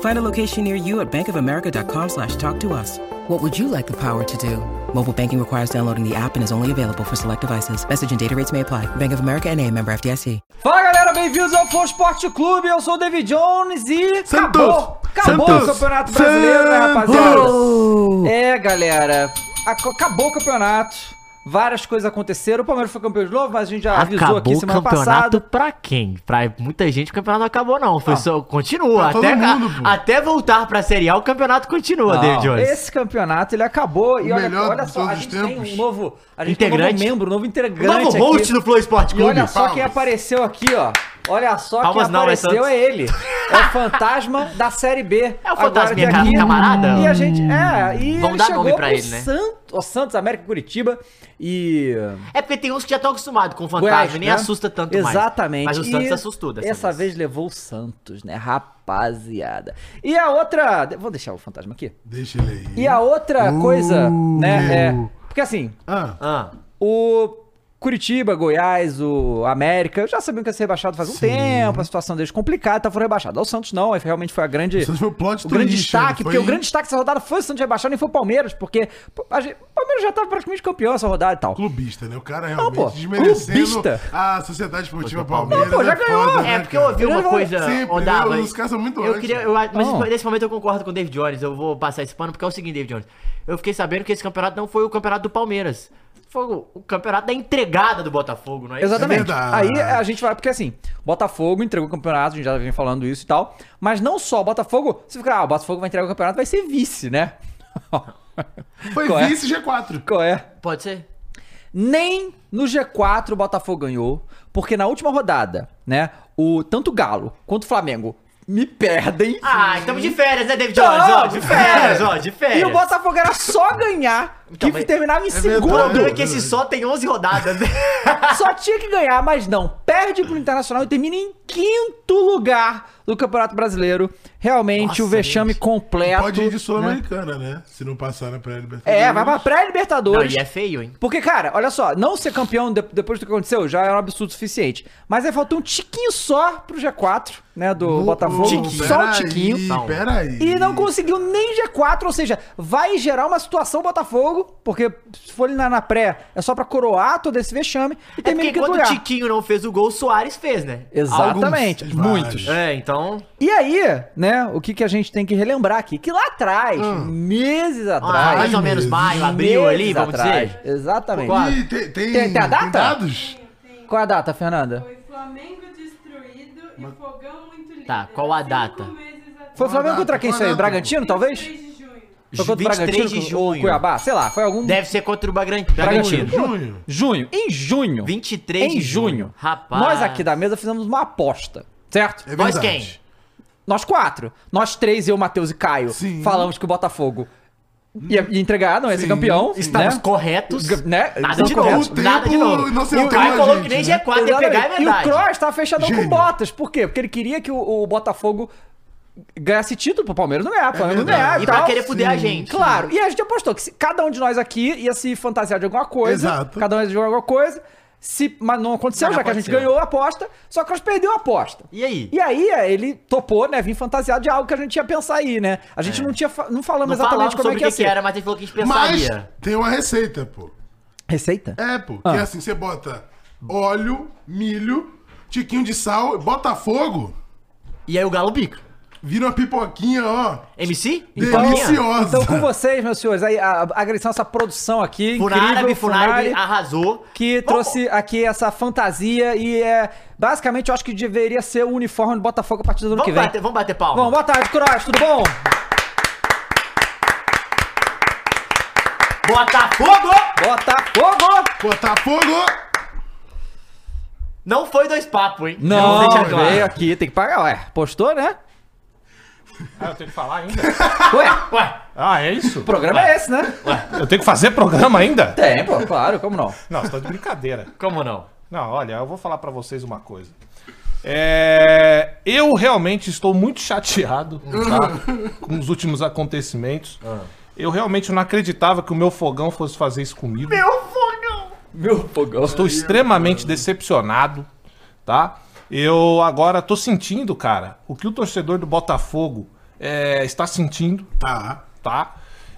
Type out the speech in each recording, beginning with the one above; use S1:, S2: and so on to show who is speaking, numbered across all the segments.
S1: Find a location near you at bankofamerica.com slash talk to us. What would you like the power to do? Mobile banking requires downloading the app and is only available for select devices. Message and data rates may apply. Bank of America and a member FDIC.
S2: Fala galera, bem-vindos ao Flow Esporte Clube. Eu sou o David Jones e.
S3: Santos!
S2: Acabou! Acabou
S3: Santos!
S2: o Campeonato Brasileiro, né,
S3: Santos!
S2: rapaziada? É, galera, ac- acabou o campeonato. Várias coisas aconteceram. O Palmeiras foi campeão de novo, mas a gente já avisou
S4: Acabou
S2: aqui
S4: o
S2: semana
S4: campeonato
S2: passada.
S4: pra quem? Pra muita gente o campeonato não acabou não, foi só, continua,
S3: Pra todo
S4: até,
S3: mundo, pô.
S4: até voltar pra Série A o campeonato continua,
S2: Não,
S4: David Jones.
S2: Esse campeonato ele acabou e
S3: O
S2: olha,
S3: melhor
S2: olha
S3: de
S2: só, a
S3: todos os
S2: gente tem um
S3: tempos.
S2: novo, a gente tem um novo
S4: Integrante.
S2: membro, um novo
S4: O
S2: integrante.
S4: Novo host
S2: aqui.
S4: do Flow Esporte
S2: E
S4: Clube.
S2: olha só
S3: Palmas.
S2: quem apareceu aqui, ó. Olha só
S4: Palmas
S2: quem
S4: não, é
S2: apareceu
S4: Santos.
S2: é ele. É o fantasma da série B.
S4: É o
S2: agora
S4: fantasminha
S2: de
S4: ca-
S2: aqui.
S4: camarada?
S2: E a gente. É, e
S4: Vamos
S2: ele
S4: dar
S2: chegou
S4: nome pra
S2: pro
S4: ele, né?
S2: Santos, ó, Santos, América e Curitiba. E.
S4: É porque tem uns que já estão acostumados com o fantasma,
S2: Goiás,
S4: nem
S2: né?
S4: assusta tanto mais.
S2: Exatamente.
S4: Mas o Santos
S2: E
S4: assustou dessa
S2: Essa vez. levou o Santos, né? Rapaziada. E a outra. Vou deixar o fantasma aqui.
S3: Deixa ele aí.
S2: E a outra
S3: Uh,
S2: coisa,
S3: meu.
S2: né? É, porque assim,
S3: Ah,
S4: Ah,
S2: o Curitiba, Goiás, o América, eu já sabia que ia ser rebaixado faz um tempo, a situação deles complicada, tá foram rebaixados. O Santos não, aí realmente foi a grande.
S3: O Santos foi o plot
S2: o grande
S3: twist,
S2: destaque,
S3: né?
S2: porque
S3: Foi-
S2: o grande destaque dessa rodada foi o Santos rebaixado, nem foi o Palmeiras, porque pô, a gente- o Palmeiras já tava praticamente campeão essa rodada e tal.
S3: clubista, né? O cara
S2: pô,
S3: realmente desmerecendo
S2: clubista.
S3: a Sociedade Esportiva Palmeiras. né,
S2: Não, pô, já ganhou. né?
S4: é porque eu ouvi uma
S2: Ele
S4: coisa,
S3: Sempre,
S4: ô
S3: né?
S4: Dava,
S3: Os caras são muito
S4: eu
S3: antes.
S4: queria, eu, Mas
S2: né? Não.
S4: nesse momento eu concordo com o David Jones, eu vou passar esse pano, porque é o seguinte, David Jones. Eu fiquei sabendo que esse campeonato não foi o campeonato do Palmeiras. Foi o, o campeonato da entregada do Botafogo, não é isso?
S3: É
S2: Exatamente.
S3: verdade.
S2: Aí a gente vai, porque assim, Botafogo entregou o campeonato, a gente já vem falando isso e tal. Mas não só o Botafogo, você fica, ah, o Botafogo vai entregar o campeonato, vai ser vice, né?
S3: Foi
S2: Qual é?
S3: vice G4.
S2: Qual é?
S4: Pode ser?
S2: Nem no G4 o Botafogo ganhou, porque na última rodada, né, o tanto o Galo quanto o Flamengo me perdem.
S4: Ah, estamos de férias, né, David
S2: Não, é.
S4: Jones? ó, de férias, ó, de férias.
S2: E o Botafogo era só ganhar,
S4: Então,
S2: que
S4: mas-
S2: terminava em
S4: O
S2: segundo.
S4: problema é que esse só tem 11 rodadas, né?
S2: Só tinha que ganhar, mas não. Perde pro Internacional e termina em quinto lugar do Campeonato Brasileiro. Realmente
S4: Nossa,
S2: o vexame
S4: gente.
S2: completo.
S3: Pode ir de
S2: né?
S3: Sul-Americana, né? Se não passar na pré-libertadores.
S2: É, vai pra
S4: Não,
S2: pré-Libertadores.
S4: e é feio, hein?
S2: Porque, cara, olha só, não ser campeão de- depois do que aconteceu já era um absurdo suficiente. Mas aí faltou um tiquinho só pro G4, né, do
S3: Ô, ô,
S2: Botafogo.
S4: tiquinho.
S2: Só um
S3: peraí,
S2: tiquinho.
S4: Não.
S3: Peraí.
S2: E não conseguiu nem G4, ou seja, vai gerar uma situação Botafogo, porque se for ele na, na pré, é só pra coroar todo esse vexame e
S4: É
S2: termina
S4: porque
S2: em quinto
S4: enquanto o
S2: lugar.
S4: Tiquinho não fez o gol, o Soares fez, né?
S2: Exatamente,
S3: Alguns,
S2: muitos.
S3: vários.
S4: É, então.
S2: E aí, né, o que, que a gente tem que relembrar aqui? Que lá atrás, meses
S4: ah,
S2: atrás,
S4: mais ou menos
S3: meses,
S4: maio, abril
S2: meses
S4: ali, vamos
S2: atrás,
S4: dizer.
S2: Exatamente.
S3: Ih, tem, tem,
S2: Tem- tem a data?
S3: dados?
S2: Qual é a data, Fernanda?
S5: Foi Flamengo destruído e fogão muito lindo.
S4: Tá, qual a
S5: Cinco
S4: data?
S5: meses atrás.
S2: Foi o Flamengo
S3: data,
S2: contra quem
S3: qual
S2: isso aí?
S3: data?
S2: Bragantino, talvez?
S5: 23 de junho.
S2: Foi contra o
S4: 23
S2: Bragantino
S4: de
S2: ou
S4: junho.
S2: Cuiabá, sei lá, foi algum...
S4: Deve ser contra o Bragan-
S2: Bragantino.
S4: Bragantino.
S3: Junho.
S2: Junho. Em junho.
S4: 23
S2: Em
S4: de
S2: junho.
S4: Rapaz.
S2: Nós aqui da mesa fizemos uma aposta, certo?
S3: É
S4: Nós
S3: verdade.
S4: quem?
S2: Nós quatro. Nós três, eu, Matheus e Caio,
S3: Sim.
S2: falamos que o Botafogo ia, ia entregar, não ia ser
S3: Sim.
S2: campeão.
S4: Estamos
S2: né?
S4: corretos.
S2: G- né?
S4: Nada
S2: Estamos
S4: de
S2: corretos.
S4: novo.
S3: O
S4: Nada de
S3: tempo
S4: novo.
S3: não sentou
S4: o Caio
S3: na
S4: falou
S3: gente,
S4: que nem
S3: né?
S4: G4 ia
S2: Exatamente.
S4: pegar, é
S2: E o
S4: verdade.
S2: Kroos tava fechadão
S3: Gênio.
S2: com botas. Por quê? Porque ele queria que o, o Botafogo ganhasse título pro Palmeiras não ganhar, pro Flamengo não
S3: É verdade.
S2: ganhar
S4: E
S2: tal.
S4: pra querer fuder a
S2: assim.
S4: gente.
S2: Claro, e a gente apostou que se- cada um de nós aqui ia se fantasiar de alguma coisa.
S3: Exato.
S2: Cada um ia jogar alguma coisa. Se, mas não aconteceu,
S4: Mas
S2: já
S4: não
S2: que a gente
S4: aconteceu.
S2: ganhou a aposta, só que nós perdeu a aposta.
S4: E aí?
S2: E aí é, ele topou, né, vir fantasiado de algo que a gente ia pensar aí, né? A
S4: É.
S2: gente não tinha fa- não falamos
S4: Não
S2: exatamente
S4: falamos
S2: como é
S4: sobre o
S2: que ia
S4: que, que
S2: ser.
S4: era, mas ele falou que a gente
S3: Mas
S4: pensaria.
S3: tem uma receita, pô.
S2: Receita?
S3: É, pô.
S2: Ah.
S3: Que é assim, você bota óleo, milho, tiquinho de sal, bota fogo,
S4: E aí o Galo bica.
S3: vira uma pipoquinha, ó.
S4: MC?
S3: Deliciosa.
S2: Então com vocês, meus senhores, aí a, a agressão essa produção aqui,
S4: Funárabio,
S2: incrível,
S4: Funárabio
S2: Funari,
S4: arrasou.
S2: que
S4: Vamos-
S2: trouxe aqui essa fantasia e é basicamente eu acho que deveria ser o uniforme do Botafogo a partir do ano que
S4: Vamos
S2: vem.
S4: bater, vamos bater palma.
S2: Bom, boa tarde, Cross, tudo bom?
S4: Botafogo!
S2: Botafogo!
S3: Botar fogo!
S4: Não foi dois papos, hein?
S2: Não,
S4: Eu vou
S2: veio aqui, tem que pagar, ué. Postou, né?
S6: Ah, eu tenho que falar ainda?
S2: Ué,
S4: Ué,
S6: Ah, é isso?
S2: o programa é esse, né?
S6: Eu tenho que fazer programa ainda?
S2: Tem, pô, claro, como não?
S6: Não, você tá de brincadeira.
S4: como não?
S7: Não, olha, eu vou falar pra vocês uma coisa. É, eu realmente estou muito chateado tá, com os últimos acontecimentos. Eu realmente não acreditava que o meu fogão fosse fazer isso comigo.
S2: Meu fogão.
S7: Estou extremamente decepcionado, tá? Eu agora tô sentindo, cara, o que o torcedor do Botafogo é, está sentindo,
S3: Tá.
S7: tá?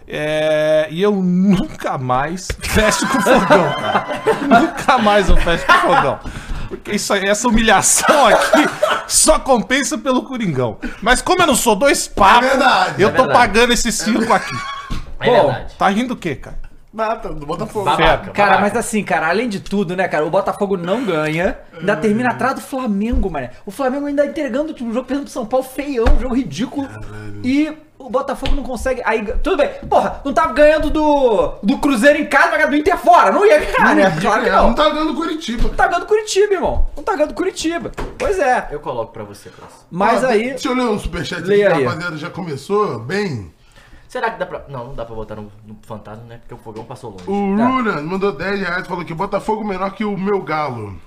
S7: É, e eu nunca mais fecho com fogão, cara. nunca mais eu fecho com fogão. Porque isso, aí, essa humilhação aqui só compensa pelo Coringão. Mas como eu não sou dois papos,
S3: verdade,
S7: eu
S3: é
S7: tô pagando esse circo aqui.
S4: É verdade.
S7: Tá rindo o quê, cara?
S4: Ah, tá,
S3: Nada, do Botafogo.
S4: Babaca,
S2: Cara,
S4: babaca.
S2: mas assim, cara, além de tudo, né, cara, o Botafogo não ganha, ainda termina atrás do Flamengo, mané. O Flamengo ainda entregando o jogo, perdendo pro São Paulo, feião, um jogo ridículo. E o Botafogo não consegue. Aí, tudo bem, porra, não tava ganhando do, do Cruzeiro em casa, mas ganhava do Inter fora. Não ia ganhar, né? Claro que não.
S3: Não
S2: Não
S3: tá dando Curitiba.
S2: tá ganhando Curitiba, irmão. Não tá ganhando Curitiba. Pois é.
S4: Eu coloco pra você, Klaus.
S2: Mas
S3: Ó,
S2: aí.
S3: Deixa eu ler um superchat aqui,
S2: Leia aí.
S3: rapaziada. Já começou bem.
S4: Será que dá pra. Não, não dá pra botar no, no fantasma, né? Porque o fogão passou longe.
S3: O
S2: Tá.
S3: Runa mandou 10 reais falou que Botafogo menor que o meu galo.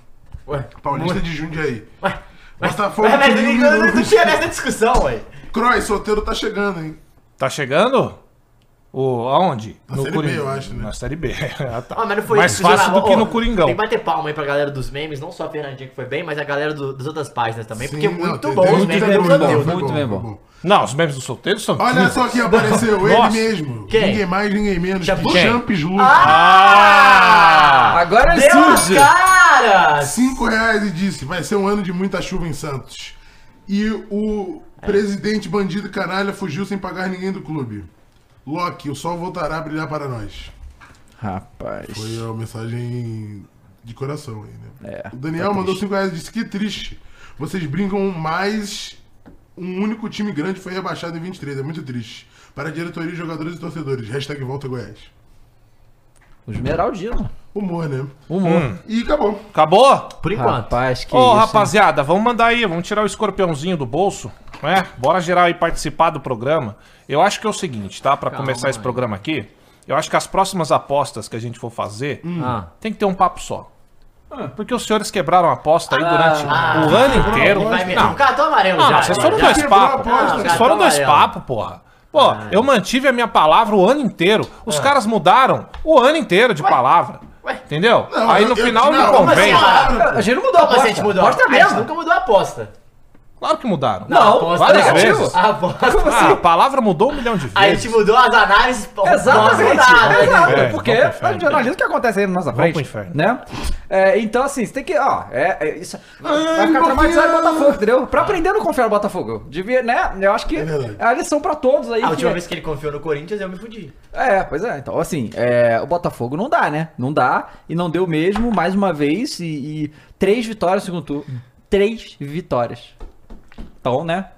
S4: Ué.
S3: Paulista de Jundiaí.
S4: Ué.
S3: Botafogo
S4: Ué, mas
S3: que
S4: eu
S3: eliminou.
S4: não- eu não tinha
S2: né?
S4: nessa discussão, ué.
S3: Croy, solteiro tá chegando, hein?
S7: Tá chegando? O, aonde?
S3: Na Série B, eu acho, né?
S7: Na Série B. Ah, tá.
S4: Ah, mas não foi
S7: Mais
S4: isso,
S7: fácil
S4: Jornal.
S7: do que
S4: Ó,
S7: no Coringão.
S4: Tem que bater palma aí pra galera dos memes, não só a Fernandinha que foi bem, mas a galera do- das outras páginas também, porque é
S3: Sim,
S4: muito
S3: não,
S4: bom
S3: tem-
S4: os
S3: tem- tá
S4: memes. né, meu
S3: tem- foi
S4: Deus.
S3: foi
S2: muito
S3: foi
S2: bem bom.
S7: Não, os memes do solteiro são.
S3: Olha só quem apareceu, ele
S7: Nossa.
S3: mesmo.
S4: Quem?
S3: Ninguém mais, ninguém menos.
S4: Chabu?
S3: que
S7: Quem?
S3: Champs Lu.
S4: Ah!
S2: Agora
S4: Deu as
S2: surge.
S4: caras!
S3: 5 reais e disse, vai ser um ano de muita chuva em Santos. E o
S7: É.
S3: presidente bandido canalha fugiu sem pagar ninguém do clube. Loki, o sol voltará a brilhar para nós.
S2: Rapaz.
S3: Foi a mensagem de coração aí, né?
S2: É,
S3: o
S7: tá
S3: Daniel mandou 5 reais e disse, que triste. Vocês brincam mais... Um único time grande foi rebaixado em 23, é muito triste. Para a diretoria, jogadores e torcedores. Hashtag volta Goiás.
S2: O Esmeraldino.
S3: Humor, né?
S2: Humor.
S3: E acabou.
S7: Hum. Acabou?
S4: Por enquanto.
S2: Rapaz, que
S7: Ô,
S2: isso. hein?
S7: rapaziada, vamos mandar aí, vamos tirar o escorpiãozinho do bolso, né? Bora geral aí participar do programa. Eu acho que é o seguinte, tá? Pra começar esse programa aqui, eu acho que as próximas apostas que a gente for fazer,
S3: Hum.
S4: Ah.
S7: tem que ter um papo só.
S3: Ah.
S7: Porque os senhores quebraram a aposta aí durante
S4: ah,
S7: o ano inteiro.
S4: Vai meter um
S7: Não,
S4: cartão amarelo
S7: Não,
S4: já.
S7: Ah,
S4: né?
S7: vocês foram
S4: já.
S7: dois
S3: quebrou a
S7: papos.
S3: aposta.
S7: Vocês foram dois
S4: Cartão amarelo.
S7: papos, porra. Pô,
S2: É.
S7: eu mantive a minha palavra o ano inteiro. Os caras mudaram o ano inteiro de palavra.
S4: Ué.
S7: Entendeu?
S3: Não,
S7: aí
S3: eu-
S7: no
S3: eu-
S7: final
S3: não,
S7: me
S3: como
S7: convém.
S4: assim, ó?
S2: A gente não mudou a
S4: Como assim
S2: aposta.
S4: a gente mudou? a
S2: Aposta
S4: aposta? A gente
S2: mesmo.
S4: nunca mudou a aposta.
S7: Claro que mudaram.
S2: Não, é
S4: a aposta,
S7: várias
S4: não.
S7: vezes.
S4: A aposta.
S7: Ah,
S2: Assim,
S7: a palavra mudou um milhão de vezes.
S4: A gente mudou as análises.
S2: Exatamente.
S4: Nossa, nada.
S2: Exato, porque
S7: É, vamos
S2: a
S7: pro inferno.
S2: gente analisa o que acontece aí na nossa
S7: Vamos
S2: frente.
S7: pro inferno.
S2: Né? É, então, assim, você tem que. Ó, é, é, isso, vai ficar
S3: meu
S2: traumatizado no
S3: Deus.
S2: Botafogo, entendeu? Pra aprender a não confiar no Botafogo. Devia, né? Eu acho que
S3: verdade.
S2: é a lição pra todos aí.
S4: A
S2: que-
S4: última vez que ele confiou no Corinthians, eu me fudi.
S2: É, pois é. Então, assim, é, o Botafogo não dá, né? Não dá. E não deu mesmo, mais uma vez. E, e três vitórias no segundo turno. Três vitórias. Então, né?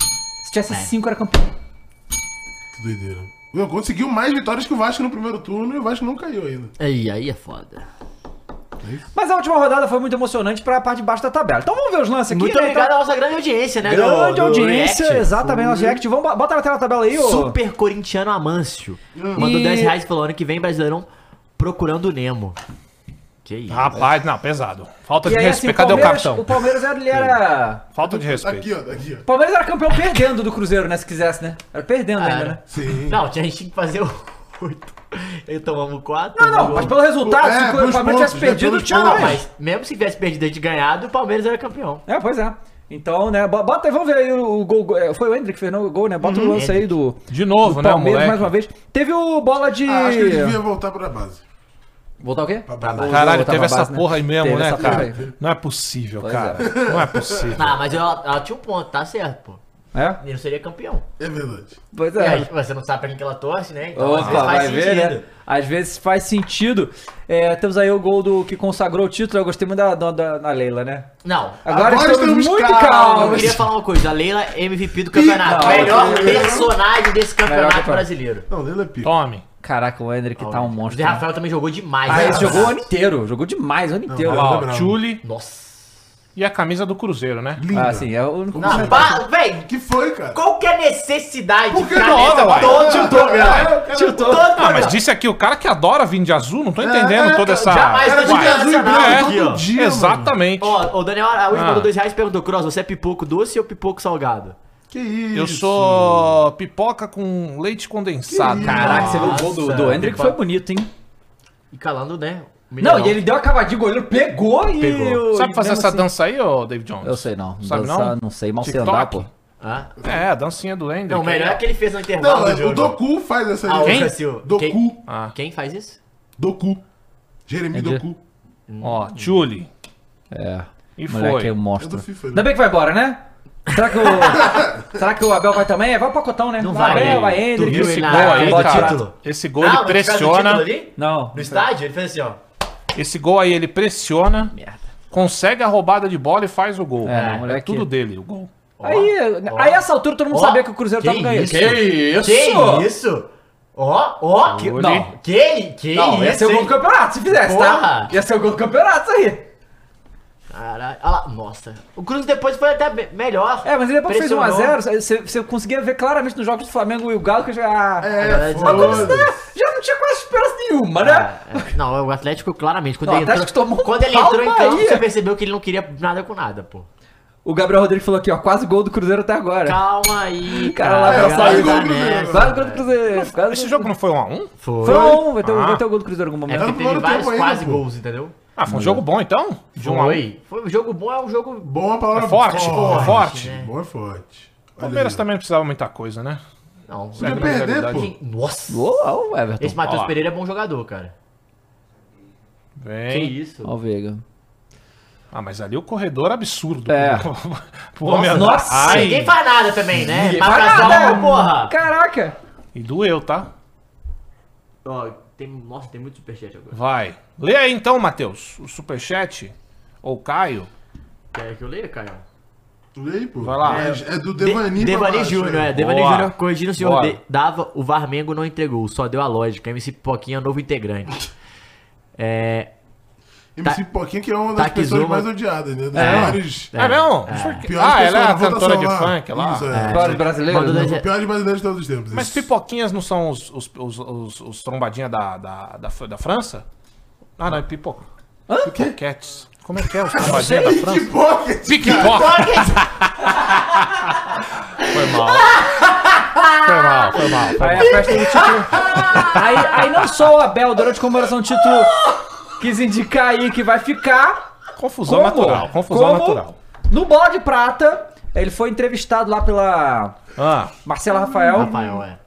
S2: É. Se tivesse cinco, era campeão.
S3: Que doideira. Não, conseguiu mais vitórias que o Vasco no primeiro turno e o Vasco não caiu ainda.
S4: Aí, aí é foda.
S2: Mas a última rodada foi muito emocionante pra parte de baixo da tabela. Então vamos ver os lances aqui.
S4: Muito
S2: né?
S4: obrigado à nossa grande audiência, né?
S2: Então, grande
S4: do- do
S2: audiência,
S4: React.
S2: exatamente, nosso react. Vamos, bo- bota na tela a tabela aí, ô.
S4: Super corintiano Amâncio. Mandou
S2: Hum. E-
S4: 10 reais pelo ano que vem, brasileirão, procurando o Nemo. Que isso.
S7: Rapaz, não, pesado. Falta
S2: E
S7: de
S2: aí, assim,
S7: respeito.
S2: o
S7: Cadê é o
S2: Palmeiras,
S7: capitão?
S2: o Palmeiras era, ele era...
S7: Falta de respeito.
S3: Aqui, ó, daqui, ó.
S2: O Palmeiras era campeão perdendo do Cruzeiro, né, se quisesse, né? Era perdendo ainda,
S4: Cara.
S2: né?
S3: Sim.
S4: Não, tinha gente que fazer o 8. Ele tomamos 4.
S2: Não, não, mas pelo resultado,
S3: É,
S2: se o
S3: pelos
S2: Palmeiras
S3: pontos,
S2: tivesse
S3: né,
S2: perdido,
S3: pelos
S2: tinha
S3: pontos.
S4: Não,
S2: mais.
S4: mas mesmo se tivesse perdido e de ganhado, o Palmeiras era campeão.
S2: É, pois é. Então, né, bo- bota aí, vamos ver aí o gol. gol- é, Foi o Hendrick que fez o gol, né? Bota o lance aí do,
S7: De
S2: do
S7: Uhum. novo, né, o
S2: Palmeiras
S7: moleque?
S2: mais uma vez. Teve o bola de...
S3: Ah, acho que ele devia voltar pra base.
S2: Voltar o quê?
S3: Pra base.
S7: Caralho,
S2: Voltar
S7: teve
S2: pra
S7: essa
S2: base, né?
S7: porra aí mesmo,
S2: Teve
S7: né,
S2: essa porra
S7: cara?
S2: aí.
S7: Não é possível,
S2: Pois
S7: cara. Não é possível.
S4: Ah, mas ela, ela tinha um ponto, tá certo, pô.
S2: É?
S4: Ele não seria campeão.
S3: É verdade.
S2: Pois
S4: E
S2: é.
S4: aí, você não sabe pra quem que ela torce, né? Então, às
S2: Opa,
S4: vezes
S2: vai
S4: faz
S2: ver,
S4: sentido.
S2: né? Às vezes faz sentido. É, temos aí o gol do que consagrou o título. Eu gostei muito da, da, da- da Leila, né?
S4: Não.
S2: Agora,
S3: Agora
S2: estamos,
S3: estamos
S2: muito
S3: calmos.
S4: Eu
S2: calmos.
S4: queria falar uma coisa, a Leila é MVP do campeonato.
S2: Não,
S4: melhor
S3: eu-
S4: personagem desse campeonato
S2: campeonato.
S4: brasileiro.
S3: Não, Leila é pica.
S7: Tome.
S2: Caraca, o Hendrick tá um
S4: O
S2: monstro.
S4: Zé Rafael também jogou demais.
S2: Ah,
S4: né?
S2: ele jogou o ano inteiro. Jogou demais o ano inteiro.
S3: Não,
S7: Ó,
S3: Bravo.
S7: Julie,
S4: Nossa.
S8: E a camisa do Cruzeiro, né?
S3: Linda.
S2: Ah, sim, é o único.
S4: Não, pa- véi,
S3: Que foi, cara?
S4: qual que é a necessidade
S3: Por que
S4: pra
S3: não,
S4: nessa-
S7: uai?
S4: Todo tiltou,
S3: É,
S4: galera.
S3: cara,
S4: Tiltou.
S7: Ah, mas disse aqui, o cara que adora vir de azul, não tô entendendo
S3: é,
S7: toda
S3: cara,
S7: essa...
S4: jamais
S3: Era de
S4: Uai,
S3: azul e
S4: essa
S3: branco
S4: é
S7: aqui,
S3: todo
S4: ó.
S3: dia, mano.
S7: Exatamente.
S4: Ó, o Daniel Araújo
S7: Ah.
S4: mandou dois reais e perguntou, Cross, você é pipoco doce ou pipoco salgado?
S3: Que isso?
S7: Eu sou pipoca com leite condensado.
S3: Que
S2: Caraca, você viu o gol do,
S4: Nossa,
S2: do Hendrick? Foi bonito, hein?
S4: E calando, né? o
S2: Não,
S4: Mineirão.
S2: e ele deu a cavadinha, o goleiro pegou e.
S7: Pegou.
S2: o-
S7: Sabe
S2: e
S7: fazer
S2: mesmo
S7: essa
S2: assim-
S7: dança aí, ô David Jones?
S2: Eu sei não.
S7: Sabe
S2: dançar,
S7: não?
S2: não? sei, mal sei
S7: TikTok?
S2: andar, pô.
S4: Hã?
S7: É, a dancinha do Ender.
S4: Ah, Não, o melhor é que ele fez no intervalo
S3: Não,
S4: do
S3: é, o
S4: jogo.
S3: Doku faz essa
S4: Ah, o
S3: aí.
S4: Cacil.
S3: Doku.
S4: Quem?
S7: Ah.
S4: Quem faz isso?
S3: Doku. Jeremy
S2: Entendi.
S3: Doku.
S7: Ó, Julie.
S2: É.
S7: E
S2: Moleque
S7: foi.
S2: é um
S3: É
S2: monstro.
S3: do FIFA,
S2: Ainda
S3: né?
S2: bem que vai embora, né? Será que o. Será que o Abel vai também? É, vai o pacotão, né?
S4: Não vai.
S2: Abel, vai
S4: Tu
S2: Hendrick.
S4: viu
S7: Esse
S4: ele
S7: gol aí,
S2: bote
S7: cara,
S4: título.
S7: esse gol
S4: Ah,
S7: ele
S4: mas por causa do título
S7: pressiona.
S4: ali?
S2: Não.
S4: No estádio, ele fez assim, ó.
S7: Esse gol aí ele pressiona.
S4: Merda.
S7: Consegue a roubada de bola e faz o gol.
S2: É, moleque.
S7: tudo dele, o gol.
S2: Aí, aí essa altura todo mundo
S4: Ó,
S2: sabia que o Cruzeiro
S4: que
S2: tava ganhando.
S4: isso? Que
S2: isso?
S4: Que isso? Ó, ó. que-
S7: Olha.
S4: Não. Que, que
S2: Não, ia
S4: isso,
S2: ser o gol
S4: hein?
S2: do campeonato, se fizesse,
S4: Porra.
S2: tá? Ia ser o gol do campeonato isso aí.
S4: Caralho. Olha lá, nossa. O Cruz depois foi até be- melhor.
S2: É, mas ele depois fez
S4: Pressionou.
S2: 1x0, você, você conseguia ver claramente nos jogos do Flamengo e o Galo que eu já.
S3: É,
S4: Mas como
S3: foda.
S2: né, Já não tinha quase esperança nenhuma, né?
S4: É, é. Não, o Atlético claramente. Quando
S2: Não,
S4: ele
S2: o Atlético
S4: entrou,
S2: tomou um
S4: quando ele
S2: pau
S4: entrou em
S2: do
S4: campo,
S2: Bahia.
S4: você percebeu que ele não queria nada com nada, pô.
S2: O Gabriel Rodrigues falou aqui, ó, quase gol do Cruzeiro até agora.
S4: Calma aí,
S2: Cara,
S4: cara.
S2: lá tá pra
S4: Vai
S2: sair
S4: dar
S3: gol do
S4: nessa.
S2: Quase gol do Cruzeiro. Quase
S7: Esse jogo não foi um a um?
S4: Foi.
S2: Foi um, vai ter,
S7: Ah.
S2: vai ter o gol do Cruzeiro em algum
S4: É
S2: momento.
S3: Era
S4: porque
S3: no
S4: teve
S3: primeiro
S4: vários
S3: tempo ainda,
S4: quase
S3: pô.
S4: gols, entendeu?
S7: Ah, foi um jogo bom então? De um a um.
S4: Foi. Foi um jogo bom, é um jogo bom.
S3: Bom a palavra
S7: É forte,
S3: forte.
S7: é forte.
S4: né?
S3: Bom é forte.
S7: O Palmeiras
S3: aí.
S7: também não precisava muita coisa, né?
S4: Não.
S3: Podia
S7: grande
S3: perder,
S7: realidade.
S3: pô.
S4: Quem- Nossa.
S2: Boa, o Everton.
S4: Esse Matheus
S7: Ó.
S4: Pereira é bom jogador, cara. Que
S7: Vem.
S4: isso.
S2: Ó o Veiga.
S7: Ah, mas ali o corredor absurdo.
S2: É.
S7: Pô, meu
S2: nossa,
S7: ai.
S4: Ninguém faz nada também, né?
S2: Ninguém faz
S4: Marcação,
S2: nada.
S4: porra.
S2: Caraca!
S7: E doeu, tá?
S4: Ó, tem, nossa, tem muito superchat agora.
S7: Vai. Lê aí então, Matheus, o superchat. Ou Caio.
S4: Quer que eu leia, Caio?
S3: Tudo aí, pô.
S7: Vai lá.
S3: É, é do Devani pra
S4: Devani
S3: baixo,
S4: Júnior, é. Devani
S7: Boa.
S4: Júnior corrigindo o senhor.
S7: Bora.
S4: D- dava, o Varmengo não entregou, só deu a lógica. MC Pipoquinha, é um novo integrante. É.
S3: MC Poquinha, que é uma das
S4: Taquizou,
S3: pessoas
S4: mano.
S3: mais odiadas, né? Das
S7: É.
S3: maiores...
S7: É, mesmo? Não foi que- Ah, ela é a cantora de funk lá.
S4: É.
S3: Isso,
S2: Vários brasileiros.
S4: Mandou
S2: né?
S4: dois-
S3: é. Piores brasileiros de todos os tempos.
S7: Mas tipo,
S3: isso.
S7: pipoquinhas não são os, os, os, os- os trombadinha da, da, da, Fran- da França? Ah, não, é pipoca. Pipoquetes. Como é que é os trombadinha da França?
S3: Pickpocket!
S7: Pickpocket! Foi mal. Foi mal, foi mal. Foi
S2: Aí
S7: mal.
S2: a festa do título. aí, aí não só o Abel, durante a comemoração do título, quis indicar aí que vai ficar.
S7: Confusão
S2: como-
S7: natural. Confusão
S2: como
S7: natural.
S2: No Bola de Prata, ele foi entrevistado lá pela
S7: Ah,
S2: Marcela Rafael.
S4: Rafael, é.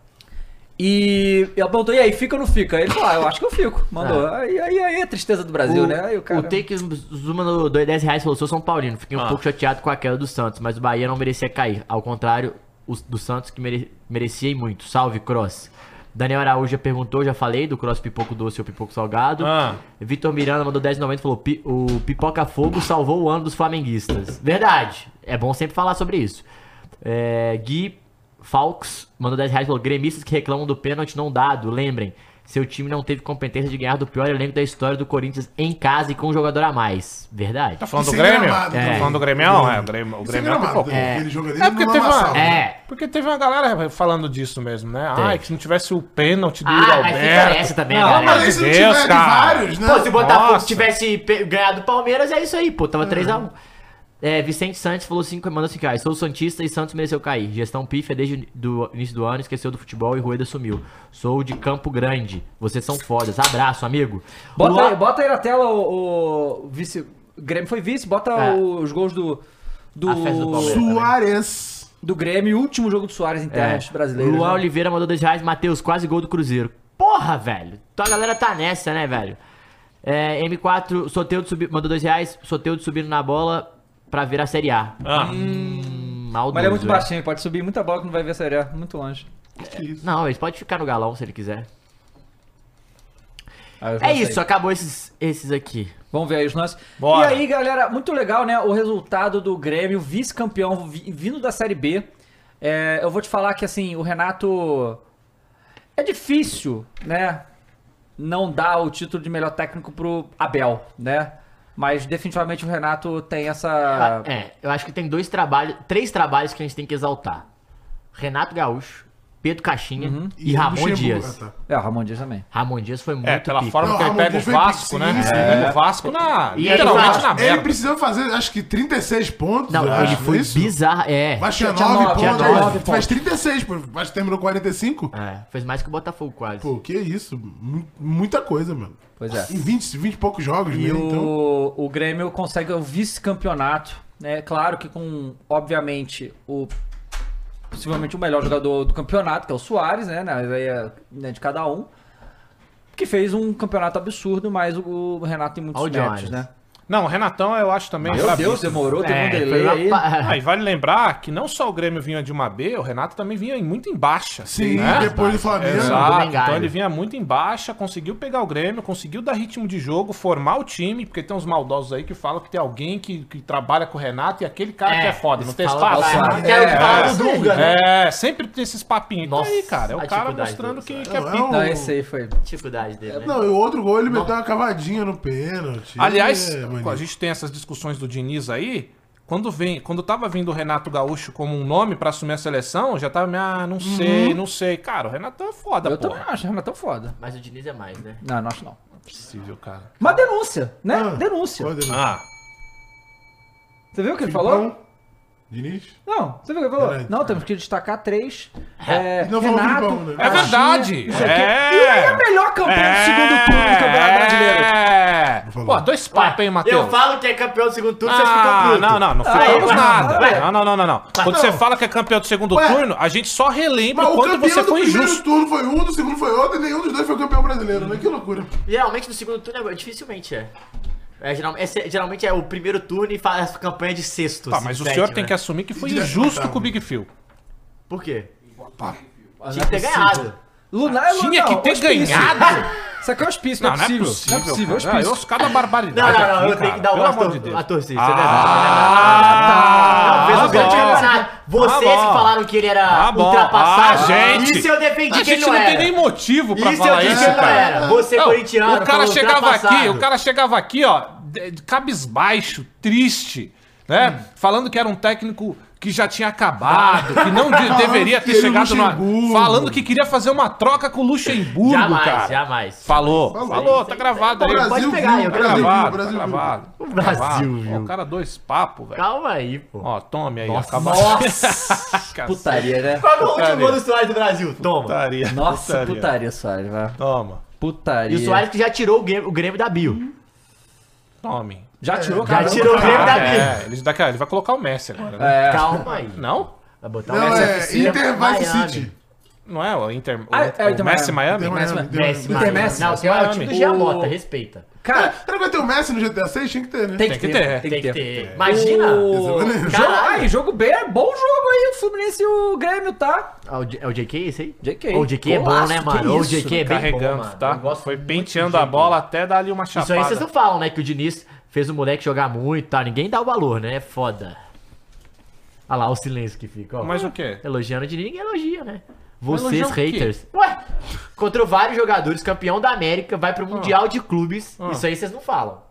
S2: E ela perguntou: e aí, fica ou não fica? Ele falou: ah, eu acho que eu fico. Mandou. Aí, aí, aí é a tristeza do Brasil, né? Aí o cara.
S4: O Take Zuma no 10 reais falou: sou São Paulino, fiquei um pouco chateado com a queda do Santos, mas o Bahia não merecia cair. Ao contrário os- do Santos, que mere- merecia e muito. Salve, Cross. Daniel Araújo já perguntou, já falei do Cross Pipoco Doce ou Pipoco Salgado.
S7: Ah.
S4: Vitor Miranda mandou 10,90 e falou: "Pi- o Pipoca Fogo salvou o ano dos flamenguistas. Verdade. É bom sempre falar sobre isso. É, Gui Falks mandou 10 reais e falou: gremistas que reclamam do pênalti não dado, lembrem. Seu time não teve competência de ganhar do pior elenco da história do Corinthians em casa e com um jogador a mais. Verdade.
S7: tá falando do
S3: Sem
S7: Grêmio?
S3: gramado,
S7: Tá
S3: é.
S7: falando do Grêmio? É, o Grêmio, o
S3: Isso é
S7: Grêmio é
S3: gramado,
S7: pipoca.
S3: né? Aquele jogo ali
S7: É porque
S3: não
S7: teve
S3: amassava.
S7: uma,
S4: É.
S7: porque teve uma galera falando disso mesmo, né?
S4: Teve.
S7: Ai, que se não tivesse o pênalti do Yuri
S4: Ah, mas fica
S7: Alberto.
S4: essa também,
S7: Não,
S4: galera.
S3: Mas aí se não
S7: Meu Deus,
S3: tiver
S7: cara.
S3: vários, né?
S4: Pô, se o Botafogo
S7: Nossa.
S4: tivesse pe- ganhado o Palmeiras, é isso aí, pô.
S2: Uhum.
S4: Tava 3x1. É, Vicente Santos falou cinco, mandou 5 reais. Sou Santista e Santos mereceu cair. Gestão pífia desde o ni- do início do ano, esqueceu do futebol e Rueda sumiu. Sou de Campo Grande. Vocês são fodas. Abraço, amigo.
S2: Bota,
S4: Luan-
S2: aí, bota aí na tela o, o vice. o Grêmio foi vice, bota
S4: É.
S2: os gols do. Do,
S4: A festa do Palmeiras. É.
S3: Suárez.
S2: do Grêmio, último jogo do Soares em terras brasileiras.
S4: Luan
S2: né?
S4: Oliveira mandou 2 reais. Matheus, quase gol do Cruzeiro. Porra, velho. Então a galera tá nessa, né, velho? É, M4, Soteudo subi, mandou 2 reais. Soteudo subindo na bola pra ver a Série A.
S7: Ah.
S4: Hum, maldoso,
S2: Mas ele é muito
S4: velho.
S2: baixinho, pode subir muita bola que não vai ver a série, A, muito longe.
S4: Não, ele pode ficar no galão se ele quiser.
S2: Ah, eu já
S4: É
S2: sei.
S4: isso, acabou esses, esses aqui.
S2: Vamos ver aí os nossos.
S7: Bora.
S2: E aí, galera, muito legal, né? O resultado do Grêmio, vice-campeão, vi- vindo da Série B. É, eu vou te falar que, assim, o Renato. É difícil, né? Não dar o título de melhor técnico pro Abel, né? Mas definitivamente o Renato tem essa.
S4: É, eu acho que tem dois trabalhos, três trabalhos que a gente tem que exaltar. Renato Gaúcho, Pedro Caixinha
S2: Uhum.
S4: e, Ramon
S3: Luxemburgo,
S4: Dias.
S3: ah, tá.
S2: É, o Ramon Dias também.
S4: Ramon Dias foi muito
S7: É, pela
S4: pica.
S7: forma que
S3: Não,
S7: ele pega o
S3: Ramon
S7: Vasco, né?
S3: Dias foi
S7: Ele pega o Vasco na.
S4: E é ele
S7: literalmente
S4: faz-
S7: na
S3: Ele
S7: merda.
S3: precisou fazer, acho que 36 pontos.
S4: Não,
S3: eu acho,
S4: ele foi
S3: isso?
S4: bizarro, é.
S3: Mas tinha
S2: Tinha
S3: 9
S2: nove,
S3: pontos.
S2: tinha nove
S3: aí, Faz
S2: pontos.
S3: 36, pô. Mas terminou 45?
S4: É, fez mais que o Botafogo quase.
S3: Pô, que isso? Mu- Muita coisa, mano.
S2: Pois é.
S3: Em 20, 20 e poucos jogos, né?
S2: E
S3: Então.
S2: o, o Grêmio consegue o vice-campeonato, né? Claro que com, obviamente, o possivelmente o melhor jogador do campeonato, que é o Soares, né? Na ideia né, de cada um. Que fez um campeonato absurdo, mas o Renato tem muitos
S4: Olha o
S2: méritos,
S4: Jones.
S2: né?
S7: Não, o Renatão eu acho também.
S2: Meu
S7: brabíssimo.
S2: Deus, demorou, teve um
S4: É, foi
S2: delay
S4: uma
S2: aí.
S4: pa-
S7: Ah, e vale lembrar que não só o Grêmio vinha de uma B, o Renato também vinha em- muito em baixa. né?
S3: Sim, depois do Flamengo.
S4: Do
S7: Exato,
S4: Mengalho.
S7: então ele vinha muito em baixa, conseguiu pegar o Grêmio, conseguiu dar ritmo de jogo, formar o time, porque tem uns maldosos aí que falam que tem alguém que, que trabalha com o Renato e aquele cara que é foda, não
S4: fala-
S7: testaram?
S4: fala-
S3: É,
S4: Quero falar do
S3: sim.
S4: Dunga, né?
S7: É, sempre tem esses papinhos. Nossa,
S4: Nossa,
S7: aí, cara, é
S4: a
S7: o cara
S4: dificuldade né?
S7: mostrando
S4: dele, cara.
S7: que, que é
S3: Não, é
S7: pica.
S3: um-
S2: Não, esse aí foi.
S4: Dificuldade dele,
S7: É.
S4: né?
S3: Não, e o outro gol ele meteu uma cavadinha no pênalti.
S7: Aliás,
S3: É,
S7: pô, a
S3: mano.
S7: gente tem essas discussões do Diniz aí. Quando vem, quando tava vindo o Renato Gaúcho como um nome pra assumir a seleção, eu já tava, meio, ah, não sei, não sei. Cara, o Renato é foda,
S2: Eu
S7: pô.
S2: também acho, o Renato é foda.
S4: Mas o Diniz é mais, né?
S2: Não, não acho não.
S7: possível, cara.
S2: Uma denúncia, né?
S3: Ah,
S2: denúncia.
S3: Pode-
S7: Ah,
S2: Você viu o que ele falou?
S3: Filipão, Diniz?
S2: Não, você viu o que ele falou?
S3: Peraí.
S2: Não, temos que destacar três. É,
S3: Não falou
S2: Renato,
S3: Filipão, né? É
S7: é
S2: Caixinha,
S7: verdade.
S2: Ah, isso aqui.
S7: É.
S2: E aí a melhor campanha do segundo turno do Campeonato Brasileiro.
S7: É.
S3: falou.
S7: Pô, dois papos, hein, Matheus?
S4: Eu falo que é campeão do segundo turno, vocês ficam
S7: Ah,
S4: putos.
S7: não, não, não
S4: Aí,
S7: falamos
S4: mas-
S7: nada.
S4: Ué.
S7: Não, não, não, não, não. Quando você fala que é campeão do segundo
S3: Ué.
S7: turno, a gente só relembra
S3: Mas
S7: o
S3: o
S7: quanto
S3: campeão é
S7: você
S3: do
S7: foi
S3: primeiro
S7: injusto.
S3: turno foi um, do segundo foi outro, e nenhum dos dois foi campeão brasileiro, né? Que loucura.
S4: Geralmente no segundo turno, é- dificilmente é. É, geral- é se- geralmente é o primeiro turno e faz a campanha de sexto.
S7: Tá,
S4: se
S7: mas o
S4: pede,
S7: senhor
S4: né?
S7: tem que assumir que foi
S3: Direto,
S7: injusto
S3: tá.
S7: com o Big Phil.
S4: Por quê?
S2: Não
S4: Tinha que ter ganhado.
S2: Lunar é Lunar.
S7: Tinha que
S2: não,
S7: ter
S2: hospício.
S7: ganhado.
S2: Isso aqui é hospício,
S7: Não,
S2: não, é possível. Não é possível,
S7: cara.
S2: hospício.
S7: Ah, eu sou cada
S4: Não,
S7: barbaridade.
S4: não, não,
S7: aqui,
S4: eu tenho que
S7: cara.
S4: dar o
S7: Pelo
S4: braço
S7: amor de
S4: à
S7: Deus.
S4: torcida. você né?
S7: Ah, tá.
S4: Não, fez um grande
S7: bom.
S4: campeonato. Vocês
S7: Ah, bom.
S4: que falaram que ele era
S7: Ah, bom.
S4: ultrapassado.
S7: Ah, gente.
S4: Isso eu defendi
S7: a
S4: que
S7: gente
S4: ele não
S7: não tem
S4: era.
S7: nem motivo pra
S4: Isso eu
S7: falar
S4: disse
S7: isso,
S4: que ele não
S7: cara.
S4: era. Você, é
S7: Não,
S4: corintiano,
S7: o cara
S4: falou tá
S7: chegava aqui,
S4: ultrapassado.
S7: o cara chegava aqui, ó, de- de cabisbaixo, triste, né?
S4: Hum.
S7: Falando que era um técnico que já tinha acabado, que não de- deveria
S3: que
S7: ter
S3: ele
S7: chegado no
S3: Luxemburgo.
S7: Falando que queria fazer uma troca com o Luxemburgo,
S4: Jamais,
S7: é cara.
S4: jamais.
S7: Falou, falou, tá gravado aí.
S4: Brasil, pode pegar, eu
S3: viu,
S7: Tá
S4: quero
S3: Brasil,
S4: gravar.
S7: gravado, tá
S3: Brasil, viu.
S7: gravado.
S4: O Brasil,
S7: Ó, o
S4: viu?
S7: cara dois papos, velho.
S4: Calma aí, pô.
S7: Ó, tome aí,
S4: Nossa.
S7: acaba.
S2: Nossa, putaria, né?
S4: Qual que é o último
S7: Putaria.
S4: gol do Soares do Brasil? Toma.
S7: Putaria.
S2: Nossa, putaria, Soares, vai.
S7: Toma,
S2: Putaria.
S4: E o Soares que já tirou o Grêmio, o Grêmio da Bio.
S7: tome.
S2: É, já tirou,
S4: Já tirou o Grêmio tá da Bio.
S7: É, ele, daqui, ele vai colocar o Messi agora, né?
S2: É.
S4: Calma aí.
S7: Não?
S4: Vai botar o
S3: Não, é
S4: SFC,
S3: Inter Vice
S4: Miami.
S3: City.
S7: Não é o Inter. O,
S2: Ah, é o
S7: o
S4: então,
S2: Inter
S7: Messi Miami?
S3: Inter
S2: Messi,
S3: Miami, Inter
S4: Messi,
S3: Miami.
S4: Miami.
S2: Messi,
S4: Não, tem o time do
S7: Miami.
S4: Giamota, respeita.
S3: Cara,
S2: Cara,
S3: será que vai ter o Messi no GTA 6? Tinha que ter, né?
S2: tem que
S7: Tem que
S2: ter.
S7: ter.
S4: Tem que ter. Imagina.
S2: O...
S3: Imagina.
S2: Jogo, ai, jogo B é bom jogo aí, o Fluminense e o Grêmio, tá?
S4: Ah, o J- É o JK esse aí?
S2: JK.
S4: O JK é bom,
S2: Golaço,
S4: né,
S2: que
S4: mano? o
S2: isso,
S4: JK é bem bom,
S7: Carregando,
S4: mano.
S7: tá?
S4: Eu gosto
S7: Foi
S4: muito
S7: penteando
S4: do
S7: a
S4: JK.
S7: bola até dar ali uma
S4: Isso aí
S7: chapada.
S4: vocês não falam, né? Que o Diniz fez o moleque jogar muito, tá? Ninguém dá o valor, né? É foda. Olha lá, o silêncio que fica, ó.
S7: Mas o quê?
S4: Elogiando o Diniz, ninguém elogia, né?
S7: Elogiar
S4: Vocês,
S7: o quê?
S4: haters. Ué, contra vários jogadores, campeão da América, vai
S7: Ah.
S4: pro Mundial de Clubes. Isso aí vocês não falam.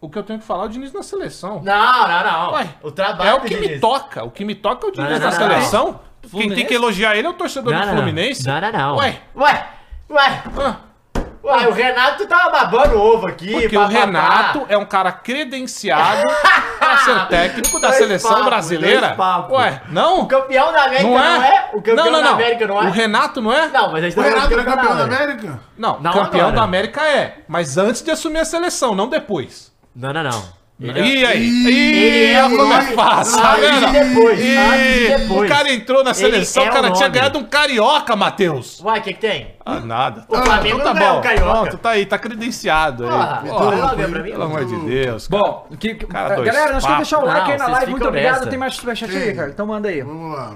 S7: O que eu tenho que falar é o Diniz na seleção.
S4: Não, não, não.
S7: Ué,
S4: o trabalho
S7: é o que
S4: do
S7: me
S4: Diniz.
S7: toca. O que me toca é o Diniz
S4: Não, não,
S7: na
S4: não,
S7: seleção. Quem tem
S2: Fluminense?
S7: que elogiar ele é o torcedor
S4: Não,
S7: do
S4: não,
S7: Fluminense.
S4: não. Não, não, não.
S7: Ué.
S4: ué, ué.
S7: Ah,
S4: Ué, o Renato tava babando ovo aqui.
S7: porque o
S4: papapá.
S7: Renato é um cara credenciado a ser técnico da
S4: Dois
S7: seleção
S4: papos,
S7: brasileira.
S4: dois papos.
S7: Ué,
S4: O
S7: não?
S4: campeão da América não é? O campeão da América não é?
S7: O Renato não é?
S4: Não, mas a gente
S3: O
S4: tá falando
S3: Renato
S4: do
S3: era campeão da
S4: América.
S3: América?
S7: Não,
S4: Não
S7: campeão
S4: agora.
S7: da América é. Mas antes de assumir a seleção, não depois. Né?
S4: Não, não, é- não.
S2: é-
S7: E aí?
S3: Ih,
S7: Ih,
S4: é
S7: como é
S4: nome-
S7: fácil, tá
S4: nome de
S7: vendo?
S4: depois,
S7: Ih,
S4: nome de depois.
S7: O cara entrou na seleção,
S4: é
S7: o cara
S4: o
S7: tinha
S4: nome.
S7: ganhado um carioca, Matheus.
S4: Ué, o que que tem?
S7: Ah, nada. Então
S4: O Flamengo não ganhou o carioca.
S7: Pronto, tá aí, tá credenciado aí.
S4: Porra,
S7: Pô,
S4: vai logo, é pra mim?
S7: pelo amor de Deus. cara.
S2: Bom, que, que-
S7: Cara, dois
S2: galera, não esquece de deixar o
S4: papos.
S2: like aí na
S4: Não, vocês
S2: live. Muito
S4: ficam
S2: obrigado.
S4: nessa.
S2: Tem mais superchat aí,
S3: Tem.
S2: cara. Então manda aí.
S3: Vamos lá.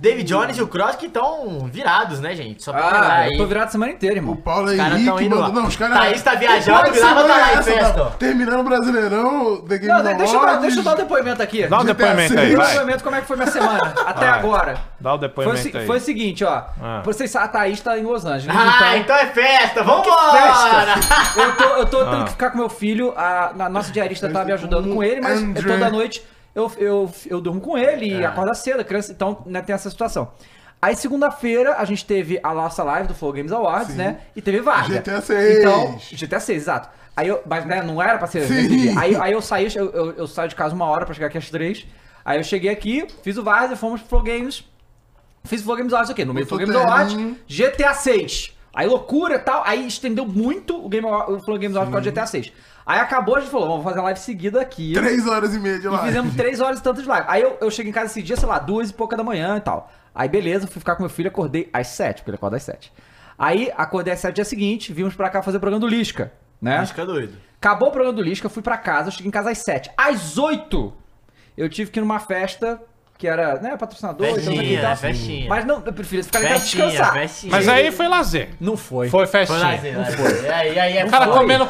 S4: David Jones e o Cross que estão virados, né, gente? Só pra lembrar
S2: Ah,
S4: aí.
S2: eu tô virado semana inteira,
S3: O
S2: irmão.
S3: Paulo
S4: Os caras
S3: Henrique
S4: tão indo
S3: mandou.
S4: lá.
S3: Não, os caras.
S4: Thaís tá viajando,
S3: Mas
S4: Vilava tá
S3: semana
S4: lá em
S3: é essa,
S4: festa,
S3: não.
S4: ó.
S3: Terminando o Brasileirão, The Game
S2: Não, de- deixa eu, dar-
S3: Awards.
S2: deixa eu dar o depoimento aqui.
S7: Dá o
S3: GTA
S7: depoimento aí,
S3: seis.
S2: Meu
S7: vai.
S2: depoimento, como é que foi minha semana? Até
S7: Vai.
S2: agora.
S7: Dá
S2: Foi,
S7: o
S2: o
S7: depoimento
S2: se-
S7: aí.
S2: foi o seguinte, ó.
S7: Ah.
S2: Vocês sabem, a Thaís tá em Los Angeles.
S4: Ah,
S2: então,
S4: então é festa, vambora!
S2: eu tô, eu tô tendo que ficar com meu filho. A, a nossa diarista tá me ajudando com ele, mas
S3: Andrew.
S2: toda noite eu, eu, eu durmo com ele e acorda cedo, a criança. Então, né, tem essa situação. Aí, segunda-feira, a gente teve a nossa live do Flow Games Awards, né? E teve vaga.
S3: GTA 6.
S2: Então, GTA 6, exato. Aí eu, mas né, não era pra ser.
S3: Sim.
S2: nesse dia. Aí, aí eu saí, eu, eu, eu saio de casa uma hora pra chegar aqui às três. Aí eu cheguei aqui, fiz o Vars e fomos pro Flow Games. Fiz o Flow Games Awards aqui, no meio do Flow Games
S3: Botou
S2: Awards,
S3: terninho.
S2: GTA 6. Aí loucura e tal, aí estendeu muito o, Game Awa- o Flow Games Awards com a GTA 6. Aí acabou, a gente falou, vamos fazer uma live seguida aqui.
S3: Três horas e meia de
S2: E
S3: live.
S2: fizemos três horas e tantas lives. Aí eu, eu cheguei em casa esse dia, sei lá, duas e pouca da manhã e tal. Aí beleza, fui ficar com meu filho, acordei às sete, porque ele acorda às sete. Aí acordei às sete dia seguinte, vimos pra cá fazer o programa do Lisca, né?
S4: Fica doido.
S2: Acabou o programa do Lisca, fui pra casa, eu cheguei em casa às sete. Às oito, eu tive que ir numa festa que era, né, patrocinador. e tal,
S4: Festinha,
S2: tal,
S4: né?
S2: tal.
S4: Festinha.
S2: assim. Mas não, eu prefiro ficar em casa
S4: Festinha,
S2: descansar.
S4: festinha.
S7: Mas aí foi lazer.
S2: Não foi.
S7: Foi
S4: Foi
S7: festinha.
S4: lá, Zé, lá, Zé. E aí, aí, é
S7: O cara
S4: foi.
S7: comendo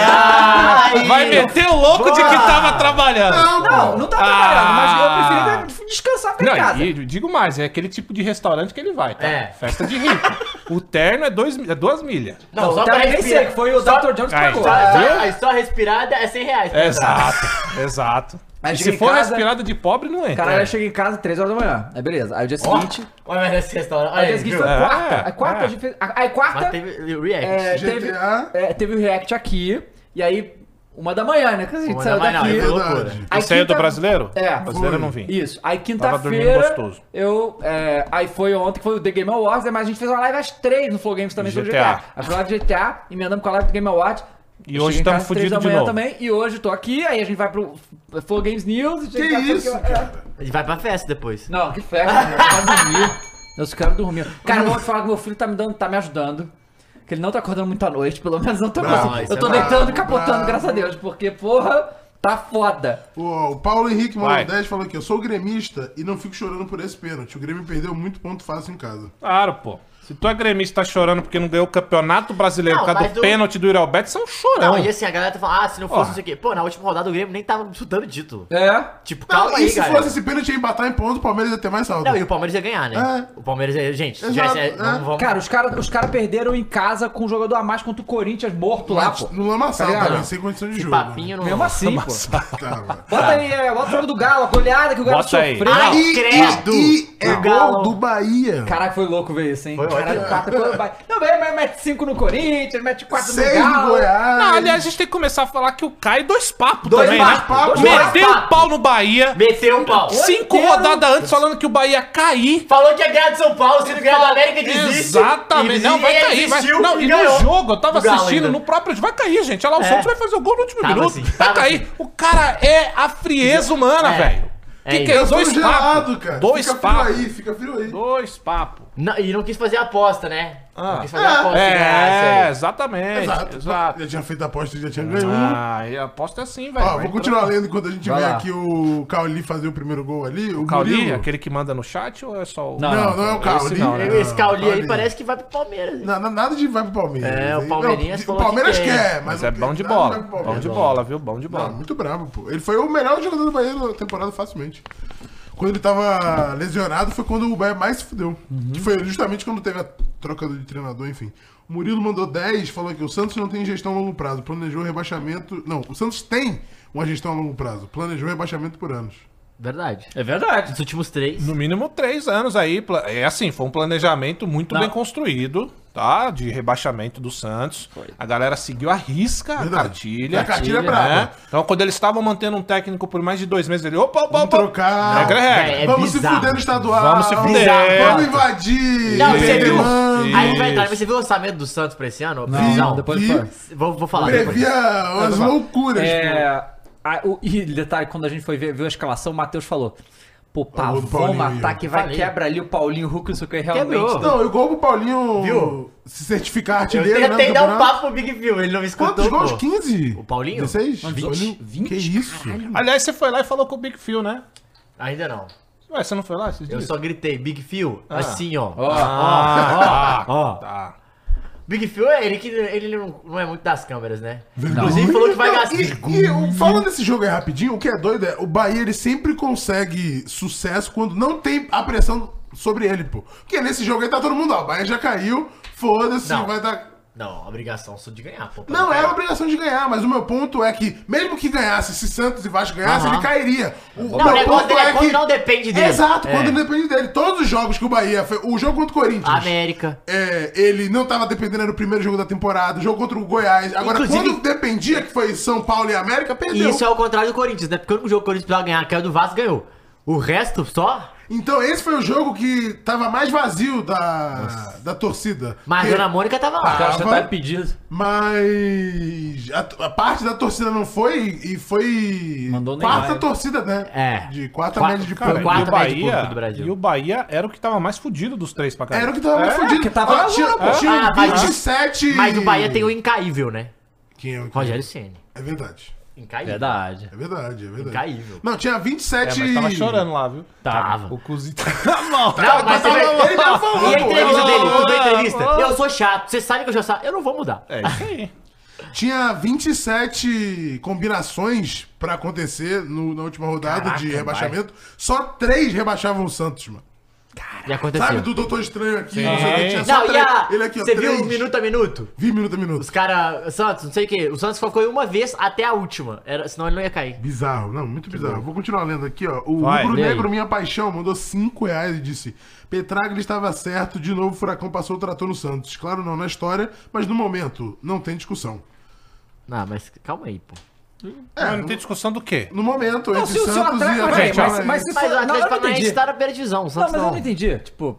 S7: caviar.
S4: Aí.
S7: Vai meter o louco de que tava trabalhando.
S2: Não, não tá trabalhando,
S7: Ah.
S2: mas eu preferi descansar ficar em
S7: Não,
S2: casa.
S7: e digo mais, é aquele tipo de restaurante que ele vai, tá?
S4: É.
S7: Festa de rico. o terno é, dois, mi- é duas milhas.
S4: Não, só
S2: Até
S4: pra
S2: eu nem sei,
S4: respirar.
S2: que foi o
S4: Só-
S2: Dr. Jones que
S7: Ai,
S2: pagou.
S4: Só,
S7: Viu?
S4: só, aí só respirada é 100 reais. pra entrar.
S7: Exato, exato.
S2: Aí
S7: E
S2: chega
S7: se
S2: em
S7: for
S2: casa-
S7: respirada de pobre, não entra.
S2: Caralho, eu cheguei em casa 3 horas da manhã. Aí beleza. Aí o dia
S4: Ó,
S2: seguinte.
S4: Olha mas esse restaurante.
S2: Aí o
S4: Olha
S2: dia
S4: aí,
S2: seguinte
S4: viu?
S2: foi
S7: Drew.
S2: quarta.
S7: É,
S2: Aí quarta
S7: é.
S2: a gente fez. Aí quarta.
S4: Mas teve react.
S2: é,
S3: GTA.
S2: teve, é, teve o react aqui. E aí, uma da manhã, né? Que a gente
S4: Uma
S2: saiu
S4: da manhã,
S2: daqui.
S4: é
S3: Verdade.
S4: loucura.
S2: Aí
S7: Você é do
S2: quinta-
S7: brasileiro?
S2: É.
S7: Brasileiro eu não vim.
S2: Isso. Aí
S7: Tava dormindo
S2: quinta-feira.
S7: gostoso.
S2: Eu. é, aí foi ontem que foi o The Game Awards, né, mas a gente fez uma live às 3 no Flow Games também sobre
S7: GTA.
S2: GTA. Aí foi live GTA, emendamos com a live do Game Awards.
S7: E
S2: Eu
S7: hoje
S2: cheguei em
S7: tamo
S2: casa às três
S7: fudido
S2: da
S7: de
S2: manhã
S7: novo.
S2: também. E hoje eu tô aqui, aí a gente vai pro Flow Games News.
S3: Que isso, cara?
S4: E vai pra festa depois.
S2: Não, que festa, meu. Eu quero dormir. Eu só quero dormir. Cara, eu vou te falar que meu filho tá me, dando, tá me ajudando. Que ele não tá acordando muito à noite, pelo menos não tá
S3: Bravo,
S2: conseguindo. Eu
S4: isso
S2: tô
S4: é
S2: deitando
S3: bravo,
S2: e capotando,
S3: bravo.
S2: graças a Deus, porque, porra, tá foda.
S3: Ó, o Paulo Henrique
S7: Vai.
S3: mandou 10 falou aqui, eu sou gremista e não fico chorando por esse pênalti. O Grêmio perdeu muito ponto fácil em casa.
S7: Claro, pô. Se tu é gremista tá chorando porque não ganhou o campeonato brasileiro
S4: Não,
S7: por causa
S4: mas
S7: do
S4: o-
S7: pênalti do Iralberto, são um chorão.
S4: Não, e assim, a galera tá falando, ah, se não fosse
S7: Ó.
S4: isso aqui. Pô, na última rodada o Grêmio nem tava disputando título.
S2: É.
S4: Tipo,
S3: Não,
S4: calma
S3: e
S4: aí,
S3: se
S4: galera.
S3: fosse esse pênalti aí batar em ponto, o Palmeiras ia ter mais saldo.
S4: Não, e o Palmeiras ia ganhar, né?
S3: É.
S4: O Palmeiras ia. Gente,
S3: Exato,
S4: já, é,
S3: é.
S4: vamos, vamos-
S2: Cara, os caras os cara perderam em casa com um jogador a mais contra o Corinthians morto lá,
S3: Mas
S2: pô.
S3: No lamaçal,
S2: Tá ligado?
S3: também, né? sem condição de
S4: esse
S3: jogo.
S4: papinho não.
S2: Mesmo assim, pô.
S3: Tá, mano.
S2: Bota aí, é, bota o jogo do Galo, a goleada que o Galo
S7: Bota aí.
S2: sofreu.
S4: Ai,
S3: E,
S4: credo!
S3: e, e é
S4: O
S3: gol
S4: Galo.
S3: do Bahia.
S2: Caraca, foi louco ver isso, hein?
S4: Foi ótimo.
S2: Caralho, quatro gols. vai. Não, velho, mas mete cinco no Corinthians, mete quatro no
S3: Seis do
S2: Galo.
S3: Goiás.
S7: Não, aliás, a gente tem que começar a falar que o Caio dois papos
S2: Dois
S7: também,
S2: papos,
S7: né?
S2: dois
S7: Meteu
S4: papos.
S7: o pau no Bahia.
S4: Meteu o pau.
S7: Cinco
S2: Oiteiro.
S7: rodadas antes falando que o Bahia ia cair.
S4: Falou que ia ganhar de São Paulo, se não ganhar da América desiste.
S7: Exatamente.
S4: E-
S7: Não, vai
S4: e
S7: cair. Vai...
S4: desistiu
S7: Não, e no
S4: ganhou.
S7: jogo, eu tava
S4: Do Galo
S7: assistindo,
S4: ainda.
S7: no próprio Vai cair, gente. Olha lá, o
S4: É.
S7: Santos vai fazer o gol no último
S4: Tava
S7: minuto.
S4: assim,
S7: vai
S4: tava
S7: cair.
S4: assim.
S7: O cara é a frieza humana,
S4: É.
S7: velho. O
S4: É
S7: que,
S4: isso.
S7: que é?
S4: Eu
S3: Tá
S7: Dois
S3: todo gelado,
S7: papos.
S3: cara.
S7: Dois
S3: fica
S7: papos.
S3: frio aí, fica frio aí.
S7: Dois papos.
S4: Não, e não quis fazer aposta, né?
S7: Ah.
S4: Não quis fazer aposta. né? de graça,
S7: É,
S4: aí.
S7: exatamente.
S3: Exato.
S7: Exato.
S3: Já tinha feito a aposta, já tinha ganho um.
S7: Ah, e a aposta é assim, velho.
S3: Ó,
S7: Vai
S3: vou continuar
S7: entrando.
S3: lendo enquanto a gente
S2: Vai
S3: vê
S2: lá.
S3: aqui o Cauli fazer o primeiro gol ali. O,
S7: Cauli,
S3: Murilo.
S7: aquele que manda no chat ou é só o.
S2: Não,
S3: Não, não é o Cauli.
S7: Esse não, né?
S4: Esse Cauli aí
S3: Cauli.
S4: parece que vai pro Palmeiras.
S3: Não, não, nada de vai pro Palmeiras.
S4: É, o
S3: Não,
S4: Palmeirinhas
S3: de- o
S4: falou que
S3: Palmeiras
S4: quer.
S3: quer, mas.
S7: Mas é
S3: o-
S7: bom de
S3: nada
S7: bola.
S3: vai pro
S7: Bom
S3: Palmeiras.
S7: de bola, viu? Bom de
S3: Não,
S7: bola.
S3: muito bravo, pô. Ele foi o melhor jogador do Bahia na temporada facilmente. Quando ele tava lesionado foi quando o Bahia mais se fudeu. Que foi justamente quando teve a troca de treinador, enfim. O Murilo mandou 10, falou que o Santos não tem gestão a longo prazo. Planejou rebaixamento. Não, o Santos tem uma gestão a longo prazo. Planejou rebaixamento por anos.
S4: Verdade.
S2: É verdade.
S4: Nos últimos três.
S7: No mínimo três anos aí. pla- É assim, foi um planejamento muito bem construído, tá? De rebaixamento do Santos. A galera seguiu a risca, a
S3: Verdade.
S7: cartilha.
S3: A cartilha é
S7: né?
S3: braba.
S7: Então, quando eles estavam mantendo um técnico por mais de dois meses, ele. Opa, opa,
S3: Vamos
S7: opa.
S3: trocar.
S7: Regra é regra.
S4: Véi, é
S3: Vamos se
S4: bizarro.
S3: fuder no estadual.
S7: Vamos se fuder.
S3: Vamos invadir.
S4: Não, você
S7: Entendeu?
S4: viu? Aí
S7: Isso.
S4: vai entrar, mas você viu o orçamento do Santos pra esse ano?
S2: Não, depois
S3: que-
S2: foi.
S4: Vou, vou falar depois.
S3: Previa umas loucuras. pô.
S2: É, a- o, e detalhe, quando a gente foi ver, ver a escalação, o Matheus falou: Pô,
S3: Falou do
S2: Pavão no
S3: Paulinho.
S2: ataque, vai,
S4: Falei.
S2: quebra ali o Paulinho, o Hulk, não sei o que, é realmente.
S4: Quebrou.
S2: Não,
S3: Não, e o gol pro Paulinho
S4: Viu?
S3: se certificar
S4: Eu
S3: artilheiro. né,
S4: tentei
S3: no
S4: dar um
S3: campeonato.
S4: papo pro Big Phil, ele não me escutou.
S3: Quantos gols?
S4: pô.
S3: 15?
S4: O Paulinho?
S3: 16?
S2: Mas 20?
S3: Olha o-
S2: 20?
S3: Que isso?
S7: Aliás, você foi lá e falou com o Big Phil, né?
S4: Ainda não.
S6: Ué, você não foi lá esses
S4: Eu
S6: dias?
S4: só gritei, Big Phil, assim, ó.
S6: Ah, tá.
S4: Ó.
S6: tá.
S4: Big Phil, é ele que ele não, não é muito das câmeras, né? Inclusive falou que vai
S3: Não,
S4: gastar.
S3: E, e o- falando desse jogo aí rapidinho, o que é doido é o Bahia ele sempre consegue sucesso quando não tem a pressão sobre ele, pô. Porque nesse jogo aí tá todo mundo, ó, o Bahia já caiu, foda-se,
S4: Não.
S3: vai tá dar.
S4: Não, obrigação só de ganhar, pô.
S3: Não era obrigação de ganhar, mas o meu ponto é que, mesmo que ganhasse, se Santos e Vasco ganhassem,
S4: Aham. Tá
S3: ele cairia. O,
S4: Não, o negócio dele é quando não depende dele.
S3: Exato,
S4: É.
S3: quando não depende dele. Todos os jogos que o Bahia fez, o jogo contra o Corinthians.
S4: América.
S3: É, ele não tava dependendo, era o primeiro jogo da temporada, o jogo contra o Goiás. Agora,
S4: Inclusive-
S3: quando dependia, que foi São Paulo e América,
S4: E
S3: perdeu.
S4: isso é o contrário do Corinthians, né? Porque o único jogo que o Corinthians precisava ganhar, que é o do Vasco, ganhou. O resto só.
S3: Então, esse foi o jogo que tava mais vazio da, da torcida.
S4: Mas a
S3: Porque-
S4: Ana Mônica tava
S2: O
S4: lá.
S2: cara já
S3: Tava.
S2: tá pedido.
S3: Mas a, a parte da torcida não foi e foi
S2: Mandou o Neymar.
S3: quarta torcida, né?
S4: É.
S3: De quarta
S4: Qua-
S3: média de
S4: cara,
S6: E
S3: público.
S4: quarta
S6: o
S4: média de
S6: Bahia,
S4: público do Brasil.
S6: e o Bahia era o que tava mais fudido dos três pra caralho.
S3: Era o que tava mais
S6: É,
S3: fudido.
S2: que tava
S3: Ó,
S2: lá,
S3: tinha,
S2: pô.
S3: tinha
S4: Ah, mas-
S3: 27.
S4: Mas o Bahia tem o incaível, né?
S3: Quem é o-
S4: Rogério Ceni.
S3: É verdade.
S4: Incaível.
S2: Verdade.
S3: É verdade, é verdade.
S4: Incaível.
S3: Não, tinha 27.
S6: É, mas tava chorando lá, viu?
S4: Tava.
S6: O cozinho tá mal.
S4: Não, mas você
S3: tava-
S4: vê-
S3: tá. ele mesmo falou,
S4: E a
S3: pô.
S4: entrevista
S6: Ô,
S4: dele? Tu vê a
S6: ô,
S4: entrevista?
S6: ô.
S4: Eu sou chato, você sabe que eu sou chato. Eu não vou mudar.
S6: É isso aí.
S3: Tinha 27 combinações pra acontecer no- na última rodada de
S4: Caraca,
S3: rebaixamento. Só três rebaixavam o Santos, mano.
S4: E aconteceu.
S3: Sabe do Doutor Estranho aqui? Não, sei o que, tinha só
S4: Não, e
S3: três.
S4: a...
S3: Ele aqui, ó.
S4: Você viu
S3: três.
S4: o minuto a minuto?
S3: Vi minuto a minuto.
S4: Os caras, Santos, não sei o que. O Santos focou em uma vez até a última. Era, senão ele não ia cair.
S3: Bizarro, não, muito bizarro. Vou continuar lendo aqui, ó. O
S6: Vai,
S3: Rubro
S4: lê aí.
S3: Negro Minha Paixão mandou 5 reais e disse: Petragli estava certo, de novo o Furacão passou o trator no Santos. Claro, não na história, mas no momento, não tem discussão.
S4: Não, mas calma aí, pô.
S3: É.
S6: Mas não tem discussão do quê?
S3: No momento, entre
S2: se o- se o
S3: Santos
S2: Atlético-
S3: e
S2: mas,
S3: Atlético.
S2: mas- mas se-
S4: Mas o
S2: Não, eu
S4: Atlético
S2: não
S4: Paranaense
S2: entendi.
S4: tá na primeira divisão, o
S2: Não,
S4: Santos
S2: mas eu
S4: não.
S2: não entendi. Tipo,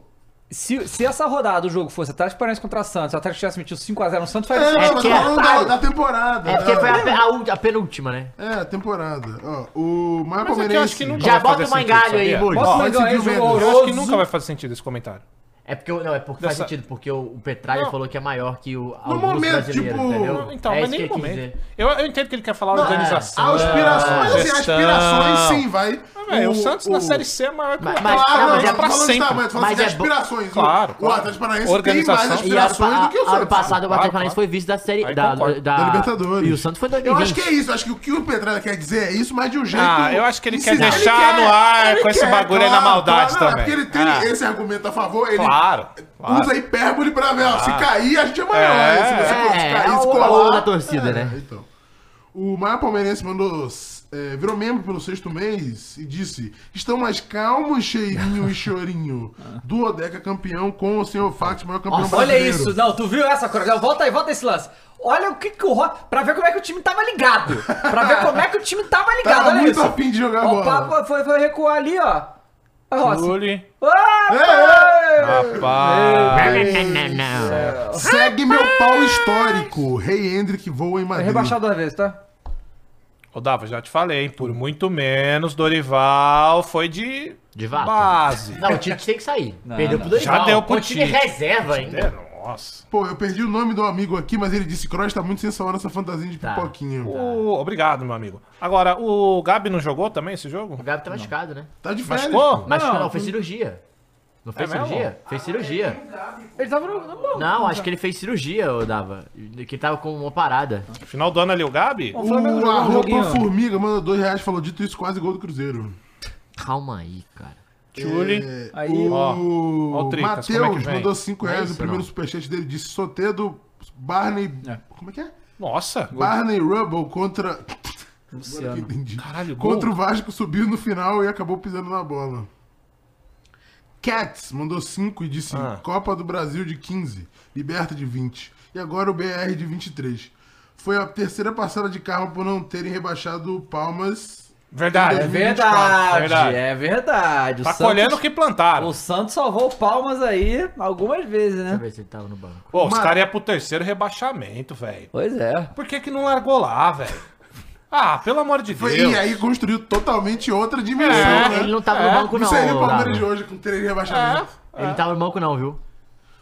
S2: se, se essa rodada do jogo fosse Atlético Paranaense contra Santos, o Atlético tivesse metido 5x0 no Santos, faria
S3: É,
S2: sentido.
S3: mas
S4: que é
S3: falando da,
S4: otário.
S3: da temporada.
S4: É porque
S3: né?
S4: foi a, pe- a ú- a penúltima, né?
S3: É, a temporada. Ó, o
S6: Mas é
S3: maior
S6: que eu acho
S3: palmeirense.
S6: que nunca
S4: Já
S6: vai
S4: bota
S6: fazer
S4: o mangalho
S6: sentido,
S4: aí,
S6: sabia?
S4: Bud.
S2: Bota o
S3: Ó,
S2: Mengão aí,
S3: conseguiu
S2: jogo
S3: mesmo.
S6: Eu acho que
S2: horroroso.
S6: nunca vai fazer sentido esse comentário.
S4: É porque eu- não, é porque faz
S6: Dessa-
S4: sentido, porque o, o Petralha
S6: Não.
S4: falou que é maior que o alguns
S3: momento,
S4: brasileiros,
S3: tipo-
S4: entendeu?
S6: Não, então,
S4: é
S6: mas nem
S4: isso que
S6: no
S4: ele quis
S6: momento.
S4: dizer. é,
S6: Eu, eu entendo que ele quer falar organização.
S3: Ah, aspirações, assim,
S6: gestão.
S3: aspirações sim, vai.
S7: Ah,
S6: Véi, o, Santos na Série C é maior que o
S4: Mas-
S6: Atlético.
S4: mas-
S3: Claro,
S4: não,
S3: não,
S4: mas é
S3: mas
S4: pra
S3: falando de
S6: sempre.
S3: tamanho, tô falando
S4: Mas
S3: de
S4: é bo-
S3: aspirações. O-
S6: Claro,
S3: O
S6: claro.
S3: Atlético Paranaense tem mais
S6: Organização.
S4: E ano,
S3: aspirações do
S4: pa-
S3: que o
S4: ano
S3: Santos.
S4: passado o Atlético
S6: Claro, claro.
S4: Paranaense foi vice da série
S6: Aí
S4: da,
S6: concordo.
S4: da-
S3: Da Libertadores.
S4: E o Santos foi em
S3: Eu
S4: 2020.
S3: acho que é isso, acho que o que o Petralha quer dizer é isso, mas de um jeito.
S6: Ah, eu acho que ele quer
S3: incisivo.
S6: deixar no ar com esse bagulho aí na maldade
S3: claro, é
S6: também.
S3: Porque ele tem
S6: Ah.
S3: esse argumento a favor, ele
S6: Claro. claro. Ah.
S3: usa hipérbole pra ver, ó, se cair a gente é maior.
S6: É.
S3: se você
S4: É,
S3: se
S4: é
S3: se
S4: o-
S3: colar-
S4: o da torcida, né?
S3: Então. O maior palmeirense mandou. é, virou membro pelo sexto mês e disse: Estão mais calmos, cheirinho e chorinho. Duodeca campeão com o senhor Fax, maior campeão
S4: Nossa,
S2: Olha
S3: brasileiro.
S2: isso, não, tu viu essa coisa? Volta aí, volta esse lance. Olha o que que o Ro... Pra ver como é que o time tava ligado. Pra ver como é que o time tava ligado,
S3: Tava
S2: olha
S3: Tá muito
S2: isso.
S3: a fim de jogar
S2: Ó, o
S3: bola.
S2: Papa foi, foi recuar ali, ó. Ó, Rossi.
S6: Júlio.
S3: É,
S2: Opa!
S6: Rapaz.
S4: Não, não, não, não.
S3: é. Segue meu pau histórico. Rei Hendrick voa em
S2: É
S3: Madrid.
S2: rebaixado duas vezes, tá?
S6: Ô, Dava, já te falei, hein? Por muito menos, Dorival foi de
S4: De vaca.
S6: base.
S4: Não, o Tite tem que sair. Perdeu pro Dorival.
S6: Já deu pro
S4: Pô, o time
S6: Tite.
S4: reserva ainda.
S6: Nossa.
S3: Pô, eu perdi o nome do amigo aqui, mas ele disse: Cross tá muito sensual nessa fantasia de
S4: Tá.
S3: pipoquinha.
S6: O- Obrigado, meu amigo. Agora, o Gabi não jogou também esse jogo?
S4: O Gabi tá machucado, né?
S3: Tá de férias.
S6: Machucou?
S4: Mas não, fez cirurgia. Não fez
S6: É mesmo?
S4: cirurgia? Fez cirurgia.
S2: Ele tava no. no bom.
S4: Não, acho que ele fez cirurgia, ô Dava. Que tava com uma parada.
S6: Final do ano ali o Gabi?
S2: O Flamengo
S3: O
S2: jogou um
S3: arroba
S2: joguinho.
S3: formiga mandou dois reais, falou dito isso, quase gol do Cruzeiro.
S4: Calma aí, cara.
S6: Tchuli.
S3: É,
S2: Aí-
S6: Ó, ó o
S3: o
S6: Tricas, como é que
S3: Matheus
S6: vem?
S3: mandou 5
S4: É
S3: reais.
S4: isso,
S3: o primeiro
S4: não.
S3: superchat dele disse: Sotedo, Barney. Como é que é?
S6: Nossa.
S3: Barney Rubble contra. Agora que eu
S2: Luciano.
S3: entendi.
S6: Caralho, gol.
S3: contra o Vasco subiu no final e acabou pisando na bola. Cats mandou 5 e disse:
S6: Ah.
S3: Copa do Brasil de 15, Liberta de 20. E agora o BR de 23. Foi a terceira passada de carro por não terem rebaixado o Palmas.
S6: Verdade.
S2: É
S6: É
S2: verdade,
S6: verdade.
S2: é verdade. O
S6: Tá
S2: Santos-
S6: colhendo o que plantaram.
S2: O Santos salvou o Palmas aí algumas vezes,
S4: Deixa
S2: né?
S4: eu ver se ele tava no banco.
S6: Pô, os
S3: Mano.
S6: caras iam pro terceiro rebaixamento, velho.
S2: Pois é.
S6: Por que que não largou lá, velho? Ah, pelo amor de Deus.
S3: Foi- e aí construiu totalmente outra dimensão,
S6: É,
S3: né?
S4: Ele não tava
S6: É,
S4: no banco,
S3: Não
S4: não.
S3: seria o
S4: ô, Dava.
S3: Palmeiras de hoje com três rebaixamentos.
S4: Ele tava no banco, não, viu?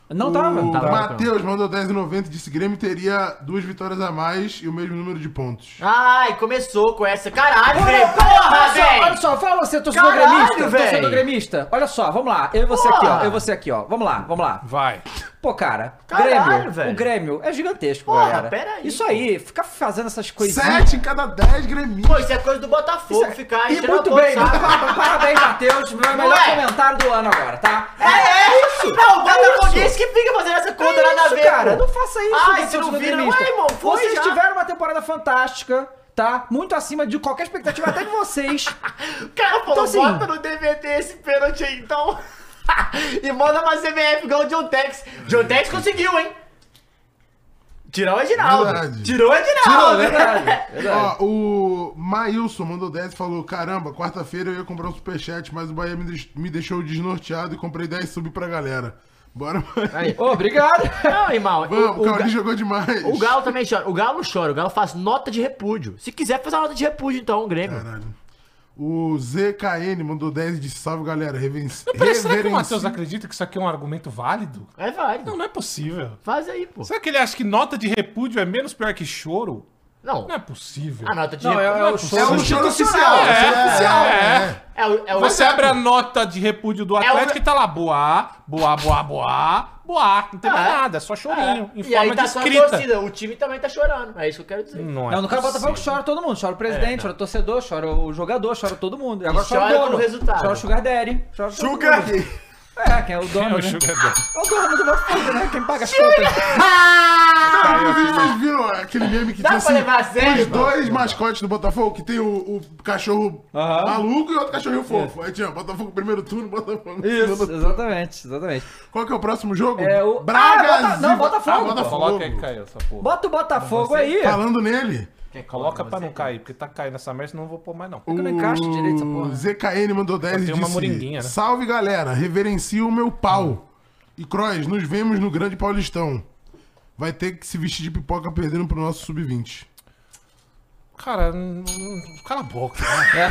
S2: Não tava.
S3: O
S4: tava.
S3: Matheus mandou 10,90 e disse que Grêmio teria duas vitórias a mais e o mesmo número de pontos.
S4: Ah, Ai, começou com essa. Caralho,
S2: Olha,
S4: velho.
S2: olha,
S4: Porra,
S2: olha só, olha
S4: velho.
S2: só, fala você, torcedor
S4: Caralho,
S2: gremista, torcedor
S4: velho.
S2: gremista. Olha só, vamos lá, eu e você aqui, ó, eu e você aqui, ó, vamos lá, vamos lá.
S7: Vai.
S2: Pô, cara,
S4: Caralho,
S2: Grêmio,
S4: velho.
S2: o Grêmio é gigantesco,
S4: Porra,
S2: galera.
S4: pera aí,
S2: Isso
S4: pô.
S2: aí, ficar fazendo essas coisinhas...
S3: Sete em cada dez gremistas.
S4: Pô, isso é coisa do Botafogo ficar
S2: E
S4: enchendo a
S2: muito
S4: boca,
S2: bem, né?
S4: sabe?
S2: parabéns, Matheus. Foi o melhor
S4: Não é?
S2: comentário do ano agora, tá?
S4: É, é isso! Não, o Botafoguense
S2: isso.
S4: que fica fazendo essa conta
S2: É
S4: nada a
S2: isso,
S4: ver,
S2: cara.
S4: pô.
S2: Não faça isso,
S4: Ai,
S2: meu
S4: se não
S2: torcedor
S4: vira,
S2: gremista.
S4: ué, irmão, foi
S2: Vocês
S4: já.
S2: tiveram uma temporada fantástica, tá? Muito acima de qualquer expectativa, até de vocês.
S4: Cara, pô,
S2: Então, assim-
S4: bota no DVD esse pênalti aí, então. e manda pra CBF igual o John Tex. John Tex conseguiu, hein? Tirou o Edinaldo.
S3: Verdade.
S4: Tirou o Edinaldo.
S2: né, verdade.
S3: Ó, o Maílson mandou 10 e falou: Caramba, quarta-feira eu ia comprar um superchat, mas o Bahia me, deix- me deixou desnorteado e comprei 10 sub pra galera. Bora, Bahia.
S2: Ô, Obrigado.
S4: Não, irmão.
S3: Vamos, o,
S4: o, o,
S3: Cauli jogou demais.
S4: Ga- o Galo também chora. O Galo não chora. O Galo faz nota de repúdio. Se quiser fazer uma nota de repúdio, então, o Grêmio.
S3: Caralho. O ZKN mandou 10 de salve, galera. Revenci...
S7: Peraí, será que o
S3: reverenci-
S7: Matheus acredita que isso aqui é um argumento válido?
S4: É válido.
S7: Não, não é possível.
S4: Faz aí, pô.
S7: Será que ele acha que nota de repúdio é menos pior que choro?
S4: Não.
S7: Não é possível.
S4: A nota de
S2: Não, é,
S4: repúdio.
S2: é o
S3: É
S2: show.
S3: um choro oficial.
S7: É,
S3: É,
S7: é,
S3: oficial.
S7: é.
S3: é.
S4: É o- é o-
S7: Você abre a nota de repúdio do Atlético e tá lá, boa, boa, boa, boa, boa. Não tem mais
S4: É.
S7: nada, é só chorinho, em
S4: É. E
S7: forma
S4: aí tá
S7: de
S4: só a
S7: escrita.
S4: torcida. O time também tá chorando. É isso que eu quero dizer.
S2: Não, no cara do Botafogo
S7: possível.
S2: chora todo mundo. Chora o presidente, chora o torcedor, chora o jogador, chora todo mundo. E agora
S4: E
S2: chora,
S4: chora
S2: o dono.
S4: com o resultado.
S2: Chora o Sugar Daddy. Chora todo
S3: Sugar
S2: mundo. É, quem é o dono,
S7: É o
S2: né?
S7: Sugar Daddy.
S2: É o dono do Botafogo, né? Quem paga as contas. Ah,
S3: Inclusive, vocês viram aquele meme que
S4: Dá
S3: tinha assim,
S4: pra levar a sério,
S3: os dois mascotes do Botafogo, que tem o, o cachorro
S2: Aham.
S3: maluco e outro
S7: É.
S3: cachorrinho fofo. Aí tinha Botafogo primeiro turno, Botafogo
S2: Isso,
S3: segundo
S2: exatamente, exatamente.
S3: Qual que é o próximo jogo?
S2: É o-
S3: Braga
S2: Ah, Bota-
S3: e-
S2: não, Botafogo, pô.
S3: Botafogo.
S7: Coloca aí que caiu essa porra.
S2: Bota o Botafogo aí.
S3: Falando nele,
S7: Coloca pra não cair, porque tá caindo essa merda, senão eu não vou pôr mais não.
S2: eu não encaixo direito essa porra.
S3: o ZKN mandou 10 e
S7: tem
S3: disse,
S7: uma moringuinha, né?
S3: salve galera, reverencio o meu pau. E Crois, nos vemos no Grande Paulistão. Vai ter que se vestir de pipoca perdendo pro nosso sub-20.
S7: Cara, hum, hum, cala a boca. né?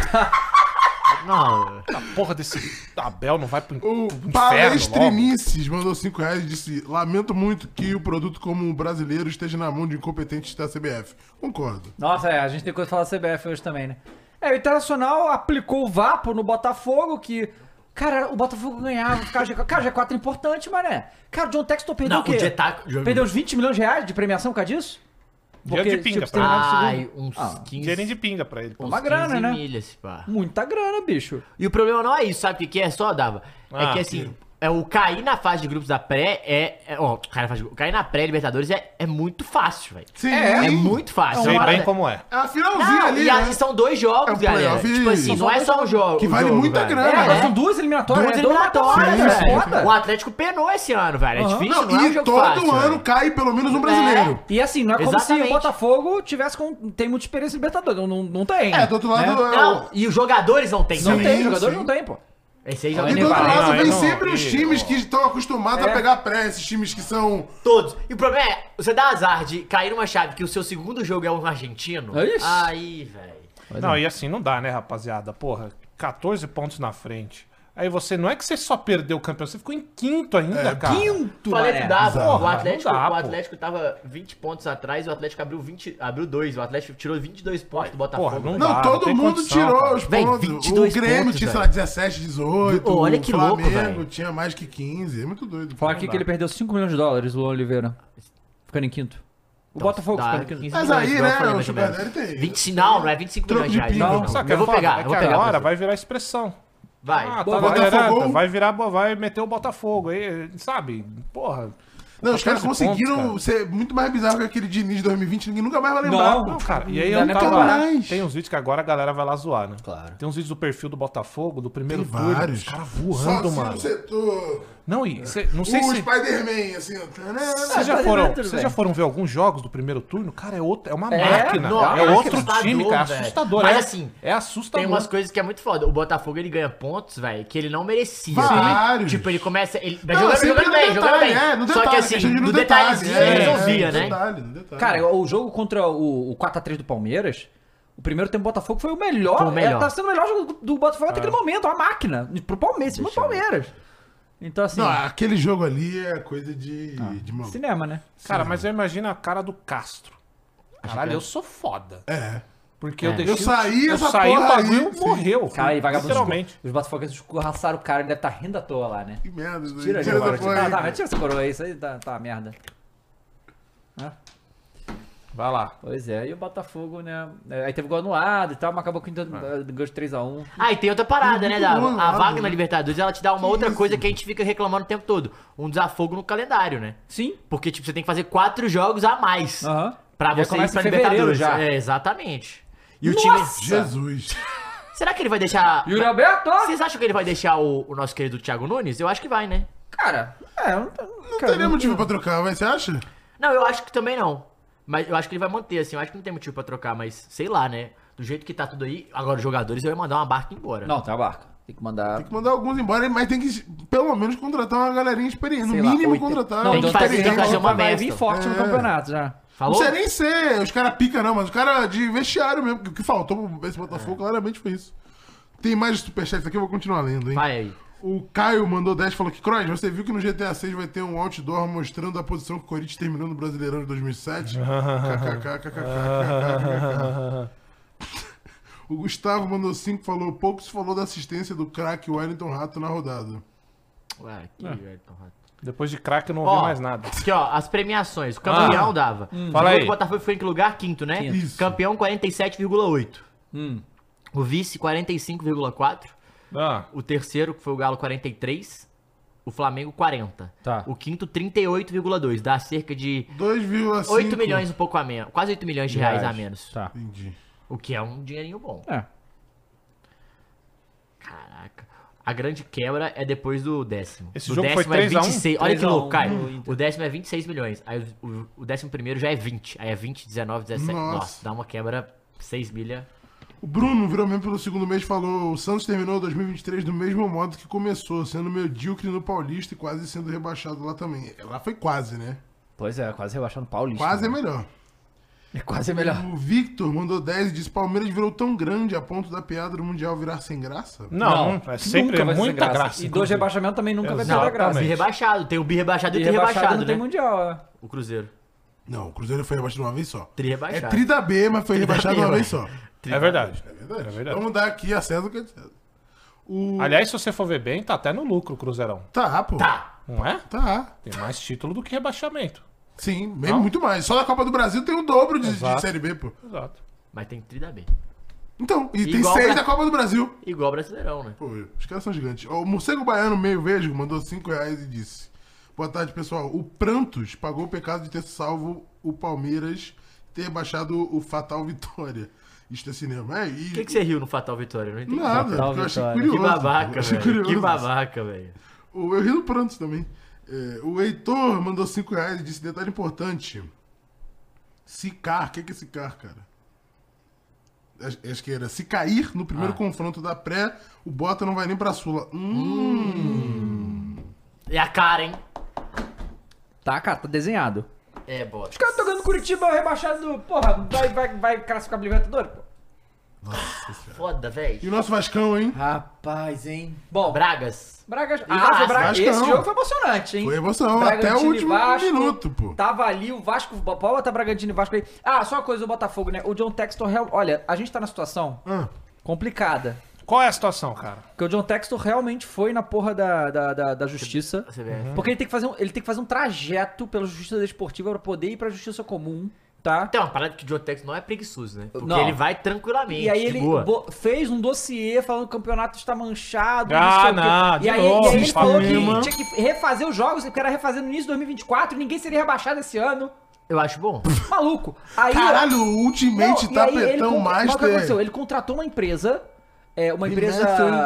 S4: Não.
S3: é
S7: Essa porra desse Abel não vai pro, in-
S3: O
S7: pro inferno
S3: Palestrinices mandou 5 reais e disse: Lamento muito que o produto como o brasileiro esteja na mão de incompetentes da CBF. Concordo.
S2: Nossa, é, a gente tem coisa pra falar da CBF hoje também, né? É, o Internacional aplicou o Vapo no Botafogo, que. Cara, o Botafogo ganhava, ficava G4. Cara, G4 é importante, mané. Cara, o John Texton perdeu
S4: Não,
S2: o quê?
S4: o Getac-
S2: Perdeu uns 20 milhões de reais de premiação por causa disso?
S7: Dinheiro de
S2: você
S7: pinga, pô.
S2: terminava em
S4: Ai,
S2: segundo.
S4: uns
S2: Ah,
S4: 15.
S7: Dinheirinho de pinga pra ele.
S4: uns
S2: uma grana,
S4: 15
S2: né?
S4: milhas, pá.
S2: Muita grana, bicho.
S4: E o problema não é isso, sabe o que, que é só, Dava?
S7: Ah,
S4: é que assim, é, o cair na fase de grupos da pré é. é ó, cair na fase de- cair na pré-Libertadores é, é muito fácil, velho.
S3: Sim,
S2: É,
S4: É muito
S3: um
S4: fácil.
S7: Sei
S4: é uma
S7: bem
S4: parada-
S7: como é.
S3: É a finalzinha
S4: Não,
S3: ali.
S4: e
S3: né?
S4: aí são dois jogos,
S3: É um
S4: galera.
S3: playoff.
S4: Tipo assim, não é só um jogo.
S3: Que
S4: um
S3: vale
S4: jogo,
S3: muita
S4: velho.
S3: grana, é
S2: É,
S3: mas
S2: agora são duas eliminatórias,
S4: Duas
S2: né? Duas
S4: eliminatórias, né?
S2: matatórias,
S4: velho.
S2: é foda.
S4: O Atlético penou esse ano, velho. É difícil, não,
S3: Não,
S4: é um
S3: e
S4: jogo
S3: todo
S4: fácil.
S3: ano
S4: velho.
S3: cai pelo menos um brasileiro.
S2: E assim, não é como se
S4: Exatamente.
S2: o Botafogo tivesse com. Tem muita experiência em Libertadores. Não, não, não tem. Né?
S3: É, do outro
S4: Né?
S3: lado. é o-
S4: Não, e os jogadores não têm
S2: Não
S3: Sim,
S2: tem, jogador
S3: sim.
S2: não tem, pô.
S4: Esse aí
S2: E
S4: joga
S3: E
S2: do
S3: do outro
S2: Não,
S3: lado
S7: não,
S3: vem
S7: não,
S3: sempre
S7: não.
S3: os times que estão acostumados
S2: É.
S3: a pegar pré, esses times que são.
S4: todos. E o problema é, você dá azar de cair numa chave que o seu segundo jogo é um argentino.
S2: É isso.
S4: Aí, velho.
S7: Não, e assim não dá, né, rapaziada? Porra, 14 pontos na frente. Aí você, não é que você só perdeu o campeão, você ficou em quinto ainda, cara.
S2: Quinto,
S4: Falei
S2: mané.
S4: que dava.
S7: Porra,
S4: o Atlético,
S7: não dá,
S4: o
S7: pô.
S4: Atlético tava 20 pontos atrás, o Atlético abriu 20, abriu 2, o Atlético tirou 22 pontos do Botafogo.
S7: Porra, não
S3: Não,
S7: dá.
S3: todo
S7: tem
S3: mundo
S7: condição,
S3: tirou
S7: cara.
S3: os
S4: Véi,
S3: pontos. O
S4: 22
S3: Grêmio
S4: pontos,
S3: tinha, sei lá,
S4: velho.
S3: 17, 18.
S4: Ô, olha
S3: o
S4: que louco,
S3: Flamengo
S4: velho.
S3: tinha mais que 15. É muito doido.
S2: Fala aqui que ele perdeu 5 milhões de dólares, Luan Oliveira. Ficando em quinto. O Botafogo
S4: dá
S2: ficando em quinto.
S4: 15
S3: Mas
S4: milhões,
S3: aí,
S4: igual eu
S3: né,
S4: falei,
S3: o
S4: mais ou
S3: Sugar
S4: menos.
S3: Daddy tem-
S4: 20, Tá. não, não é 25
S3: Troco
S4: milhões
S3: de
S4: de reais.
S3: pinga.
S4: Não,
S7: Sabe o
S4: não.
S7: que é
S4: Eu vou
S7: foda?
S4: pegar,
S7: é
S4: eu
S7: que
S4: vou pegar.
S7: agora
S4: pra
S7: vai virar expressão.
S4: você. Vai.
S7: Ah,
S2: Boa,
S7: tá
S3: Botafogo.
S7: liderando, vai virar, vai meter o Botafogo aí, sabe? Porra.
S3: Não, os caras
S7: 14
S3: conseguiram
S7: pontos,
S3: ser muito mais bizarro que aquele Diniz de 2020, ninguém nunca mais vai lembrar.
S2: Não.
S7: Não, cara, e aí
S2: Não dá
S7: eu
S2: nem
S7: tava
S3: pra
S7: lá.
S3: mais.
S7: Tem uns vídeos que agora a galera vai lá zoar, né?
S4: Claro.
S7: Tem uns vídeos do perfil do Botafogo, do primeiro
S3: Tem
S7: turno,
S3: vários.
S7: Os caras
S3: Só
S7: voando,
S3: assim
S7: mano.
S3: no setor.
S7: Não, e cê- não sei
S3: O
S7: se.
S3: Spider-Man, assim, ó. Tanana.
S7: Vocês já,
S2: Spider-Man,
S7: foram,
S2: tudo
S7: vocês
S2: bem.
S7: já foram ver alguns jogos do primeiro turno? Cara, é, outra, é uma
S2: É?
S7: máquina.
S4: Não,
S7: é
S4: é
S7: outro
S4: assustador,
S7: time, cara. É
S4: velho.
S7: assustador.
S4: Mas
S7: é,
S4: assim,
S7: é assustador.
S4: Tem umas coisas que é muito foda. O Botafogo ele ganha pontos, velho, que ele não merecia.
S3: Vários.
S4: Tipo, ele começa. Ele vai
S3: Não,
S4: jogando,
S3: sempre
S4: jogando
S3: no
S4: bem, jogando
S3: detalhe,
S4: bem.
S3: é, no
S4: Só que
S3: detalhe,
S4: assim,
S3: questão de no
S4: no
S3: detalhe,
S4: detalhezinho
S3: é,
S4: resolvia,
S3: é,
S4: né?
S3: detalhe, no detalhe.
S2: Cara, o jogo contra o, o 4x3 do Palmeiras, o primeiro tempo do Botafogo foi o melhor.
S4: Foi o melhor.
S2: é, Tá sendo o melhor jogo do Botafogo até aquele momento, uma máquina. Pro Palmeiras, em cima do Palmeiras. Então, assim,
S3: Não, aquele jogo ali é coisa de, de maluco.
S2: cinema, né?
S6: Cara, mas eu imagino a cara do Castro. Caralho, eu sou foda.
S3: É.
S6: Porque eu deixei.
S3: Eu saí,
S6: eu
S3: essa
S6: saí o
S3: porra aí,
S6: bagulho
S3: sim.
S6: morreu.
S2: Cara, e vagabundo.
S6: Literalmente.
S2: Os botafoguenses escorraçaram o cara, ele deve estar tá rindo à toa lá, né?
S3: Que merda, isso aí.
S2: Tira, tira,
S3: Tira
S2: tira,
S3: depois
S2: tira,
S3: aí.
S2: tá, mas tira essa coroa aí, isso aí tá, tá uma merda.
S6: Vai lá.
S2: Pois é, e o Botafogo, né? é, Aí teve gol anulado e tal, mas acabou com o Inter, eh, ganhou de 3x1.
S4: Ah, e tem outra parada, né, Dava?
S3: bom,
S4: A
S3: né?
S4: vaga na Libertadores, ela te dá uma outra
S3: isso?
S4: coisa que a gente fica reclamando o tempo todo. Um desafogo no calendário, né?
S2: Sim.
S4: Porque, tipo, você tem que fazer quatro jogos a mais.
S2: Aham.
S4: Pra
S2: Já
S4: você ir
S2: começa
S4: pra
S2: em fevereiro
S4: Libertadores.
S2: já.
S4: É, exatamente. E o time...
S3: Jesus.
S4: Será que ele vai deixar...
S2: Yuri Alberto!
S4: Vocês acham que ele vai deixar o, o nosso querido Thiago Nunes? Eu acho que vai, né?
S2: Cara, é, eu não,
S3: Não teria motivo pra trocar, vai, você acha?
S4: Não, eu acho que também não. Mas eu acho que ele vai manter, assim. Eu acho que não tem motivo pra trocar, mas sei lá, né? Do jeito que tá tudo aí, agora os jogadores, eu ia mandar uma barca embora.
S2: Não, tem uma barca. Tem que mandar.
S3: Tem que mandar alguns embora, mas tem que pelo menos contratar uma galerinha experiente.
S2: sei
S3: No
S2: lá,
S3: mínimo
S2: oitenta-
S3: contratar. um
S2: Não,
S4: Tem
S2: então
S4: que fazer-
S2: tem
S4: tem que fazer
S2: fazer
S4: uma É.
S2: uma vai
S4: mescla.
S2: vir forte no campeonato já.
S3: Não
S4: Falou?
S3: precisa nem ser os caras pica, não, mas os caras de vestiário mesmo. que- O que faltou pra esse
S4: É.
S3: Botafogo claramente foi isso. Tem mais superchats aqui, eu vou continuar lendo, hein?
S4: Vai aí.
S3: O Caio mandou 10 e falou que, Croix, você viu que no GTA 6 vai ter um outdoor mostrando a posição que o Corinthians terminou no Brasileirão de 2007? KKKKKKKKKKK. O Gustavo mandou 5 e falou, pouco se falou da assistência do craque Wellington Rato na rodada.
S4: Ué, que Everton Rato.
S6: Depois de crack eu Ah. não
S4: Ó,
S6: ouvi mais nada. Ah. Hum.
S4: Aqui, ó, as premiações. O campeão dava.
S6: Fala aí.
S4: O Botafogo foi em que lugar? Quinto, né?
S2: Quinto.
S3: Isso.
S4: Campeão 47,8.
S6: Hum.
S4: O vice 45,4.
S6: Ah,
S4: O terceiro, que foi o Galo, 43. O Flamengo, 40.
S6: Tá.
S4: O quinto, 38,2. Dá cerca de
S3: 2,5.
S4: 8 milhões, um pouco a menos. Quase 8 milhões de reais, a
S6: Reais.
S4: menos.
S6: Tá.
S3: Entendi.
S4: O que é um dinheirinho bom.
S2: É.
S4: Caraca. A grande quebra é depois do décimo.
S6: Esse
S4: do
S6: jogo foi
S4: décimo é
S6: 3 a 1?
S4: Olha que
S2: 3 a 1
S4: louco, Caio.
S2: no Inter.
S4: O décimo é 26 milhões. Aí o, o- o décimo primeiro já é 20. Aí é 20, 19, 17. Nossa,
S3: Nossa.
S4: dá uma quebra 6 milha.
S3: O Bruno virou mesmo pelo segundo mês e falou: o Santos terminou 2023 do mesmo modo que começou, sendo medíocre no Paulista e quase sendo rebaixado lá também. Lá foi quase, né?
S2: Pois é, quase rebaixando o Paulista. né?
S3: Quase é melhor.
S2: É quase é melhor.
S3: O Victor mandou 10 e disse: Palmeiras virou tão grande a ponto da piada do Mundial virar sem graça?
S6: Não, é sempre
S2: nunca vai ser sem
S6: muita graça.
S2: E dois é
S6: inclusive.
S2: rebaixamentos também nunca vai ter
S4: Não,
S2: da graça.
S4: bi
S6: Exatamente.
S4: rebaixado. Tem o bi rebaixado e
S2: E
S4: o tri rebaixado,
S2: não
S4: né?
S2: tem mundial. é.
S4: O Cruzeiro.
S3: Não, o Cruzeiro foi rebaixado uma vez só.
S4: Tri
S3: É
S4: rebaixado.
S3: tri da B, mas foi rebaixado uma vez só.
S6: É verdade.
S3: É verdade.
S6: É verdade.
S3: Vamos dar aqui a César o que é de César. O...
S6: Aliás, se você for ver bem, tá até no lucro o Cruzeirão.
S3: Tá, pô.
S4: Tá.
S6: Não é?
S3: Tá.
S6: Tem mais título do que rebaixamento.
S3: Sim, bem, muito mais. Só na Copa do Brasil tem o dobro de, de
S6: Exato.
S3: Série B, pô.
S6: Exato.
S4: Mas tem tri da B.
S3: Então, e tem
S4: Igual
S3: seis
S4: pra-
S3: da Copa do Brasil.
S4: Igual o Brasileirão, né?
S3: Pô, os caras são gigantes. Ó, O morcego baiano meio vejo mandou 5 reais e disse: Boa tarde, pessoal. O Prantos pagou o pecado de ter salvo o Palmeiras ter baixado o Fatal Vitória. Isto é cinema. É, e.
S4: Por que, que você riu no Fatal Vitória? Eu Não entendi.
S3: Nada,
S2: Fatal
S3: porque eu achei
S2: Vitória.
S3: curioso.
S4: Que babaca,
S3: Eu achei
S4: velho. Que
S3: curioso.
S4: babaca, velho.
S3: O- Eu ri do Prantos também. É, o Heitor mandou 5 reais e disse: Detalhe importante. Sicar, o que, que é Sicar, cara? Acho- Acho que era. Se cair no primeiro
S4: Ah.
S3: confronto da pré, o Bota não vai nem pra Sula. Hum,
S4: É a cara, hein?
S2: Tá, cara, tá desenhado.
S4: É, bota.
S2: Os caras tocando Curitiba rebaixado, porra, vai, vai, vai classificar pro Libertadores, pô.
S4: Foda,
S3: E
S4: velho.
S3: o nosso Vascão, hein?
S2: Rapaz, hein? Bom,
S4: Bragas.
S2: Braga.
S4: Vasco.
S2: Ah, Braga...
S3: Vascão.
S2: Esse jogo foi emocionante, hein?
S3: Foi emoção,
S2: Bragantino
S3: até o
S2: e
S3: último minuto, pô.
S2: Tava ali o Vasco. Pode botar Bragantino e Vasco aí. Ah, só uma coisa do Botafogo, né? O John Textor. real- Olha, a gente tá na situação
S3: Ah,
S2: complicada.
S6: Qual é a situação, cara?
S2: Porque o John Textor realmente foi na porra da, da, da, da justiça.
S4: Você vê.
S2: Porque ele tem, que fazer um, ele tem que fazer um trajeto pela justiça desportiva pra poder ir pra justiça comum, tá?
S4: Tem uma parada que o Jotex não Então, é preguiçoso, né? Porque
S2: Não.
S4: ele vai tranquilamente.
S2: E aí ele
S4: de boa.
S2: bo- fez um dossiê falando que o campeonato está manchado,
S6: Ah,
S2: sei o quê.
S6: não, de
S2: e aí,
S6: novo,
S2: e aí ele falou
S6: Flamengo.
S2: que tinha que refazer os jogos, porque era refazer no início de 2024, ninguém seria rebaixado esse ano.
S4: Eu acho bom.
S2: Maluco. Aí,
S3: Caralho, tá o
S2: não,
S3: Ultimate
S2: e aí ele
S3: Tapetão
S2: contra- mas o que aconteceu?
S3: Master.
S2: Ele contratou uma empresa, é, uma
S3: Nessa-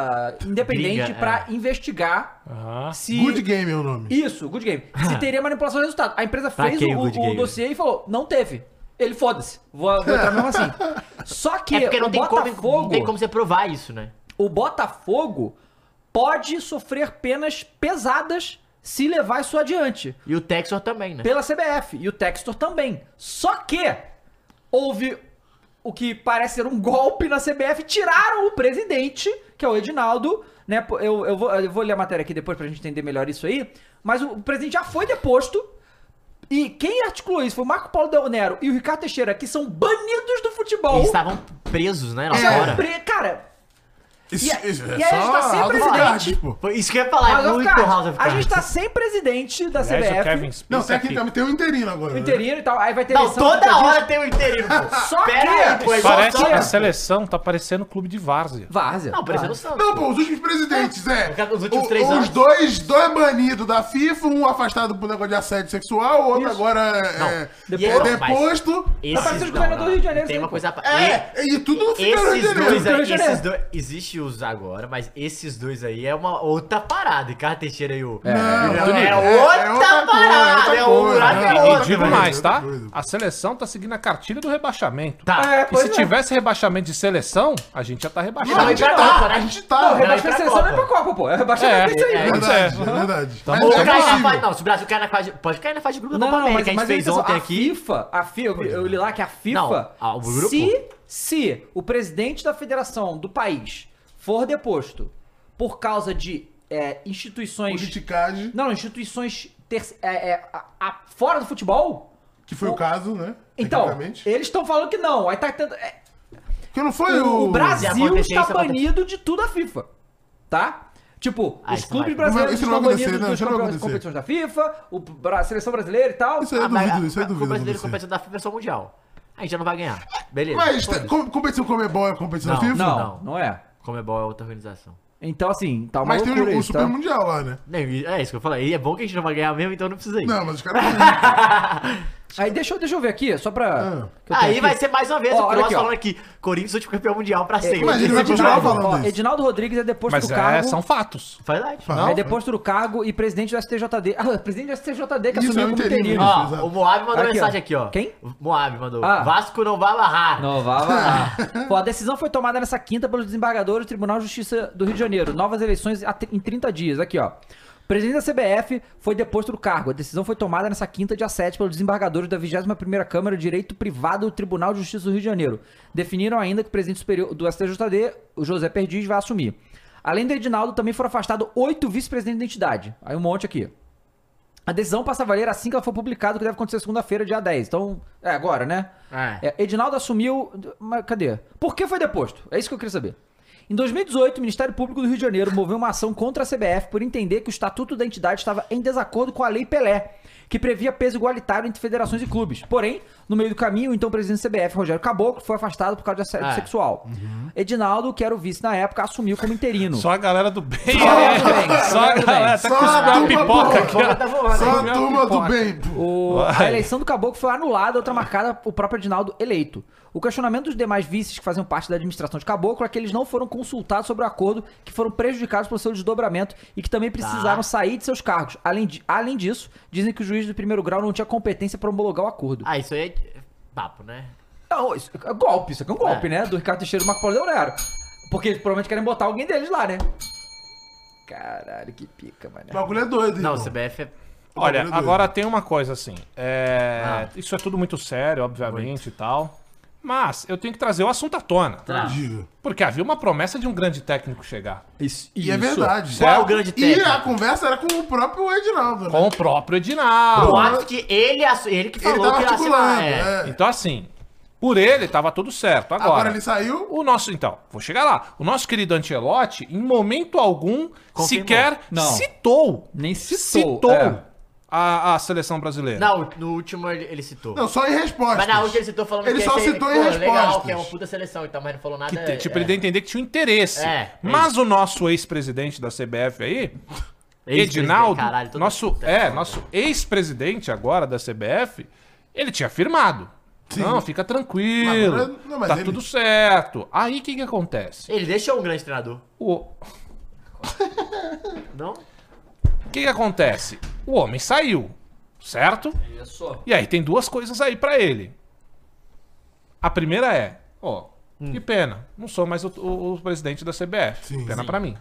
S2: empresa independente
S4: Briga, é.
S2: pra investigar
S6: Ah,
S2: se
S3: um- Good Game é o nome.
S2: isso, Good Game. Se teria manipulação de resultado. A empresa
S4: Pra
S2: fez
S4: quem
S2: o,
S4: o Good
S2: o
S4: Game?
S2: dossiê e falou, não teve. Ele foda-se, vou, vou entrar mesmo assim. Só que
S4: é porque não
S2: o
S4: tem,
S2: Botafogo,
S4: como, não tem como você provar isso, né?
S2: o Botafogo pode sofrer penas pesadas se levar isso adiante
S4: E o Texor também, né?
S2: pela CBF e o Textor também. Só que houve o que parece ser um golpe na CBF, tiraram o presidente que é o Edinaldo, né? pô, Eu, eu, vou, eu vou ler a matéria aqui depois pra gente entender melhor isso aí. Mas o presidente já foi deposto. E quem articulou isso foi o Marco Paulo Del Nero e o Ricardo Teixeira, que são banidos do futebol.
S4: Eles tá- estavam presos, né, na
S2: São
S4: hora.
S2: pre- Cara,
S3: Isso,
S2: E a-
S3: isso
S2: e a gente tá sem
S3: House of
S2: presidente.
S3: Cards, pô.
S4: Foi isso que eu ia falar,
S2: House
S4: é
S2: of
S4: muito
S2: Cards.
S4: House of
S2: a
S4: Cards.
S2: gente tá sem presidente da
S9: Aliás, o
S2: CBF.
S9: Kevin
S3: Não,
S9: Spacek
S3: tem aqui também tem um interino agora. né?
S2: Interino e tal. Aí vai ter
S4: Não,
S2: eleição
S4: toda
S2: muita
S4: hora
S2: tá gente.
S4: tem um interino, pô.
S2: Só
S4: Pera
S2: que-
S4: aí, pô. é igual
S9: Parece
S4: só-
S9: que a seleção tá parecendo clube de várzea.
S2: Várzea.
S4: Não, parecendo o Santos.
S3: Não, pô, os últimos presidentes, é.
S4: Os últimos
S3: O-
S4: três
S3: os
S4: anos.
S3: dois, dois banidos da FIFA, um afastado por negócio de assédio sexual, o outro agora é,
S4: Não.
S3: é
S4: Não,
S3: deposto.
S4: Esses
S2: parecendo o
S4: não,
S2: governador
S4: não,
S2: do Rio de Janeiro,
S4: Tem
S2: sim,
S4: uma
S2: pô.
S4: coisa... a-
S3: É, e tudo no final do Rio
S4: Esses
S3: de Janeiro.
S4: dois
S2: Rio
S4: aí,
S2: de Janeiro.
S4: esses dois, existe os agora, mas esses dois aí é uma outra parada. Ricardo Teixeira e o.
S3: Não,
S4: É,
S3: não,
S4: é
S3: é
S4: outra parada, é um
S3: coisa,
S4: buraco
S3: é
S4: é
S3: outra
S4: outro,
S3: coisa,
S4: Outra
S7: E digo
S3: é
S7: mais,
S3: outra
S7: tá?
S3: coisa.
S7: A seleção tá seguindo a cartilha do rebaixamento.
S4: Tá.
S2: É,
S7: E se
S2: pois é.
S7: tivesse rebaixamento de seleção, a gente já tá
S3: A
S7: rebaixado.
S4: Não,
S3: gente
S4: vai pra
S3: tá,
S4: Copa, né?
S3: a gente
S2: Não, o
S3: tá.
S4: vai
S2: rebaixamento da
S4: pra
S2: seleção não é pra
S4: Copa.
S2: Copa, pô. É o rebaixamento
S7: É,
S2: desse aí.
S3: É verdade, é verdade.
S7: Tá
S3: Mas
S7: bom.
S4: Ou
S3: é
S4: cai na
S3: possível.
S4: fase- não, se o Brasil cai na fase. Pode cair na fase de grupo da
S2: Não,
S4: Copa
S2: não, mas,
S4: América. A gente
S2: mas
S4: fez
S2: olha só,
S4: ontem
S2: a
S4: aqui.
S2: FIFA, a FIFA, eu, eu li lá que a FIFA,
S4: Não, a- o grupo?
S2: se, se o presidente da federação do país for deposto por causa de é, instituições,
S3: Politicagem,
S2: não, instituições ter- é, é, a- a- fora do futebol,
S3: que foi o caso, né?
S2: então,
S3: Tecnicamente.
S2: eles estão falando que não, aí tá tentando, é,
S3: Que não foi
S2: o,
S3: o...
S2: o
S4: Se
S2: Brasil
S4: acontecer,
S2: está
S4: isso acontece.
S2: banido de tudo a FIFA, tá? Tipo,
S4: Ah,
S2: os
S4: isso
S2: clubes
S4: vai-
S2: brasileiros
S3: Isso não
S2: estão
S3: vai acontecer,
S2: banidos
S3: não,
S2: das
S3: isso não vai
S2: competições-
S3: acontecer.
S2: competições da FIFA, o, Bra- a seleção brasileira e tal.
S3: Isso é aí eu
S4: Ah, mas
S3: duvido, isso
S4: a-
S3: aí eu
S4: a- O
S3: duvido.
S4: brasileiro
S3: acontecer.
S4: competição da FIFA é só mundial. A gente já não vai ganhar. Beleza.
S3: Mas
S4: Foda-se.
S3: tem- com- competição Comebol é competição
S4: Não,
S3: FIFA?
S2: Não, não é.
S4: Comebol é outra organização.
S2: Então, assim, tá uma
S3: Mas tem
S2: loucura
S3: o, o
S2: isso,
S3: Super
S2: tá?
S3: Mundial lá, né?
S4: Não, e- É isso que eu falei. E é bom que a gente não vai ganhar mesmo, então não precisa ir.
S3: Não, mas os caras... não-
S2: Aí deixa, eu- deixa eu ver aqui, é só
S3: Ah.
S2: pra... que eu tenho
S4: Aí
S2: aqui.
S4: vai ser mais uma vez
S2: Ó,
S4: o
S2: olha
S4: Cross
S2: aqui, ó.
S4: falando aqui. Corinthians último campeão mundial pra sempre.
S3: Mas ele vai continuar
S2: Edinaldo,
S3: falando
S2: ó,
S3: isso.
S2: Edinaldo Rodrigues é deposto
S7: Mas
S2: do
S7: é,
S2: cargo.
S7: são fatos.
S4: Verdade.
S2: É deposto do cargo e presidente do STJD. Ah, presidente do STJD que
S3: Isso, é
S2: assumiu
S3: o
S2: como
S3: interino.
S2: interino.
S4: Ó,
S3: exato.
S4: o Moab mandou
S2: Aqui, ó.
S4: mensagem aqui, ó.
S2: Quem?
S4: O Moab mandou.
S2: Ah.
S4: Vasco não vai barrar.
S2: Não, vá lá. Pô, a decisão foi tomada nessa quinta pelo desembargador do Tribunal de Justiça do Rio de Janeiro. Novas eleições a tri- em 30 dias. Aqui, ó. O presidente da CBF foi deposto do cargo. A decisão foi tomada nessa quinta, dia 7, pelo desembargador da 21ª Câmara de Direito Privado do Tribunal de Justiça do Rio de Janeiro. Definiram ainda que o presidente superior do STJD, o José Perdiz, vai assumir. Além do Edinaldo, também foram afastados oito vice-presidentes da entidade. Aí um monte aqui. A decisão passa a valer assim que ela for publicada, o que deve acontecer segunda-feira, dia 10. Então, é agora, né?
S4: É.
S2: É, Edinaldo assumiu. Mas cadê? Por que foi deposto? É isso que eu queria saber. Em 2018, o Ministério Público do Rio de Janeiro moveu uma ação contra a CBF por entender que o estatuto da entidade estava em desacordo com a Lei Pelé, que previa peso igualitário entre federações e clubes. Porém, no meio do caminho, o então presidente da CBF, Rogério Caboclo, foi afastado por causa de assédio
S4: É.
S2: sexual. Edinaldo, que era o vice na época, assumiu como interino.
S7: Só a galera do bem.
S2: galera do bem,
S7: Só a galera. Até
S3: Só
S7: que
S3: a
S7: uma
S3: turma
S7: pipoca
S3: boa.
S7: aqui,
S4: tá
S7: ó.
S3: Só
S7: Comeu
S3: a
S7: a
S3: turma do
S7: pipoca.
S3: bem, pô.
S2: O- a
S7: Vai.
S2: eleição do Caboclo foi anulada, outra marcada, o próprio Edinaldo eleito. O questionamento dos demais vices que faziam parte da administração de Caboclo é que eles não foram consultados sobre o acordo, que foram prejudicados pelo seu desdobramento e que também precisaram sair de seus cargos. Além, de- além disso, dizem que o juiz do primeiro grau não tinha competência para homologar o acordo.
S4: Ah, isso aí é papo, né?
S2: Não, isso é golpe, isso aqui é um golpe,
S4: É.
S2: né? Do Ricardo Teixeira e do Marco Paulo Leonero. Porque eles provavelmente querem botar alguém deles lá, né? Caralho, que pica, mano.
S3: O bagulho é doido,
S4: Não, o
S3: irmão.
S4: CBF é.
S3: Bagulho
S7: Olha,
S3: é doido.
S7: agora tem uma coisa assim. é,
S4: Ah.
S7: Isso é tudo muito sério, obviamente e tal. Mas eu tenho que trazer o assunto à tona.
S3: Tá. Diga.
S7: Porque havia uma promessa de um grande técnico chegar.
S2: Isso,
S3: E é verdade.
S4: Qual é o grande
S3: E
S4: técnico?
S3: a conversa era com o próprio Edinaldo, né?
S7: Com o próprio Edinaldo.
S4: O ato que ele, assu- ele que
S3: Ele
S4: falou
S3: tava
S4: que ia
S3: articulando.
S4: assinar. É.
S3: é.
S7: Então, assim, por ele tava tudo certo. Agora,
S3: Agora ele saiu.
S7: o nosso, então, vou chegar lá. O nosso querido Ancelotti, em momento algum, sequer
S2: Não.
S7: citou.
S2: Nem citou,
S7: citou
S2: é.
S7: a, a seleção brasileira.
S4: Não, no último ele, ele citou.
S3: Não, só em resposta.
S4: mas na última ele citou falando
S3: Ele
S4: que
S3: só
S4: ia ser-
S3: citou
S4: pô,
S3: em
S4: legal, que é uma
S3: respostas.
S4: puta seleção e tal, mas não falou nada.
S7: Que te- tipo,
S4: é.
S7: ele deu a entender que tinha um interesse.
S4: É, é
S7: Mas o nosso ex-presidente da CBF aí,
S4: Ex-presidente,
S7: Edinaldo,
S4: né, caralho, todo
S7: nosso,
S4: mundo tá
S7: é,
S4: falando.
S7: nosso ex-presidente agora da CBF, ele tinha afirmado. Não, fica tranquilo.
S3: Mas agora- não, mas
S7: tá
S3: ele-
S7: tudo certo. Aí o que, que acontece?
S4: Ele deixou um grande treinador.
S7: O o
S4: Não?
S7: que, que acontece? O homem saiu, certo?
S2: Isso.
S7: E aí tem duas coisas aí pra ele. A primeira é, ó, que pena, não sou mais o, o- o presidente da CBF.
S3: Hum. Sim.
S7: pena pra mim.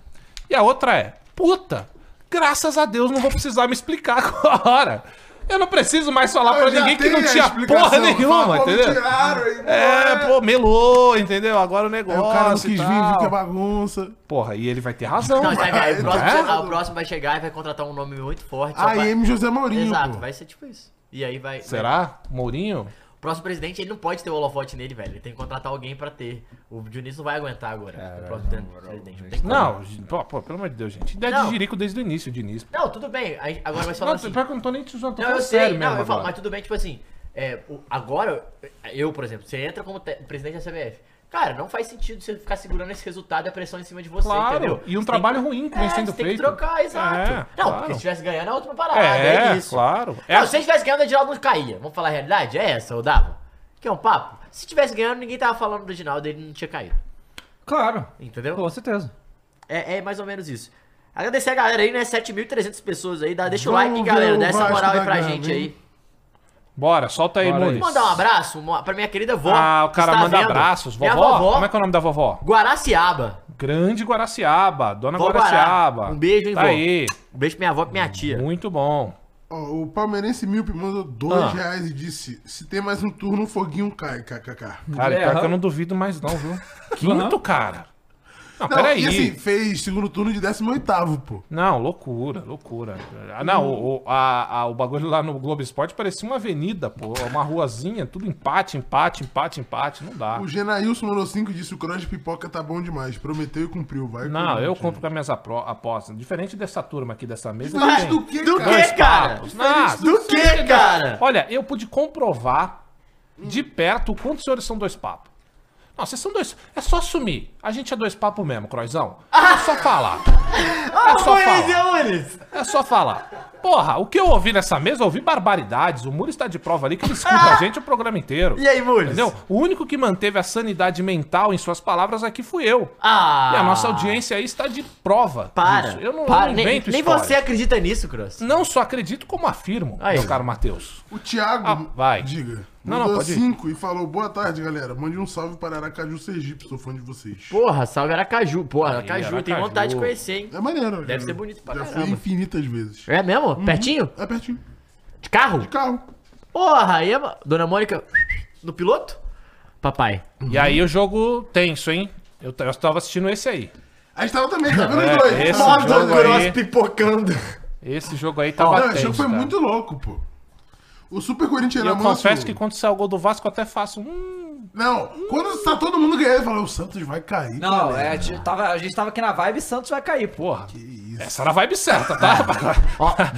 S7: E a outra é, puta, graças a Deus não vou precisar me explicar agora. Eu não preciso mais falar pra
S3: Eu já
S7: ninguém que não
S3: tenho a
S7: tinha
S3: explicação.
S7: porra
S3: Fala,
S7: nenhuma,
S3: pô, me
S7: entendeu?
S3: tiraram aí,
S7: É, pô, melou, entendeu? Agora o
S3: Aí É
S7: negócio.
S3: o cara não
S7: e
S3: quis vir,
S7: tal.
S3: viu que é bagunça.
S7: Porra, e ele vai ter razão.
S4: Não,
S7: mano.
S4: sabe, aí o próximo,
S7: É?
S4: aí o próximo vai chegar e vai contratar um nome muito forte. só
S3: Aí
S4: vai-
S3: M. José Mourinho,
S4: Exato,
S3: pô.
S4: vai ser tipo isso. E aí vai.
S7: Será? Mourinho?
S4: O próximo presidente, ele não pode ter o holofote nele, velho. Ele tem que contratar alguém pra ter. O Dionísio não vai aguentar agora. o próximo presidente. Não, tem como.
S7: Não, pô, pô, pelo amor de Deus, gente. Ideia
S4: Não.
S7: de jirico desde o início, Diniz.
S4: Não, tudo bem. aí- Agora vai falar
S7: Não,
S4: assim.
S7: pior que eu não tô nem te zoando, tô
S4: Não, eu
S7: falando
S4: sei,
S7: sério
S4: não,
S7: mesmo.
S4: eu falo,
S7: agora.
S4: mas tudo bem, tipo assim, é, o- agora, eu, por exemplo, você entra como te- presidente da CBF. Cara, não faz sentido você ficar segurando esse resultado e a pressão em cima de você,
S7: Claro,
S4: entendeu?
S7: e um
S4: Você
S7: trabalho
S4: tem que-
S7: ruim que vem
S4: É,
S7: sendo
S4: você Tem que
S7: feito.
S4: trocar, exato.
S7: É,
S4: não,
S7: claro.
S4: porque se estivesse ganhando é outra parada, é,
S7: É,
S4: isso.
S7: claro. É
S4: Não,
S7: a-
S4: se ele tivesse ganhando, a Edinaldo não caía. Vamos falar a realidade? É essa, ô Dava. Que é um papo. Se tivesse ganhando, ninguém tava falando do Edinaldo, ele não tinha caído.
S2: Claro.
S4: Entendeu?
S2: Com certeza.
S4: É, é mais ou menos isso. Agradecer a galera aí, né? 7.300 pessoas aí. Dá, deixa o
S3: Vamos
S4: like, hein,
S3: ver
S4: galera.
S3: o
S4: Dá essa
S3: Vasco
S4: moral aí
S3: da
S4: pra
S3: Gama,
S4: gente
S3: hein?
S4: aí.
S7: Bora, solta aí,
S10: Bora aí.
S7: Muniz.
S4: Mandar um abraço uma- pra minha querida vó.
S7: Ah, o cara
S4: que está
S7: manda
S4: vendo.
S7: abraços. Vovó?
S4: Minha vovó,
S7: Como é que é o nome da vovó?
S4: Guaraciaba.
S7: Grande Guaraciaba, Dona
S4: Vó
S7: Guaraciaba.
S4: Guará. Um beijo, hein,
S7: tá
S4: vó?
S7: aí.
S4: Um beijo pra minha avó e pra minha tia.
S7: Muito bom.
S3: Ó, o palmeirense Milpe mandou dois
S7: Ah.
S3: reais e disse: se tem mais um turno, um foguinho cai, kkk.
S7: Cara,
S2: É,
S7: pior que
S2: aham.
S7: eu não duvido mais não,
S4: Uhum.
S7: viu? Quinto, cara. Não,
S3: Não,
S7: peraí.
S3: e assim, fez segundo turno de 18, pô.
S7: Não, loucura, loucura. Ah, não, o, o- a- a- o bagulho lá no Globo Esporte parecia uma avenida, pô. Uma ruazinha, tudo empate, empate, empate, empate. Não dá.
S3: O Genailson mandou 5 e disse: o cross de pipoca tá bom demais. Prometeu e cumpriu, vai.
S7: Não,
S3: Corinthians."
S7: eu compro com as minhas apro- apostas. Diferente dessa turma aqui, dessa mesa.
S3: Mas
S7: tem
S3: do que,
S4: Do
S3: cara?
S4: que, cara?
S7: papos. Nada.
S4: Do
S7: é.
S4: que, cara?
S7: Olha, eu pude comprovar de perto o quanto os senhores são dois papos. Não, vocês são dois. É só sumir. A gente é dois papos mesmo, Croizão. É só falar.
S3: Ah,
S7: É só falar. É só falar. Porra, o que eu ouvi nessa mesa, eu ouvi barbaridades. O Muro está de prova ali que ele escuta a gente o programa inteiro.
S4: E aí, Mules?
S7: Entendeu? O único que manteve a sanidade mental em suas palavras aqui fui eu.
S4: Ah.
S7: E a nossa audiência aí está de prova.
S4: Para.
S7: disso. Eu não,
S4: para.
S7: eu não
S4: nem,
S7: invento
S4: nem
S7: história.
S4: você acredita nisso, Cross.
S7: Não só acredito, como afirmo,
S4: Aí.
S7: meu caro Matheus.
S3: O Thiago,
S7: Ah, vai.
S3: diga,
S7: Não, não,
S3: mandou
S7: pode ir.
S3: 5 e falou: boa tarde, galera. Mande um salve para Aracaju Sergipe, sou fã de vocês.
S4: Porra, salve Aracaju. Porra, Aracaju,
S7: Aracaju.
S4: tem vontade de conhecer, hein?
S3: É maneiro,
S4: Deve
S3: já-
S4: ser bonito pra
S3: Já
S4: caramba.
S3: fui infinitas vezes.
S4: É mesmo? Pertinho?
S3: É pertinho.
S4: De carro?
S3: De carro.
S4: Porra, aí é... ma- Dona Mônica... No piloto? Papai.
S7: E aí o jogo tenso, hein? Eu, t- eu tava assistindo esse aí.
S3: A gente tava também, tá vendo os
S7: É,
S3: dois?
S7: esse
S3: Modo
S7: jogo aí.
S3: grosso.
S4: pipocando.
S7: Esse jogo aí tava
S3: Não,
S7: tenso.
S3: o jogo foi
S7: cara.
S3: muito louco, pô. O Super
S7: E
S3: Corinthians
S7: tá.
S3: é
S7: eu
S3: manso-
S7: confesso que quando saiu o gol do Vasco, eu até faço. Hum.
S3: Não, quando tá todo mundo ganhando, ele fala: o Santos vai cair. né,
S2: Não,
S3: galera."
S2: é, a, gente tava, a gente tava aqui na vibe e Santos vai cair, Então, pô.
S7: Porra. Essa era a vibe certa, tá?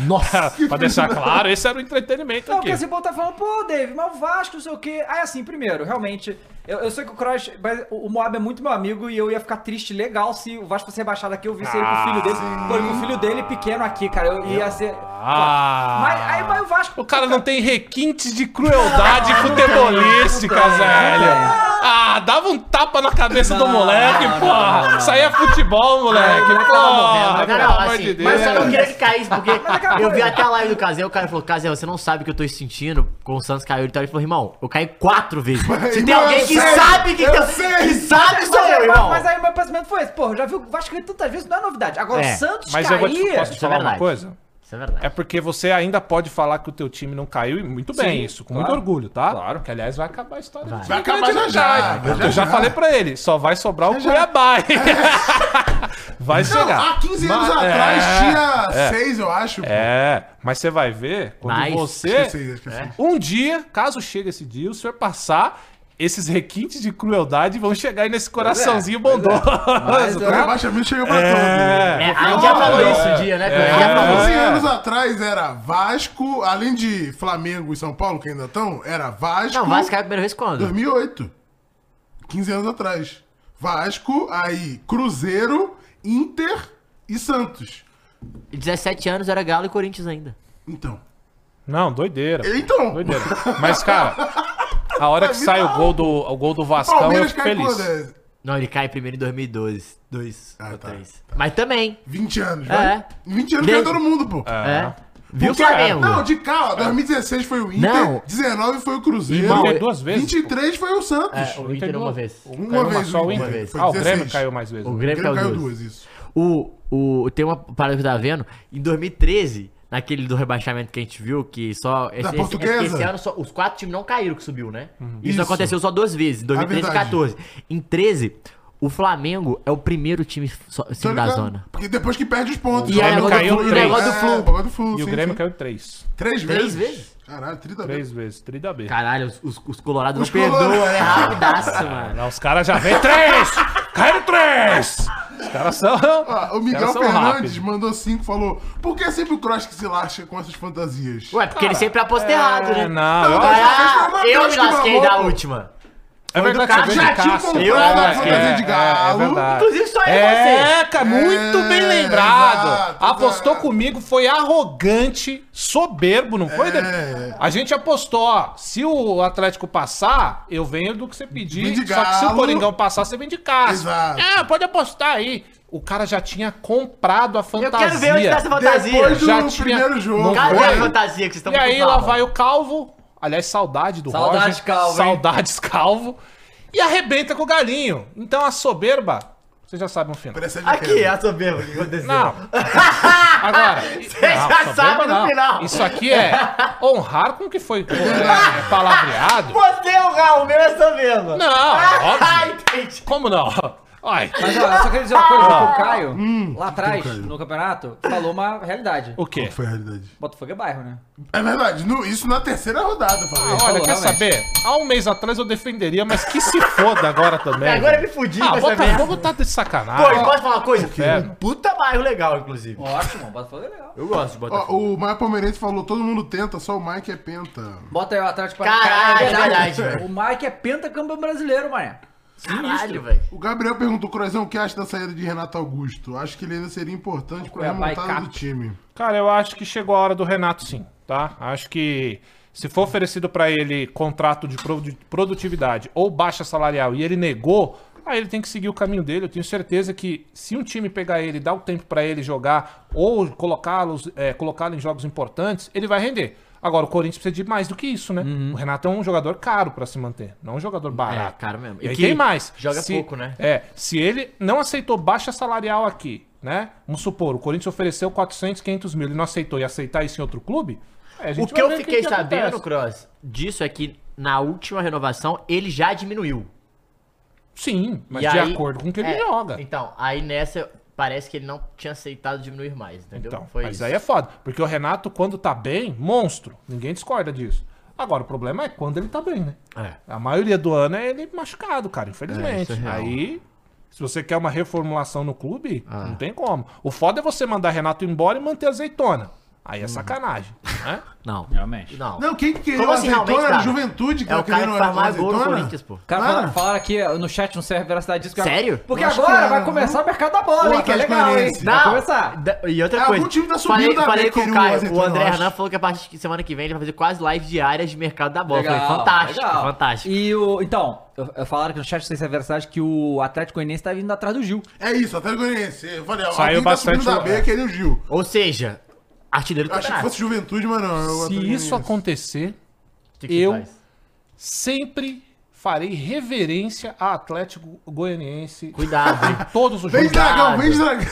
S7: nossa. pra deixar claro, esse era o entretenimento
S2: Não,
S7: aqui.
S2: porque esse povo tá falando, pô, Dave, mas o Vasco, não sei o quê. Aí, assim, primeiro, realmente, eu, eu sei que o Cross, mas o o Moab é muito meu amigo e eu ia ficar triste, legal, se o Vasco fosse rebaixado aqui, eu visse ele com o filho dele. Pô, ele com o filho dele pequeno aqui, cara, eu ia ser...
S7: Ah.
S2: Mas aí vai o Vasco...
S7: O cara não tem requintes de crueldade futebolística, velho. Ah, dava um tapa na cabeça do moleque, porra. Isso aí é futebol, moleque.
S2: moleque tava morrendo,
S7: Porra,
S4: Não,
S7: Ah, pelo
S4: não,
S7: amor
S4: assim,
S7: de
S4: mas eu só não
S7: Deus.
S4: queria que caísse, porque
S2: acabou.
S4: eu vi até a live do Casé, o cara falou, Casé, você não sabe o que eu tô sentindo, com o Santos caiu e tal. Ele falou, irmão, eu caí quatro vezes. Se tem
S3: irmão,
S4: alguém
S3: eu
S4: que
S3: sei,
S4: sabe que,
S3: eu
S4: que-
S3: sei.
S4: que sabe, sou
S2: mas, é
S4: eu, irmão.
S2: mas aí o meu pensamento foi esse, pô, já vi o Vasco cair tantas vezes, não é novidade. Agora
S4: É,
S2: o Santos
S7: Mas
S2: cair...
S7: eu vou te, posso
S4: Isso
S7: te
S4: é
S7: falar uma
S4: verdade.
S7: coisa?
S4: Isso é verdade.
S7: É porque você ainda pode falar que o teu time não caiu, e muito bem
S2: Sim,
S7: isso, com
S2: claro.
S7: muito orgulho, tá? Claro. Que, aliás, vai acabar a história. do time
S3: Vai
S7: que ele
S3: acabar já, já,
S7: cai.
S3: já,
S7: Eu já
S3: já.
S7: falei pra ele, só vai sobrar o Cuiabá. vai
S3: Não,
S7: chegar.
S3: há 15 anos
S7: Mas-
S3: atrás
S7: é,
S3: tinha 6, eu acho. é pô.
S7: É, mas você vai ver quando
S4: Né? Mas-
S7: você.
S3: Esqueci, esqueci.
S7: Um dia, caso chegue esse dia, o senhor passar, esses requintes de crueldade vão chegar aí nesse
S4: é,
S7: coraçãozinho bondoso.
S3: Então, O rebaixamento chega pra
S7: É.
S3: todos. né?
S4: É, a gente já falou isso um dia, né? cara?
S3: é.
S4: A gente já falou.
S3: 15 anos atrás era Vasco, além de Flamengo e São Paulo, que ainda estão, era Vasco.
S4: Não, o Vasco é caiu a primeira vez
S7: Ah.
S4: quando?
S3: 2008. 15 anos atrás. Vasco, aí Cruzeiro, Inter e Santos.
S4: 17 anos era Galo e Corinthians ainda.
S3: Então.
S7: Não, doideira.
S3: Então.
S7: Doideira. Mas, cara, a hora que sai o gol do, o gol do Vascão, eu
S3: Palmeiras
S7: fico
S3: cai
S7: é um feliz.
S3: quando? É
S4: Não, ele cai primeiro em 2012. Dois
S3: Ah,
S4: ou
S3: tá,
S4: três. Mas também,
S3: 20 anos,
S4: É.
S3: né? 20 anos
S4: Desde-
S3: caiu todo mundo, pô.
S4: é. Viu o
S3: Porque-
S4: Flamengo?
S3: Ah. Não, de cá, ó, 2016 foi o Inter,
S4: Não.
S3: 19 foi o Cruzeiro,
S7: Irmão, é duas vezes,
S3: 23 foi o Santos.
S4: É, o Inter uma vez. O
S3: uma
S7: Caiu uma
S3: vez
S7: só o
S3: o
S7: Inter.
S3: Inter, foi
S7: Ah, o Grêmio
S3: 16.
S7: caiu mais vezes.
S4: O
S7: né?
S4: Grêmio
S3: Ele
S4: caiu
S3: caiu
S4: duas.
S3: duas, isso.
S4: O, o, tem uma parada que eu tava vendo. Em 2013, naquele do rebaixamento que a gente viu, que só. Esse, esse-
S3: portuguesa? Uhum.
S4: esse ano só, os quatro times não caíram que subiu, né? Isso,
S3: Isso. É
S4: aconteceu só duas vezes, em 2013 e
S3: verdade.
S4: 2014. Em 13, o Flamengo é o primeiro time só-
S3: Tô
S4: assim, da
S3: Tá ligado.
S4: zona.
S3: Então, Porque depois que perde os pontos.
S4: E aí,
S3: Flamengo
S4: agora
S7: caiu
S4: o Flu- e o
S7: três.
S4: negócio do
S3: É,
S4: Flu.
S3: bagulho do Flu,
S7: E o
S3: sim,
S7: Grêmio
S3: sim.
S7: caiu três.
S3: Três
S4: Três
S3: vezes?
S4: vezes?
S3: Caralho, 30
S7: Três
S3: vezes.
S7: vezes, três da vez.
S4: Caralho, os, os, os colorados
S3: Os
S4: não perdoam,
S3: colorados.
S4: é rapidaço, mano.
S7: Não, os caras já vêm três! Caíram três! Os caras são.
S3: Ah, o
S7: os
S3: Miguel
S7: caras são
S3: Fernandes
S7: rápidos.
S3: mandou cinco falou: Por que é sempre o Cross que se lasca com essas fantasias?
S4: Ué, porque ele sempre aposta errado, né?
S7: É, Não, eu
S3: Não,
S7: acho.
S3: mas-
S4: Ah, eu me lasquei da última.
S7: É verdade,
S4: Cássio.
S7: você vê
S3: Já
S7: de
S3: tinha
S7: Cássio.
S3: comprado
S4: Eu
S3: a
S4: acho que
S3: fantasia
S4: é,
S3: de galo.
S7: É verdade.
S4: Inclusive, só eu e você.
S7: É, cara, muito
S3: É,
S7: bem lembrado.
S3: exato,
S7: apostou
S3: exato.
S7: comigo, foi arrogante, soberbo, não
S3: É.
S7: foi? Dani? A gente apostou, ó, se o Atlético passar, eu venho do que você pedir.
S3: Vem de
S7: Só que se o
S3: galo.
S7: Coringão passar, você vem de casa.
S3: Exato.
S7: É, pode apostar aí. O cara já tinha comprado a
S4: Eu
S7: fantasia.
S4: quero ver onde tá essa fantasia.
S3: Depois do
S7: Já tinha-
S3: primeiro jogo.
S7: Não
S4: Cadê
S7: foi?
S4: a fantasia que vocês estão
S7: E aí lá vai o Calvo. Aliás, saudade do
S2: Saudades,
S7: Roger.
S2: Calvo, hein?
S7: Saudades, Calvo. E arrebenta com o Galinho. Então a soberba, você já sabe o final.
S3: Precede a
S4: Aqui, é
S3: queda.
S4: a soberba que aconteceu.
S7: Não. Agora.
S4: Você já
S7: soberba
S4: sabe no
S7: não.
S4: final.
S7: Isso aqui é honrar com o que foi é, é palavreado.
S4: Você é o Raul, o meu é soberba.
S7: Não,
S4: Ah,
S7: óbvio.
S4: entendi.
S7: Como não? Ai,
S2: Mas ó, eu só queria dizer uma coisa,
S7: Ah.
S2: que o Caio, lá atrás,
S3: Hum. Caio?
S2: no campeonato, falou uma realidade.
S7: o quê?
S3: Foi a realidade.
S2: Botafogo é bairro, né?
S3: É verdade, no- isso na terceira rodada,
S4: Ah,
S3: falei.
S7: Olha,
S2: falou,
S7: quer
S2: realmente.
S7: saber? Há um mês atrás eu defenderia, mas que se foda agora também.
S4: Agora eu
S7: velho.
S4: me fudi com
S7: Ah,
S4: essa merda.
S7: Botafogo tá de
S4: Pô, e
S7: sacanagem.
S4: posso falar uma coisa?
S7: Inferno.
S4: Um puta bairro legal, inclusive.
S2: Ótimo, o Botafogo é legal.
S4: Eu gosto de
S3: Ó, o Maia Palmeirense falou: Todo mundo tenta, só o Mike é penta.
S2: Bota aí o Atlético
S4: Caralho,
S2: Cara,
S4: é verdade.
S2: O Mike é pentacampeão brasileiro, mané.
S4: Caralho, velho.
S3: O Gabriel perguntou, Croizão, o que acha da saída de Renato Augusto? Acho que ele ainda seria importante para a
S2: Cuiabá e
S3: remontada
S2: Cap.
S3: do time.
S7: Cara, eu acho que chegou a hora do Renato, sim, tá? Acho que se for oferecido pra ele contrato de produ- produtividade ou baixa salarial e ele negou, aí ele tem que seguir o caminho dele. Eu tenho certeza que se um time pegar ele, dar o tempo pra ele jogar ou é, colocá-lo colocá em jogos importantes, ele vai render. Agora, o Corinthians precisa de mais do que isso, né? O Renato é um jogador caro pra se manter, não um jogador barato.
S4: Uhum. É, caro mesmo.
S7: E
S4: E
S7: aí
S4: que
S7: tem mais.
S4: joga pouco, né?
S7: É, se ele não aceitou baixa salarial aqui, né? Vamos supor, o Corinthians ofereceu 400, 500 mil, ele não aceitou e aceitar isso em outro clube? aí a gente
S4: O que
S7: vai
S4: eu
S7: ver
S4: fiquei
S7: que
S4: sabendo,
S7: acontece.
S4: Cross, disso é que na última renovação ele já diminuiu.
S7: Sim, mas
S4: E
S7: de
S4: aí-
S7: acordo com o que ele
S4: é,
S7: joga.
S4: Então, aí nessa parece que ele não tinha aceitado diminuir mais, entendeu?
S7: Então, mas aí é foda. Porque o Renato, quando tá bem, monstro. Ninguém discorda disso. Agora, o problema é quando ele tá bem, né?
S4: É.
S7: A maioria do ano é ele machucado, cara, infelizmente.
S4: É, isso é real.
S7: aí, se você quer uma reformulação no clube,
S4: Ah.
S7: não tem como. O foda é você mandar Renato embora e manter a azeitona. Aí é
S4: Uhum.
S7: sacanagem, né?
S4: Não.
S2: Realmente.
S4: Não.
S3: Não, quem que queria
S4: Como
S3: o
S4: assim, realmente,
S3: azeitona era o
S4: cara?
S3: Juventude,
S4: É o
S3: queria
S4: cara que faz mais gol no Corinthians, pô.
S2: Cara,
S3: Claro.
S2: falaram, falaram aqui ó, no chat não serve veracidade disso. que-
S4: Sério?
S2: Porque
S3: Ah. Eu acho que
S2: agora
S3: é,
S2: vai
S3: né?
S2: começar o mercado da bola,
S3: O
S2: hein? Que é
S3: Atlético
S2: legal, hein?
S3: Paranaense.
S2: Vai começar.
S4: Da- E outra
S3: É, algum
S4: coisa.
S3: time tá subindo
S4: falei,
S3: da
S4: falei
S3: B,
S4: com o
S3: queria o
S4: Caio, o
S3: Azeitona,
S4: André
S3: eu acho.
S4: Hernan falou que a partir de semana que vem ele vai fazer quase lives diárias de mercado da bola. Eu
S2: Legal,
S4: falei, fantástico,
S2: legal.
S4: fantástico.
S2: E o. Então, eu- eu falaram que no chat não sei se é verdade que o Atlético Goianiense tá vindo atrás do Gil.
S3: É isso, até Goianiense. Eu falei, ó,
S7: Saiu
S3: alguém
S7: bastante
S3: subindo da
S7: lugar.
S3: B, queria o Gil.
S4: Ou seja, artilheiro do
S3: Eu achei que
S4: campeonato.
S3: fosse Juventude, mas não. é o
S7: Se
S3: Atlético
S7: isso
S3: Goianiense.
S7: acontecer,
S4: O que que
S7: eu-
S4: faz?
S7: sempre farei reverência a Atlético Goianiense
S4: Cuidado, hein?
S7: em todos os
S3: Vem
S7: jogos.
S3: dragão, vem dragão.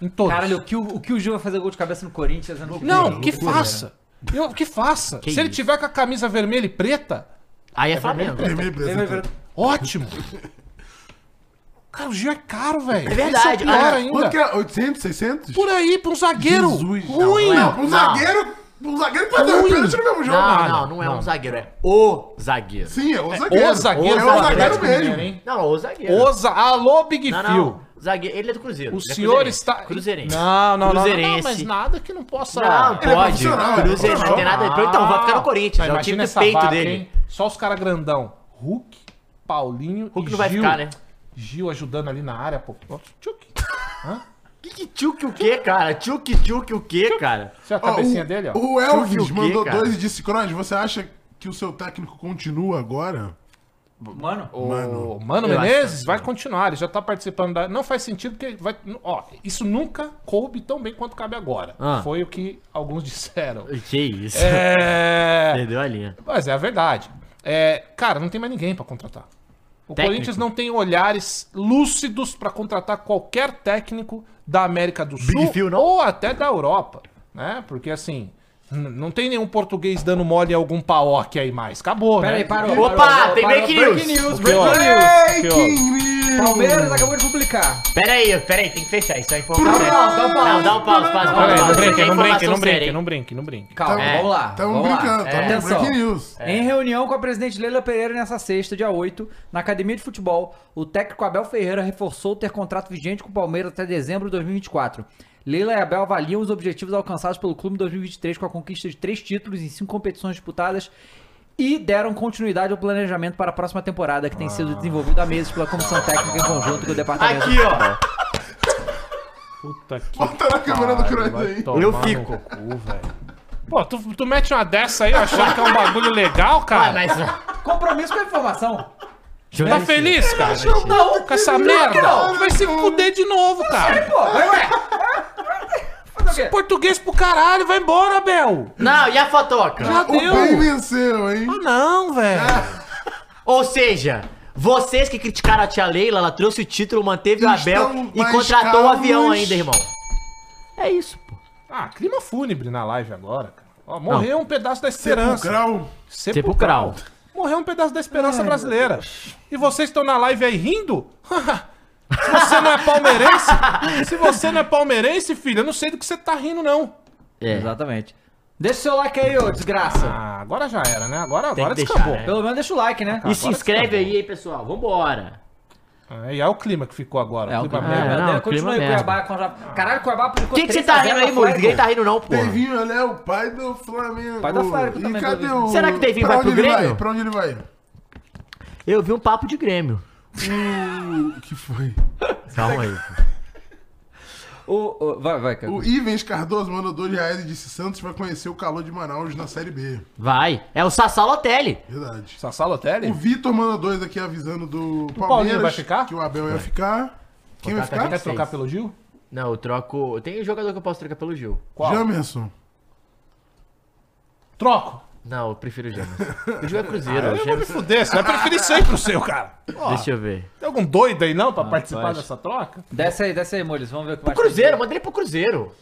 S7: Em todos.
S2: Caralho, o que o, o que o Gil vai fazer gol de cabeça no Corinthians né? ano que vem?
S7: Não, que faça. Eu, que faça.
S4: né? Que
S7: Se ele
S4: isso.
S7: tiver com a camisa vermelha e preta,
S4: Aí é Flamengo.
S3: Vermelho, preto.
S7: ótimo. Cara, o Gil é caro, velho.
S4: É verdade,
S7: Isso é pior
S4: olha,
S7: ainda.
S3: Quanto que era? 800, 600?
S7: Por aí, pra um zagueiro.
S3: Jesus,
S7: ruim.
S3: Não, pra um
S4: Não.
S3: zagueiro, pra um zagueiro que vai dar um
S7: Ruim.
S3: pênalti no mesmo jogo.
S4: Não,
S7: nada.
S4: não, não é um zagueiro, é o zagueiro.
S3: Sim, é o zagueiro.
S7: o zagueiro
S3: É
S7: do
S3: o
S7: Atlético
S3: zagueiro
S7: Mineiro,
S3: mesmo.
S7: hein?
S4: Não, o zagueiro.
S7: Oza, alô, Big
S4: Não,
S7: Phil.
S4: não. Zagueiro. Ele é do Cruzeiro.
S7: O
S4: ele é
S7: senhor
S4: cruzeirense.
S7: está.
S4: Cruzeirense.
S7: Não, não, não, não, não,
S4: Cruzeirense.
S7: mas nada que não possa.
S4: Não,
S3: Ele é
S4: pode.
S3: profissional, ele é
S4: Cruzeirense, não tem nada.
S7: Ah.
S4: a ver. Então, vai ficar no Corinthians. É o time do peito dele.
S7: Só os caras grandão. Hulk, Paulinho
S4: Hulk não vai ficar, né?
S7: Gil ajudando ali na área, pô. Ó, Tchuk.
S4: Que que tchuque o quê, cara? Tchuque, tchuque o quê, cara?
S7: Você viu a
S3: Ó,
S7: cabecinha
S3: o-
S7: dele, ó?
S3: O Elvis
S4: Chucky,
S3: mandou
S4: cara.
S3: dois e disse, Cross, você acha que o seu técnico continua agora?
S2: Mano,
S7: O Mano,
S4: Eu acho
S7: Menezes vai continuar, ele já tá participando da. Não faz sentido porque vai. Ó, isso nunca coube tão bem quanto cabe agora.
S4: Ah.
S7: Foi o que alguns disseram.
S4: Que isso?
S7: É.
S4: Perdeu a linha.
S7: Mas é a verdade. É, cara, não tem mais ninguém pra contratar. O
S4: Técnico.
S7: Corinthians não tem olhares lúcidos pra contratar qualquer técnico da América do Sul
S4: Phil, não?
S7: ou até da Europa. né? Porque assim, n- não tem nenhum português dando mole a algum paok aí mais. Acabou, né?
S2: Peraí, parou.
S4: Opa,
S2: parou,
S4: tem
S2: parou.
S4: break news.
S2: news,
S7: O
S2: break
S7: pior.
S2: news.
S7: Aqui,
S2: Palmeiras acabou de publicar.
S4: Pera aí, pera aí, tem que fechar isso, é informação séria.
S2: pause, dá um pause.
S4: Não, dá um pause, faz pause,
S7: ó. Peraí, não
S4: pause.
S7: brinque,
S4: Tem
S7: não brinque, não
S4: informação séria,
S7: brinque,
S4: hein?
S7: não brinque, não brinque.
S2: Calma,
S4: É.
S2: vamos lá.
S3: Tamo
S2: vamos lá. É,
S3: brincando, tamo no
S2: Atenção. É.
S3: breaking news.
S2: Em reunião com a presidente Leila Pereira nessa sexta, dia 8, na Academia de Futebol, o técnico Abel Ferreira reforçou ter contrato vigente com o Palmeiras até dezembro de 2024. Leila e Abel avaliam os objetivos alcançados pelo clube em 2023 com a conquista de três títulos em cinco competições disputadas e deram continuidade ao planejamento para a próxima temporada, que tem sido desenvolvido há meses pela comissão técnica em conjunto com o departamento.
S4: Aqui, ó.
S7: Puta que
S3: Bota na câmera do Croydon aí.
S4: Eu fico.
S7: Pô, tu, tu mete uma dessa aí achando que é um bagulho legal,
S4: Ah,
S7: cara?
S4: mas...
S2: Compromisso com a informação.
S7: Tá feliz, cara?
S2: Não,
S7: Com essa
S2: Claro que
S7: merda?
S2: não.
S7: Tu vai se fuder de novo, cara.
S2: Pô, vai, ué. Fazer o quê?
S7: Português pro caralho, vai embora, Abel.
S4: Não, e a fotoca?
S7: Já
S3: O bem
S7: deu.
S3: venceu, hein?
S7: Ah, não, velho.
S4: Ou seja, vocês que criticaram a tia Leila, ela trouxe o título, manteve o Abel
S3: Estão
S4: e
S3: mais
S4: contratou o avião
S3: calmos.
S4: ainda, irmão. É isso, pô.
S7: Ah, clima fúnebre na live agora, cara. Ó, morreu um pedaço da esperança.
S3: Sepulcral.
S7: É Tipo
S4: Sepulcral.
S7: Morreu um pedaço da esperança brasileira. E vocês estão na live aí rindo? Se você não é palmeirense, se você não é palmeirense, filho, eu não sei do que você tá rindo, não.
S4: É.
S2: Exatamente. Deixa o seu like aí, ô desgraça.
S7: Ah, agora já era, né? Agora,
S4: Tem
S7: agora
S4: que deixar,
S7: descambou.
S4: né?
S2: Pelo menos deixa o like, né?
S4: E se inscreve aí, hein, pessoal. Vambora.
S7: Ah, e é o clima que ficou agora.
S2: É,
S7: o
S2: o
S7: clima
S2: clima
S7: merda.
S4: é, não,
S2: merda.
S4: o clima
S2: Continua aí,
S4: merda.
S2: Cuiabá. com a- Caralho, Cuiabá
S4: O
S2: publicou
S4: que que você tá rindo aí, Murilo? Ninguém tá rindo não, pô.
S3: Devinho, ele é o pai do Flamengo.
S2: Pai do Flamengo também,
S3: E cadê
S2: pelo
S3: o...
S4: visto. Será que o Devinho
S3: pra
S4: vai pro
S3: onde ele
S4: Grêmio?
S3: Vai? Pra onde ele vai?
S4: Eu vi um papo de Grêmio.
S3: O que foi?
S4: Calma aí.
S2: O, o- vai, vai, cara.
S3: O Ivens Cardoso mandou dois reais e disse Santos vai conhecer o calor de Manaus na Série B.
S4: Vai. É o Sassá Lotelli.
S3: Verdade.
S7: Sassá Lotelli?
S3: O Vitor mandou dois aqui avisando do Palmeiras
S7: Paulinho vai ficar?
S3: que o Abel ia ficar. Quem
S4: Contrata
S3: vai
S4: a
S3: ficar?
S7: Quer
S4: gente.
S7: trocar
S4: Seis.
S7: pelo Gil?
S4: Não, eu troco... Tem um jogador que eu posso trocar pelo Gil.
S7: Qual?
S3: Jamerson.
S7: Troco.
S4: Não, eu prefiro o James. O Gil é Cruzeiro. o
S7: Eu vou
S4: James-
S7: me fuder, você vai preferir sempre o seu, cara. Ó,
S4: Deixa eu ver.
S7: Tem algum doido aí não pra participar
S4: pode.
S7: dessa troca?
S2: Desce aí, desce aí, Mules. Vamos ver o que vai
S4: Cruzeiro, mandei ele pro Cruzeiro.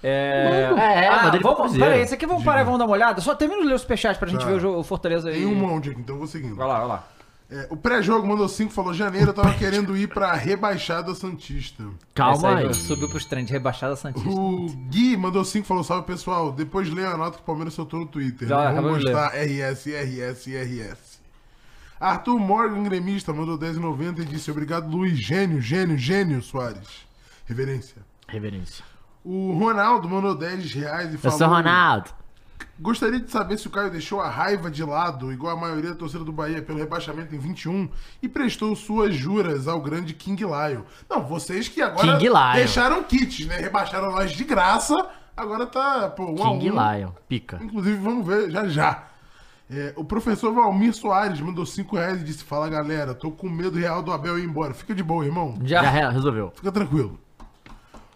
S2: É,
S4: É, é,
S2: ah,
S4: mandei ele pro
S2: vamos,
S4: Cruzeiro.
S2: pera aí, esse aqui vamos parar e vamos dar uma olhada. Só termina de ler os superchats pra gente
S3: Tá.
S2: ver o, jogo- o Fortaleza aí.
S3: Tem um monte aqui, então eu vou seguindo.
S2: Vai lá, vai lá.
S3: É, o pré-jogo mandou cinco, falou janeiro, eu tava querendo ir pra rebaixada Santista.
S4: Calma
S2: Essa
S4: aí.
S2: Subiu pros trends, rebaixada Santista.
S3: O Gui mandou cinco, falou salve pessoal. Depois leia a nota que o Palmeiras soltou no Twitter.
S2: Já,
S3: Não
S2: acabou de
S3: Vamos mostrar RS, RS, RS. Arthur Morgan, gremista, mandou 10,90 e disse obrigado, Luiz. Gênio, gênio, gênio, Soares. Reverência.
S4: Reverência.
S3: O Ronaldo mandou 10 reais e
S4: Eu
S3: falou...
S4: sou Ronaldo.
S3: Gostaria de saber se o Caio deixou a raiva de lado, igual a maioria da torcida do Bahia, pelo rebaixamento em 21, e prestou suas juras ao grande King Lion. Não, vocês que agora
S4: King Lion.
S3: deixaram kits, né? Rebaixaram nós de graça, agora tá, pô, um a
S4: King
S3: um.
S4: Lion. Pica.
S3: Inclusive, vamos ver já já. É, o professor Valmir Soares mandou 5 reais e disse, fala galera, tô com medo real do Abel ir embora. Fica de boa, irmão.
S2: Já.
S4: Já re- resolveu.
S3: Fica tranquilo.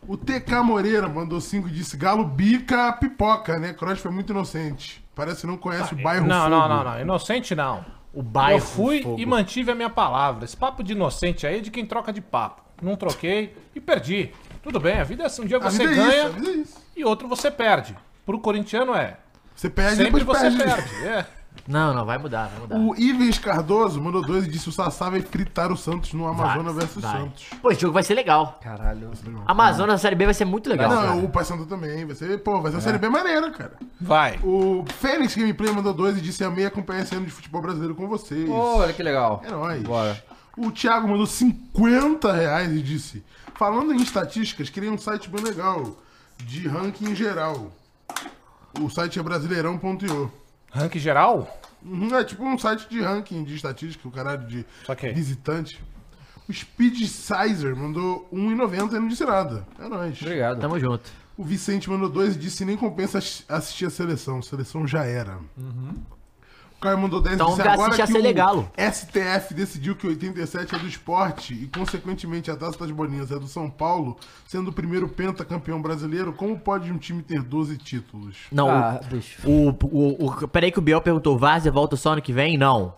S3: O TK Moreira mandou 5 e disse: Galo bica a pipoca, né? Cross foi muito inocente. Parece que não conhece o bairro.
S7: Ah, Não,
S3: Tá Fogo.
S7: não, não, não. Inocente não.
S4: O bairro.
S7: eu fui
S4: fogo.
S7: e mantive a minha palavra. Esse papo de inocente aí é de quem troca de papo. Não troquei e perdi. Tudo bem, a vida é assim. Um dia
S3: A
S7: você
S3: vida é isso, a
S7: ganha
S3: vida é isso.
S7: e outro você perde. Pro corintiano é.
S3: Você perde
S7: Sempre
S3: depois
S7: você
S3: perde.
S7: perde. É.
S4: Não, não, vai mudar, vai mudar.
S3: O Ivens Cardoso mandou 2 e disse: O Sassá vai fritar o Santos
S4: Vai,
S3: no Amazonas versus
S4: vai.
S3: Santos.
S4: Pô, esse jogo vai ser legal.
S2: Caralho.
S4: Amazonas na Série B vai ser muito
S7: Ah,
S4: legal. cara.
S3: Não, o Pai Santo também. Vai ser, pô,
S7: É.
S3: vai ser uma série bem maneira, cara.
S7: Vai.
S3: O Fênix Gameplay mandou 2 e disse: Amei acompanhar esse ano de futebol brasileiro com vocês.
S2: Olha que legal.
S3: É nóis.
S2: Bora.
S3: O Thiago mandou 50 reais e disse: Falando em estatísticas, criei um site bem legal, de ranking em geral. O site é brasileirão.io.
S7: Rank geral?
S3: Uhum, É tipo um site de ranking de estatística, o caralho de
S7: Saquei.
S3: visitante. O Speed Sizer mandou 1,90 e não disse nada. É nóis.
S2: Obrigado.
S4: Tamo junto.
S3: O Vicente mandou 2 e disse: Nem compensa ass- assistir a seleção. Seleção já era. O Caio mandou 10
S4: Então
S3: disse,
S4: vai assistir a Senegalo."
S3: o STF decidiu que 87 é do esporte e, consequentemente, a Taça das Bolinhas é do São Paulo, sendo o primeiro pentacampeão brasileiro, como pode um time ter 12 títulos?
S4: Não,
S2: Ah, bicho.
S4: o, o, o, o- Peraí que o Biel perguntou, Várzea volta só ano que vem? Não.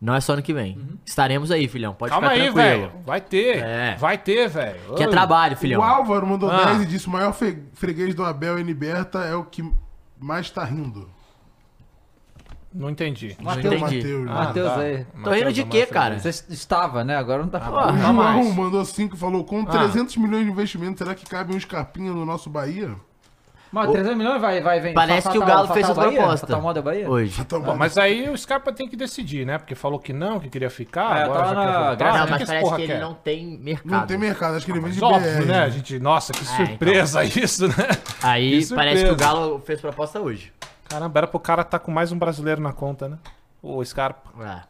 S4: Não é só ano que vem. Estaremos aí, filhão. Pode
S7: Uhum. Calma
S4: ficar
S7: aí,
S4: tranquilo.
S7: velho. Vai ter.
S4: É.
S7: Vai ter, velho.
S4: Que é
S7: Ô,
S4: trabalho, filhão.
S3: O Álvaro mandou
S7: Ah.
S3: 10 e disse: o maior fe- freguês do Abel e Liberta é o que mais tá rindo.
S7: Não entendi.
S4: Entendi.
S3: Mateus,
S4: Ah,
S3: né?
S2: Matheus aí.
S4: Tô rindo de quê, cara?
S2: Você estava, né? Agora não tá falando.
S3: O
S4: tá. Ah,
S3: João
S4: mais.
S3: mandou 5 e falou: com 300 milhões de investimento, será que cabe um escarpinho no nosso Bahia?
S2: Mas 300 milhões vai, vai, vem.
S4: Parece que o Galo fez a
S2: a
S4: proposta.
S2: Fatal moda Bahia?
S4: Hoje.
S3: Tá
S7: Bom,
S3: bom.
S7: Ah, mas aí o Scarpa tem que decidir, né? Porque falou que não, que queria ficar,
S2: É,
S7: agora
S2: tá
S7: já
S2: na-
S7: quer voltar.
S2: Ah,
S4: não,
S7: O
S4: mas
S7: esse
S4: parece
S7: porra
S4: que ele
S7: quer?
S4: não tem mercado.
S3: Não tem mercado, acho que ele vende
S7: Mas
S3: BR.
S7: óbvio, né, gente? Nossa, que
S4: então.
S7: surpresa isso, né?
S4: Aí
S7: Que
S4: parece que o
S7: surpresa.
S4: Galo fez proposta hoje.
S7: Caramba, era pro cara tá com mais um brasileiro na conta, né? O Scarpa.
S4: Ah,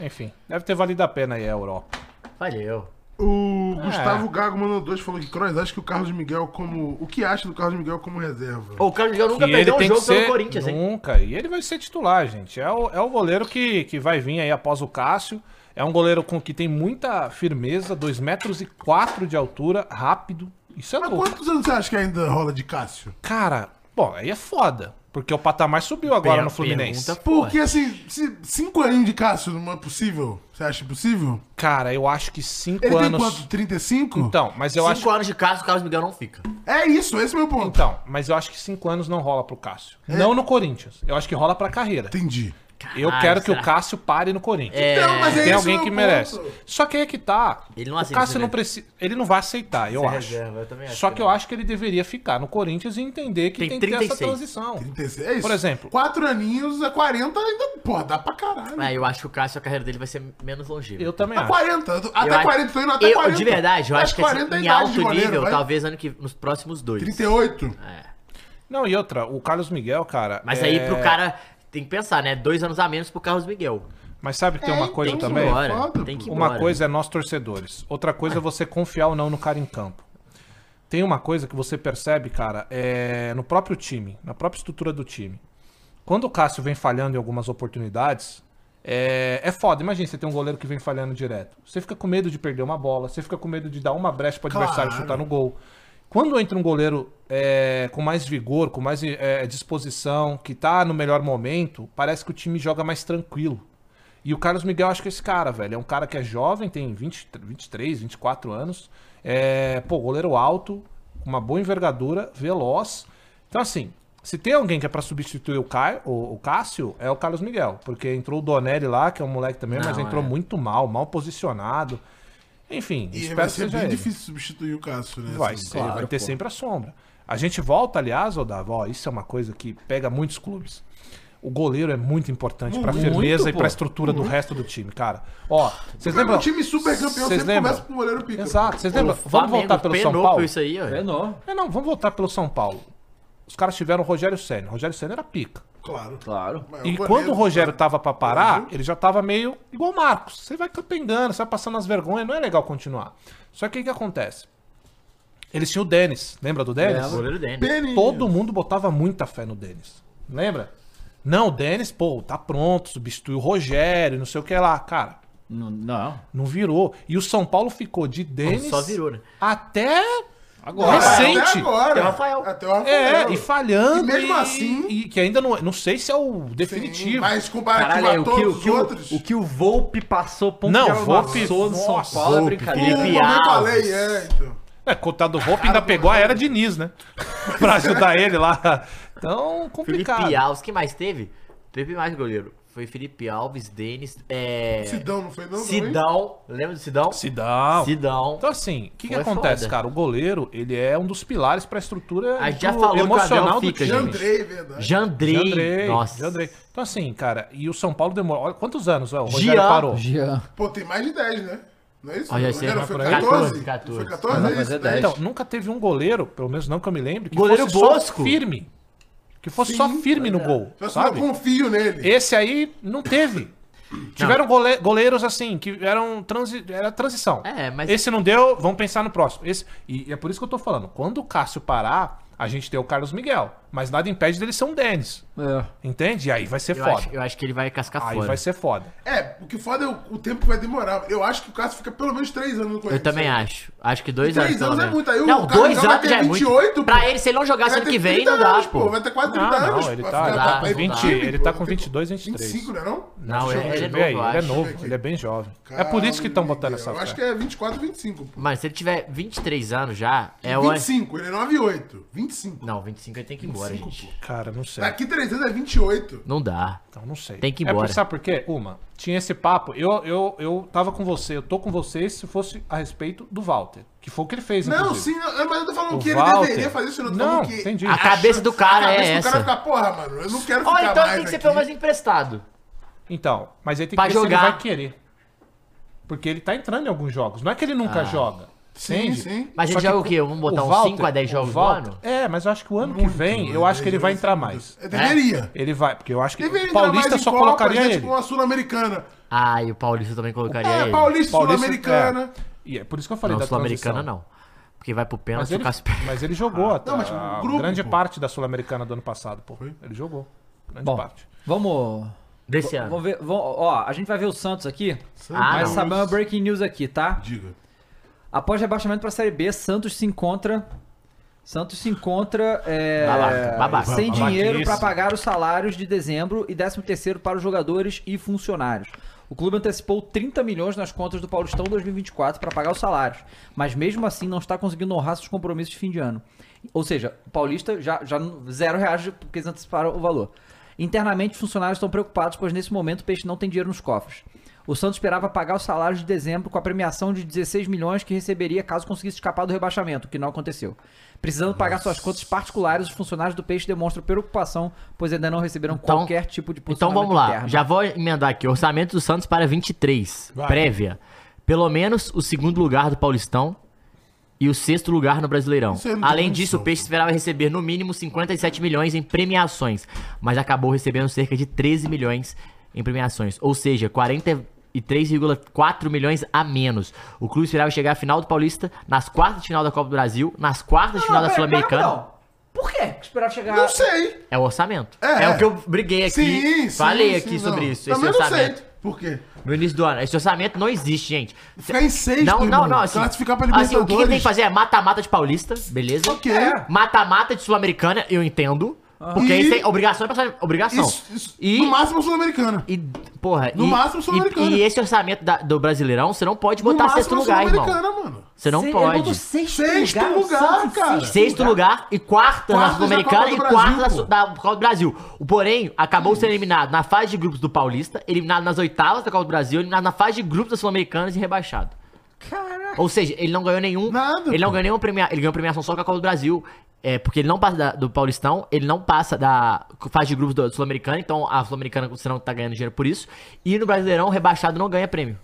S7: Enfim, deve ter valido a pena aí a Europa.
S4: valeu.
S3: O Gustavo Gago mandou dois falou que Cross acha que o Carlos Miguel como. O que acha do Carlos Miguel como reserva?
S4: Ô, O Carlos Miguel nunca
S7: E
S4: perdeu um jogo pelo Corinthians, hein?
S7: Nunca. E ele vai ser titular, gente. É o, é o goleiro que, que vai vir aí após o Cássio. É um goleiro com que tem muita firmeza, 2 metros e 4 de altura, rápido. Isso é
S3: Mas
S7: louco.
S3: quantos anos você acha que ainda rola de Cássio?
S7: Cara, bom, aí é foda. Porque o patamar subiu agora
S4: Per-
S7: no Fluminense.
S4: pergunta, porra.
S3: Porque assim, se cinco aninhos de Cássio não é possível? Você acha possível?
S7: Cara, eu acho que 5
S3: Ele tem
S7: anos.
S3: quanto? 35?
S7: Então, mas eu
S4: Cinco
S7: acho.
S4: anos de casa, o Carlos Miguel não fica.
S3: É isso, esse é o meu ponto.
S7: Então, mas eu acho que 5 anos não rola pro Cássio.
S3: É.
S7: Não no Corinthians. Eu acho que rola pra carreira.
S3: Entendi.
S7: Eu
S4: Caralho,
S7: quero que
S4: será?
S7: o Cássio pare no Corinthians.
S4: É.
S3: Então, mas
S7: Tem
S3: esse
S7: alguém
S3: meu
S7: que
S3: ponto.
S7: merece. Só que aí é que tá.
S4: Ele não
S7: o
S4: aceita
S7: Cássio
S4: ser
S7: não
S4: reserva.
S7: precisa. Ele não vai aceitar, eu
S4: Ser
S7: acho.
S4: reserva, eu também acho
S7: Só
S4: que
S7: que eu
S4: não.
S7: acho que ele deveria ficar no Corinthians e entender que
S4: Tem
S7: tem, que ter essa
S4: 36.
S7: transição.
S3: 36? É isso.
S7: Por exemplo.
S3: Quatro aninhos é 40, ainda, pô, dá pra caralho.
S4: É, eu acho que o Cássio, a carreira dele vai ser menos longeva.
S7: Eu também
S4: é?
S3: Tá
S7: acho.
S3: 40, eu tô- até
S4: Eu acho-
S3: 40, tô indo até
S4: eu,
S3: 40.
S4: De verdade, eu
S3: Mas
S4: acho que assim,
S3: 40 é a
S4: em
S3: idade
S4: alto
S3: de goleiro,
S4: nível,
S3: vai.
S4: talvez ano que, nos próximos dois.
S3: 38?
S7: Ah, Não, e outra, o Carlos Miguel, cara.
S4: Mas
S7: é-
S4: aí pro cara, tem que pensar, né? Dois anos a menos pro Carlos Miguel.
S7: Mas sabe que tem uma coisa
S4: É, tem que
S7: também?
S4: ir embora.
S3: Foda,
S4: então tem que ir
S7: Uma
S4: embora. né?
S7: coisa é nós torcedores, outra coisa é você confiar ou não no cara em campo. Tem uma coisa que você percebe, cara, é no próprio time, na própria estrutura do time. Quando o Cássio vem falhando em algumas oportunidades, é, é foda. Imagina você tem um goleiro que vem falhando direto. Você fica com medo de perder uma bola, você fica com medo de dar uma brecha pro adversário
S3: Claro.
S7: chutar tá no gol. Quando entra um goleiro é, com mais vigor, com mais é, disposição, que tá no melhor momento, parece que o time joga mais tranquilo. E o Carlos Miguel, acho que é esse cara, velho, é um cara que é jovem, tem 20, 23, 24 anos. É, pô, goleiro alto, com uma boa envergadura, veloz. Então, assim, se tem alguém que é pra substituir o, Caio, o, o Cássio, é o Carlos Miguel. Porque entrou o Donelli lá, que é um moleque também, mas
S4: Não,
S7: entrou
S4: é.
S7: muito mal, mal posicionado. Enfim,
S3: E
S7: espero
S3: vai
S7: que
S3: ser
S7: seja
S3: bem
S7: ele.
S3: difícil substituir o Cássio, né?
S7: Vai
S3: assim.
S7: ser, vai ter
S4: pô.
S7: sempre a sombra. A gente volta, aliás, Odavo, ó, isso é uma coisa que pega muitos clubes. O goleiro é muito importante pra firmeza e pra estrutura do resto do time, cara. Ó, vocês
S3: Cara,
S7: lembram?
S3: o um time super campeão
S7: Vocês
S3: sempre
S7: lembram?
S3: começa com o goleiro pica.
S7: Exato, vocês lembram?
S4: O
S7: Vamos
S4: Flamengo
S7: voltar pelo São
S4: penou com
S7: Paulo?
S4: isso aí, ó.
S2: Menor.
S7: É, não, vamos voltar pelo São Paulo. Os caras tiveram o Rogério Senna. O Rogério Senna era pica.
S3: Claro.
S2: Claro.
S3: Mas
S7: E
S3: goleiro-
S7: quando o Rogério
S3: né?
S7: tava pra parar,
S3: Brasil.
S7: ele já tava meio igual o Marcos. Você vai capengando, você vai passando as vergonhas, não é legal continuar. Só que o que acontece? Eles tinham o Denis. Lembra do Denis?
S4: Goleiro dele.
S3: Peninha.
S7: é Todo mundo botava muita fé no Denis. Lembra? Não, o Denis, pô, tá pronto, substituiu o Rogério, não sei o que lá. Cara,
S2: Não.
S3: É
S2: não.
S7: não virou. E o São Paulo ficou de Denis
S4: Só virou, né?
S7: até
S3: Ah,
S7: recente.
S3: Até agora.
S4: Até o Rafael.
S3: Até o Rafael.
S7: É, e falhando.
S3: E mesmo assim-
S7: E que ainda não. Não sei se é o definitivo.
S3: Sim, Mas comparativo
S2: Caralho, é,
S3: a
S2: o que
S3: todos
S2: o, que
S3: os
S2: o,
S3: outros.
S2: o que o Volpe passou, ponto
S7: Não,
S2: que ela
S7: Volpe-
S2: passou no São
S7: nossa,
S2: Paulo
S4: Volpe,
S2: é brincadeira.
S4: Felipe
S3: Como eu
S4: Alves.
S3: falei, é, então.
S7: É, coitado do Volpe ainda pegou a era Diniz, né? pra ajudar ele lá. Então, complicado.
S4: Felipe Alves, quem mais teve? Teve mais goleiro. Foi Felipe Alves, Denis, é...
S3: Sidão, não foi não? também?
S4: Sidão. Lembra do Sidão?
S7: Sidão.
S4: Sidão.
S7: Então, assim, o que, que
S4: Foi
S7: acontece,
S4: foda.
S7: cara? O goleiro, ele é um dos pilares pra estrutura
S4: A gente já
S7: do-
S4: falou que o Abel
S7: emocional do
S4: fica,
S7: time.
S4: gente.
S3: Jandrei, verdade.
S4: Jandrei.
S7: Jandrei,
S4: Nossa.
S7: Jandrei. Então, assim, cara, e o São Paulo demorou. Olha quantos anos, ó, o Rogério
S4: Jean.
S7: parou.
S2: Jean.
S3: Pô, tem mais de 10, né? Não é isso?
S4: Olha,
S3: O
S4: esse
S3: goleiro
S4: é
S3: foi
S4: pra-
S3: 14?
S4: 14.
S3: Foi 14?
S2: Vai
S3: é isso,
S2: fazer
S3: né?
S2: 10.
S7: Então, nunca teve um goleiro, pelo menos não que eu me lembre, que
S4: Goleiro
S7: fosse
S4: Bosco. é.
S7: só firme. Que fosse só firme no gol,
S3: Então, assim,
S7: sabe?
S3: Eu confio nele.
S7: Esse aí não teve. Tiveram gole- goleiros assim, que eram transi era transição.
S4: É, mas-
S7: Esse não deu, vamos pensar no próximo. Esse... E é por isso que eu tô falando. Quando o Cássio parar, a gente tem o Carlos Miguel. Mas nada impede dele ser um Denis.
S2: É.
S7: Entende? E aí vai ser
S4: Eu
S7: foda.
S4: acho, eu acho que ele vai cascar
S7: Aí
S4: fora.
S7: vai ser foda.
S3: É, o que foda é o, o tempo que vai demorar. Eu acho que o Cássio fica pelo menos 3 anos no
S4: Eu
S3: Corinthians.
S4: também acho. Acho que dois
S3: Três
S4: anos. pelo
S3: anos é
S4: menos.
S3: muito, aí o
S4: não,
S3: cara
S4: dois
S3: já vai
S4: anos
S3: ter
S4: já é muito.
S3: 28, pô.
S4: pra ele, se ele não jogar
S3: Vai
S4: ano
S3: ter
S4: que vem,
S3: 30
S4: não dá,
S3: anos,
S4: pô.
S3: Vai ter quase 30
S7: Não,
S3: anos.
S7: não, ele
S3: pra
S7: tá,
S3: ficar-
S4: dá,
S3: pra
S4: 20,
S3: time,
S7: ele
S3: pô,
S7: tá
S3: vai
S7: com
S3: ter
S7: 22, 23.
S3: 25, não é não?
S4: Não,
S3: Deixa eu
S4: ele
S3: ver.
S4: é
S7: Vê aí,
S4: novo, eu
S7: ele é
S4: acho.
S7: novo,
S3: aqui.
S7: ele é bem jovem. é por isso que estão botando essa
S3: Eu acho
S7: fé.
S3: que é 24, 25. pô.
S4: Mano, se ele tiver 23 anos já, é o.
S3: 25, ele é 9 e 8. 25.
S4: Não, 25 ele tem que ir embora,
S3: 25,
S4: gente.
S7: Cara, não sei.
S3: Daqui 3 anos é 28.
S4: Não dá.
S7: Então não sei.
S4: Tem que ir
S7: É por-
S4: embora.
S7: sabe por quê? Uma, tinha esse papo. Eu, eu, eu tava com você, eu tô com você se fosse a respeito do Walter. Que foi o que ele fez,
S3: Não,
S7: inclusive.
S3: sim, eu- mas eu tô falando
S7: é O
S3: que ele
S7: Walter-
S3: deveria fazer isso. eu tô
S7: Não,
S3: falando que
S7: entendi.
S3: a
S7: A
S3: chance-
S4: cabeça do cara
S3: a
S4: é
S3: cabeça do cara
S4: essa.
S3: fica, porra, mano, eu não quero
S4: Ó,
S3: ficar
S4: então
S3: mais
S4: tem que ser
S3: aqui."
S4: pelo menos emprestado.
S7: Então, mas aí tem que
S4: Pra
S7: ver se
S4: jogar.
S7: ele vai querer. Porque ele tá entrando em alguns jogos. Não é que ele nunca joga.
S3: Sim,
S7: entende?
S3: sim.
S4: Mas ele
S7: Só que
S4: Ah. joga o
S7: co-
S4: quê? Vamos botar
S7: o
S4: uns
S7: Walter-
S4: 5 a 10
S7: o
S4: jogos no
S7: Walter-
S4: ano?
S7: É, mas eu acho que o ano que vem, eu acho que ele vai entrar mais.
S3: né? É, deveria.
S7: Ele vai, porque eu acho que
S3: Deveria
S7: o
S3: entrar
S7: Paulista
S3: mais em
S7: só
S3: Copa,
S7: colocaria
S3: gente,
S7: ele.
S3: com a Sul-Americana.
S4: Ah, e o Paulista também colocaria
S3: É,
S4: ele.
S3: Paulista, tá
S7: Paulista-
S3: Sul-Americana.
S7: é. E é por isso que eu falei
S4: Não,
S7: da
S4: Sul-Americana
S7: transição.
S4: não. Porque vai pro pênalti
S7: Mas
S4: e o
S7: ele,
S4: Cássio perde.
S7: mas ele jogou até
S3: Não, mas, tipo,
S7: a
S3: grupo,
S7: grande
S3: pô.
S7: parte da Sul-Americana do ano passado, pô. Ele jogou. Grande
S2: Bom,
S7: parte.
S2: vamos.
S4: Desse ano.
S2: Vamos ver. Vamos, ó, a gente vai ver o Santos aqui.
S4: Ah,
S2: mas
S4: não.
S2: sabemos a breaking news aqui, tá?
S3: Diga.
S2: Após rebaixamento pra Série B, Santos se encontra. Santos se encontra é,
S4: Babaca, babaca.
S2: sem
S7: Babaquice.
S2: dinheiro para pagar os salários de dezembro e 13º para os jogadores e funcionários. O clube antecipou 30 milhões nas contas do Paulistão 2024 para pagar os salários, mas mesmo assim não está conseguindo honrar seus compromissos de fim de ano. Ou seja, o Paulista já, já não- zero reais porque eles anteciparam o valor. Internamente, os funcionários estão preocupados, pois nesse momento o Peixe não tem dinheiro nos cofres. O Santos esperava pagar os salários de dezembro com a premiação de 16 milhões que receberia caso conseguisse escapar do rebaixamento, o que não aconteceu. Precisando pagar suas contas particulares, os funcionários do Peixe demonstram preocupação, pois ainda não receberam
S4: Então-
S2: qualquer tipo de
S4: Então
S2: posicionamento
S4: vamos lá,
S2: interno.
S4: já vou emendar aqui. Orçamento do Santos para 23, prévia. Pelo menos o segundo lugar do Paulistão e o sexto lugar no Brasileirão.
S3: Isso é aí não tem
S4: Além disso,
S3: condição,
S4: o Peixe esperava receber no mínimo 57 milhões em premiações, mas acabou recebendo cerca de 13 milhões em premiações, ou seja, 43,4 milhões a menos. O clube esperava chegar à final do Paulista, nas quartas de final da Copa do Brasil, nas quartas de final da
S2: pera,
S4: Sul-Americana.
S2: não. Por quê? que Esperava chegar.
S3: Não sei.
S4: É o orçamento.
S3: É.
S4: É, o que eu briguei aqui.
S3: Sim, sim.
S4: falei
S3: sim,
S4: aqui
S3: não.
S4: sobre isso.
S3: Também
S4: esse
S3: não
S4: orçamento.
S3: sei. Por quê?
S4: No início do ano. Esse orçamento não existe, gente.
S3: Ficar em sexto,
S4: não, não,
S3: irmão.
S4: não. Assim,
S3: Classificar pra
S4: assim, o que que tem
S3: Libertadores.
S4: que fazer é mata-mata de paulista, beleza?
S3: Ok. Ah.
S4: Mata-mata de sul-americana, eu entendo. Porque
S3: E-
S4: aí tem obrigação é pra obrigação.
S3: Isso, isso,
S4: E,
S3: No máximo Sul-Americana.
S4: e porra,
S3: No
S4: e,
S3: máximo Sul-Americana.
S4: E, e esse orçamento da- do Brasileirão, você não pode botar
S3: no
S4: sexto
S3: máximo
S4: lugar, irmão.
S3: Sul-Americana, mano.
S4: Você não
S2: Ele botou
S4: pode.
S2: é Sexto,
S3: Sexto
S2: o
S3: lugar,
S2: Santos em
S3: cara.
S2: sexto
S4: Sexto lugar e quarta na
S3: Quartas
S4: Sul-Americana
S3: da
S4: e
S3: Copa do
S4: quarta
S3: Brasil,
S4: da, da Copa do Brasil. O porém, acabou sendo eliminado na fase de grupos do Paulista, eliminado nas oitavas da Copa do Brasil, eliminado na fase de grupos da Sul-Americana e rebaixado.
S2: Caraca.
S4: Ou seja, ele não ganhou nenhum.
S3: Nada,
S4: ele não
S3: pô.
S4: ganhou nenhuma premiação. Ele ganhou premiação só com a Copa do Brasil. É, porque ele não passa da- do Paulistão, ele não passa da fase de grupos do Sul-Americana, então a Sul-Americana você não tá ganhando dinheiro por isso. E no Brasileirão, o rebaixado não ganha prêmio.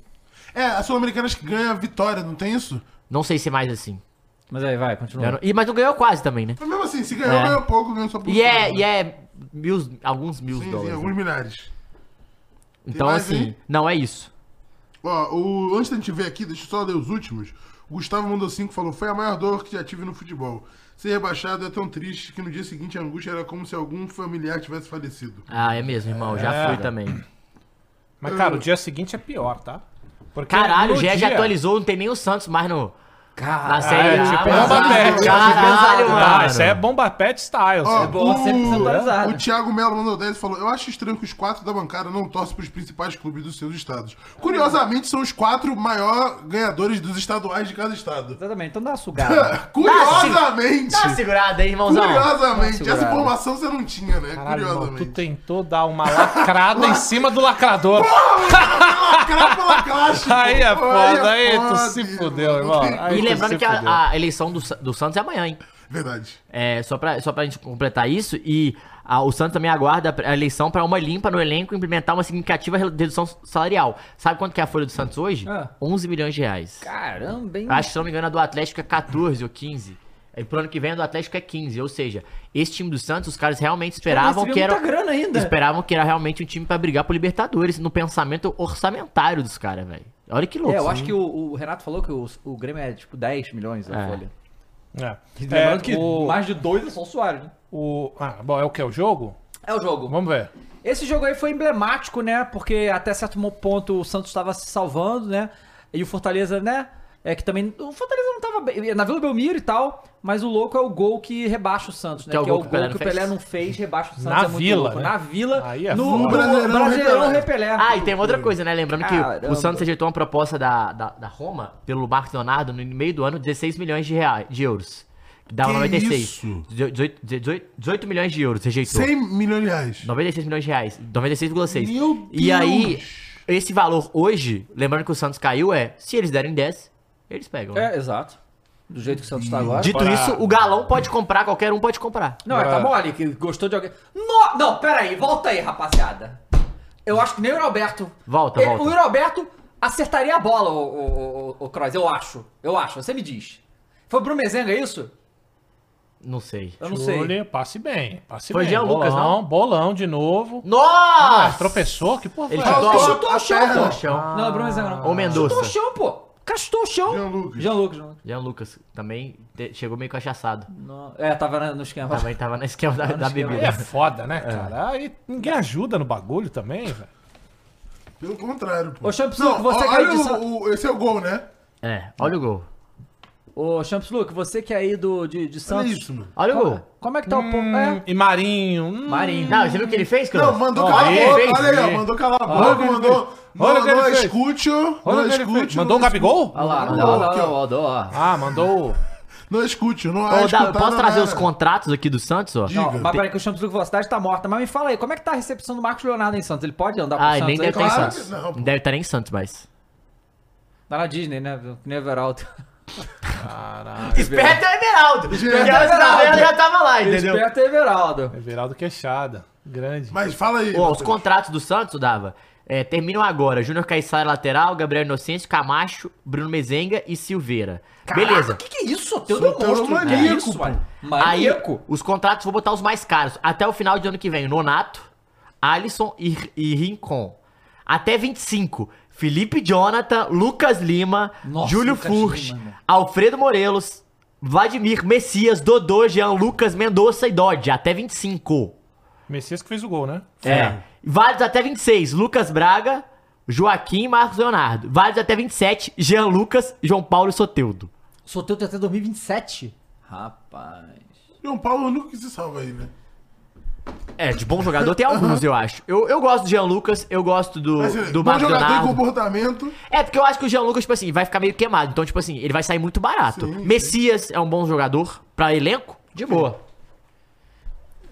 S3: É, a Sul-Americana acho que ganha vitória, não tem isso?
S4: Não sei se é mais assim.
S2: Mas aí, vai, continua.
S4: Eu não- E, mas não ganhou quase também, né?
S3: Mas mesmo assim, se ganhou,
S4: É.
S3: ganhou pouco, ganhou só pouco.
S4: E é, e é mil, alguns mil
S3: né? Sim, sim,
S4: dólares. né?
S3: alguns milhares.
S4: Então,
S3: mais
S4: assim,
S3: aí?
S4: não é isso.
S3: Ó, o, antes da gente ver aqui, deixa eu só ler os últimos. O Gustavo mandou cinco falou: Foi a maior dor que já tive no futebol. Ser rebaixado é tão triste que no dia seguinte a angústia era como se algum familiar tivesse falecido.
S4: Ah, é mesmo, irmão. Já fui também.
S7: Mas, cara, o dia seguinte é pior, tá? Porque
S4: Caralho, o
S7: no
S4: GE já
S7: dia-
S4: atualizou, não tem nem o Santos mais no, na
S2: Caraca.
S4: série.
S7: é,
S4: A.
S7: tipo,
S4: Mas-
S7: bomba pet.
S4: Caralho,
S7: Ah,
S4: mano.
S7: isso aí é bomba pet style.
S3: Ó,
S7: isso é bo-
S2: bom, sempre desatualizado.
S3: o Thiago Melo mandou 10 e falou: Eu acho estranho que os quatro da bancada não torcem para os principais clubes dos seus estados. Curiosamente, são os quatro maiores ganhadores dos estaduais de cada estado.
S2: Exatamente, então dá uma sugada.
S3: Curiosamente!
S4: Dá uma segurada aí, irmãozão.
S3: Curiosamente,
S2: Segurada.
S3: essa informação você não tinha, né?
S7: Caralho, irmão, tu
S3: Curiosamente.
S7: tentou dar uma lacrada em cima do lacrador.
S3: Lacrar pra lacraste, pô.
S7: Aí é foda, aí tu
S3: foda,
S7: se fudeu, irmão.
S3: Não tem-
S7: Aí
S4: E
S7: tu
S4: lembrando
S7: se
S4: que a-
S7: fudeu.
S4: a, eleição do, Sa- do Santos é amanhã, hein?
S3: Verdade.
S4: É, só, pra, só pra gente completar isso. E a- o Santos também aguarda a eleição pra uma limpa no elenco e implementar uma significativa re- redução salarial. Sabe quanto que é a folha do Santos hoje?
S2: Ah.
S4: 11 milhões de reais.
S2: Caramba, hein?
S4: Eu Acho que, se não me engano, a do Atlético é 14 ou 15. E pro ano que vem a do Atlético é 15. Ou seja, esse time do Santos, os caras realmente esperavam
S2: Recebeu
S4: que era.
S2: tá muita grana ainda.
S4: Esperavam que era realmente um time pra brigar pro Libertadores, no pensamento orçamentário dos caras, velho. Olha que louco.
S2: É, eu acho que o, o Renato falou que o, o Grêmio é tipo 10 milhões a
S4: É.
S2: folha.
S7: É. É,
S2: Lembrando que
S7: o-
S2: mais de dois é só o Soares, né?
S7: O... Ah, bom, é o que? O jogo?
S2: É o jogo.
S7: Vamos ver.
S2: Esse jogo aí foi emblemático, né? Porque até certo mo- ponto o Santos estava se salvando, né? E o Fortaleza, né? É que também. O Fortaleza não tava bem. Na Vila Belmiro e tal, mas o louco é o gol que rebaixa o Santos, né?
S4: Que é o gol que o
S2: que
S4: Pelé
S2: o
S4: não fez.
S2: Pelé não fez, rebaixa o Santos.
S7: Na
S2: é muito
S7: Vila,
S2: louco.
S7: né?
S2: Na Vila.
S7: Aí é
S2: no,
S7: foda.
S2: no Brasileirão,
S3: Brasileirão
S2: Repelé.
S4: Ah, e tem uma outra coisa, né? Lembrando que
S2: Caramba.
S4: o Santos rejeitou uma proposta da, da, da Roma pelo Marcos Leonardo no meio do ano, 16 milhões de, reais, de euros. Que dava
S3: Que
S4: 96.
S3: isso?
S4: 18, 18, 18 milhões de euros rejeitou.
S3: 100 milhões de reais.
S4: 96 milhões de reais. 96,6.
S3: Meu
S4: E aí,
S3: Deus.
S4: esse valor hoje, lembrando que o Santos caiu, é se eles derem 10, eles pegam. né?
S2: É, exato. Do jeito que o Santos tá agora.
S4: Dito isso, o galão pode comprar, qualquer um pode comprar.
S2: Não, é, tá mole, que gostou de alguém. No... Não, pera aí, volta aí, rapaziada. Eu acho que nem o Roberto.
S4: Volta,
S2: Ele-
S4: volta.
S2: O Roberto acertaria a bola, o, o, o, o Kroos, eu acho. Eu acho, você me diz. Foi o Brumezenga isso?
S4: Não sei.
S2: Eu não sei.
S7: Júlio, passe bem. Passe
S4: Foi
S7: bem.
S4: Jean Lucas,
S7: bolão,
S4: não?
S7: bolão de novo.
S4: Nossa!
S7: Ah, tropeçou? Que porra
S4: Ele
S7: foi essa?
S4: chutou.
S2: Ele chutou o chão,
S4: Chutou o
S2: pô.
S4: chão.
S2: Não, é o Brumezenga não.
S4: Ou Mendonça.
S2: Chutou o chão, pô. Castou o chão.
S3: Jean Lucas.
S2: Jean Lucas. Jean Lucas.
S4: Jean Lucas também te- chegou meio cachaçado.
S2: Não. É, tava na- no esquema.
S4: Também tava no esquema da, da
S2: esquema.
S7: Aí é
S4: bebida.
S7: foda, né, cara? Aí ninguém ajuda no bagulho também, velho.
S3: Pelo contrário, pô.
S2: Ô, Champs Luke, você
S3: ó-
S2: que é
S3: olha
S2: de São...
S3: o, o- Esse é o gol, né?
S4: É, olha o gol.
S2: Ô, Champs Luke, você que é aí do, de, de
S3: Olha
S2: Santos.
S3: isso, Hum. mano.
S4: Olha o gol.
S2: Como é que tá o ponto? É.
S7: E Marinho. hum.
S2: Marinho.
S4: Não, você viu o que ele fez, Cruz?
S3: Não, mandou calar a
S7: aí,
S3: boca.
S4: fez,
S3: Olha aí, ó.
S4: fez.
S3: Mandou calar a
S7: Olha o que
S3: boca,
S7: ele
S3: mandou.
S7: fez. Olha o
S3: Não,
S7: que ele
S3: não
S7: fez.
S3: escute.
S7: Olha o
S3: Não
S7: que ele fez.
S3: escute.
S7: Mandou o
S3: não
S7: Gabigol?
S2: Olha lá, olha
S3: Mandou,
S2: lá, olha lá,
S3: aqui, ó.
S2: olha lá.
S7: Ah, mandou. o-
S3: Não escute, não tá
S4: Ô,
S3: há
S4: Davi,
S3: escutar,
S4: posso
S3: não
S4: trazer
S3: há-
S4: os contratos aqui do Santos, ó?
S3: Diga.
S2: Não, mas peraí que o Champs Luke Velocidade tá morta. Mas me fala aí, como é que tá a recepção do Marcos Leonardo em Santos? Ele pode andar pro
S4: Ah, ele
S2: Santos é
S4: nem
S2: aí?
S4: deve estar
S3: claro
S4: em
S3: que
S4: Santos.
S3: não,
S4: Não,
S3: pô.
S4: deve estar nem em Santos, mas.
S2: Tá na Disney, né? Que nem o Everaldo.
S4: Esperto é Everaldo!
S3: Esperto é
S2: Everaldo.
S4: já tava lá,
S2: Esperto é Everaldo.
S7: Everaldo Queixada. Grande.
S3: Mas fala aí.
S4: Ó, os
S3: Matheus.
S4: contratos do Santos, Dava, é, terminam agora. Júnior Caissara, lateral, Gabriel Inocêncio, Camacho, Bruno Mezenga e Silveira. Beleza.
S2: O que, que é isso? Teu
S3: Sou
S2: monstro. Que é
S3: maníaco,
S2: isso,
S3: pô.
S2: mano?
S4: Aí,
S2: Maníaco?
S4: os contratos, vou botar os mais caros. Até o final de ano que vem, Nonato, Alisson e, e Rincon. Até 25, Felipe Jonathan, Lucas Lima,
S2: Nossa,
S4: Júlio
S2: Lucas
S4: Furch,
S2: Lima, mano.
S4: Alfredo Morelos, Vladimir, Messias, Dodô, Jean, Lucas, Mendonça e Dodge. Até 25.
S7: Messias que fez o gol, né?
S4: É. Válidos até 26, Lucas Braga, Joaquim e Marcos Leonardo. Válidos até 27, Jean Lucas, João Paulo e Soteudo.
S2: Solteiro até 2027? Rapaz.
S3: João Paulo é o único que se salva aí, né?
S4: É, de bom jogador tem alguns, eu acho. Eu, eu gosto do Jean Lucas, eu gosto do,
S3: Mas, assim,
S4: do
S3: bom
S4: Marcos
S3: jogador em
S4: Leonardo.
S3: comportamento.
S4: É, porque eu acho que o Jean Lucas, tipo assim, vai ficar meio queimado. Então, tipo assim, ele vai sair muito barato.
S3: Sim, sim.
S4: Messias é um bom jogador pra elenco, de boa.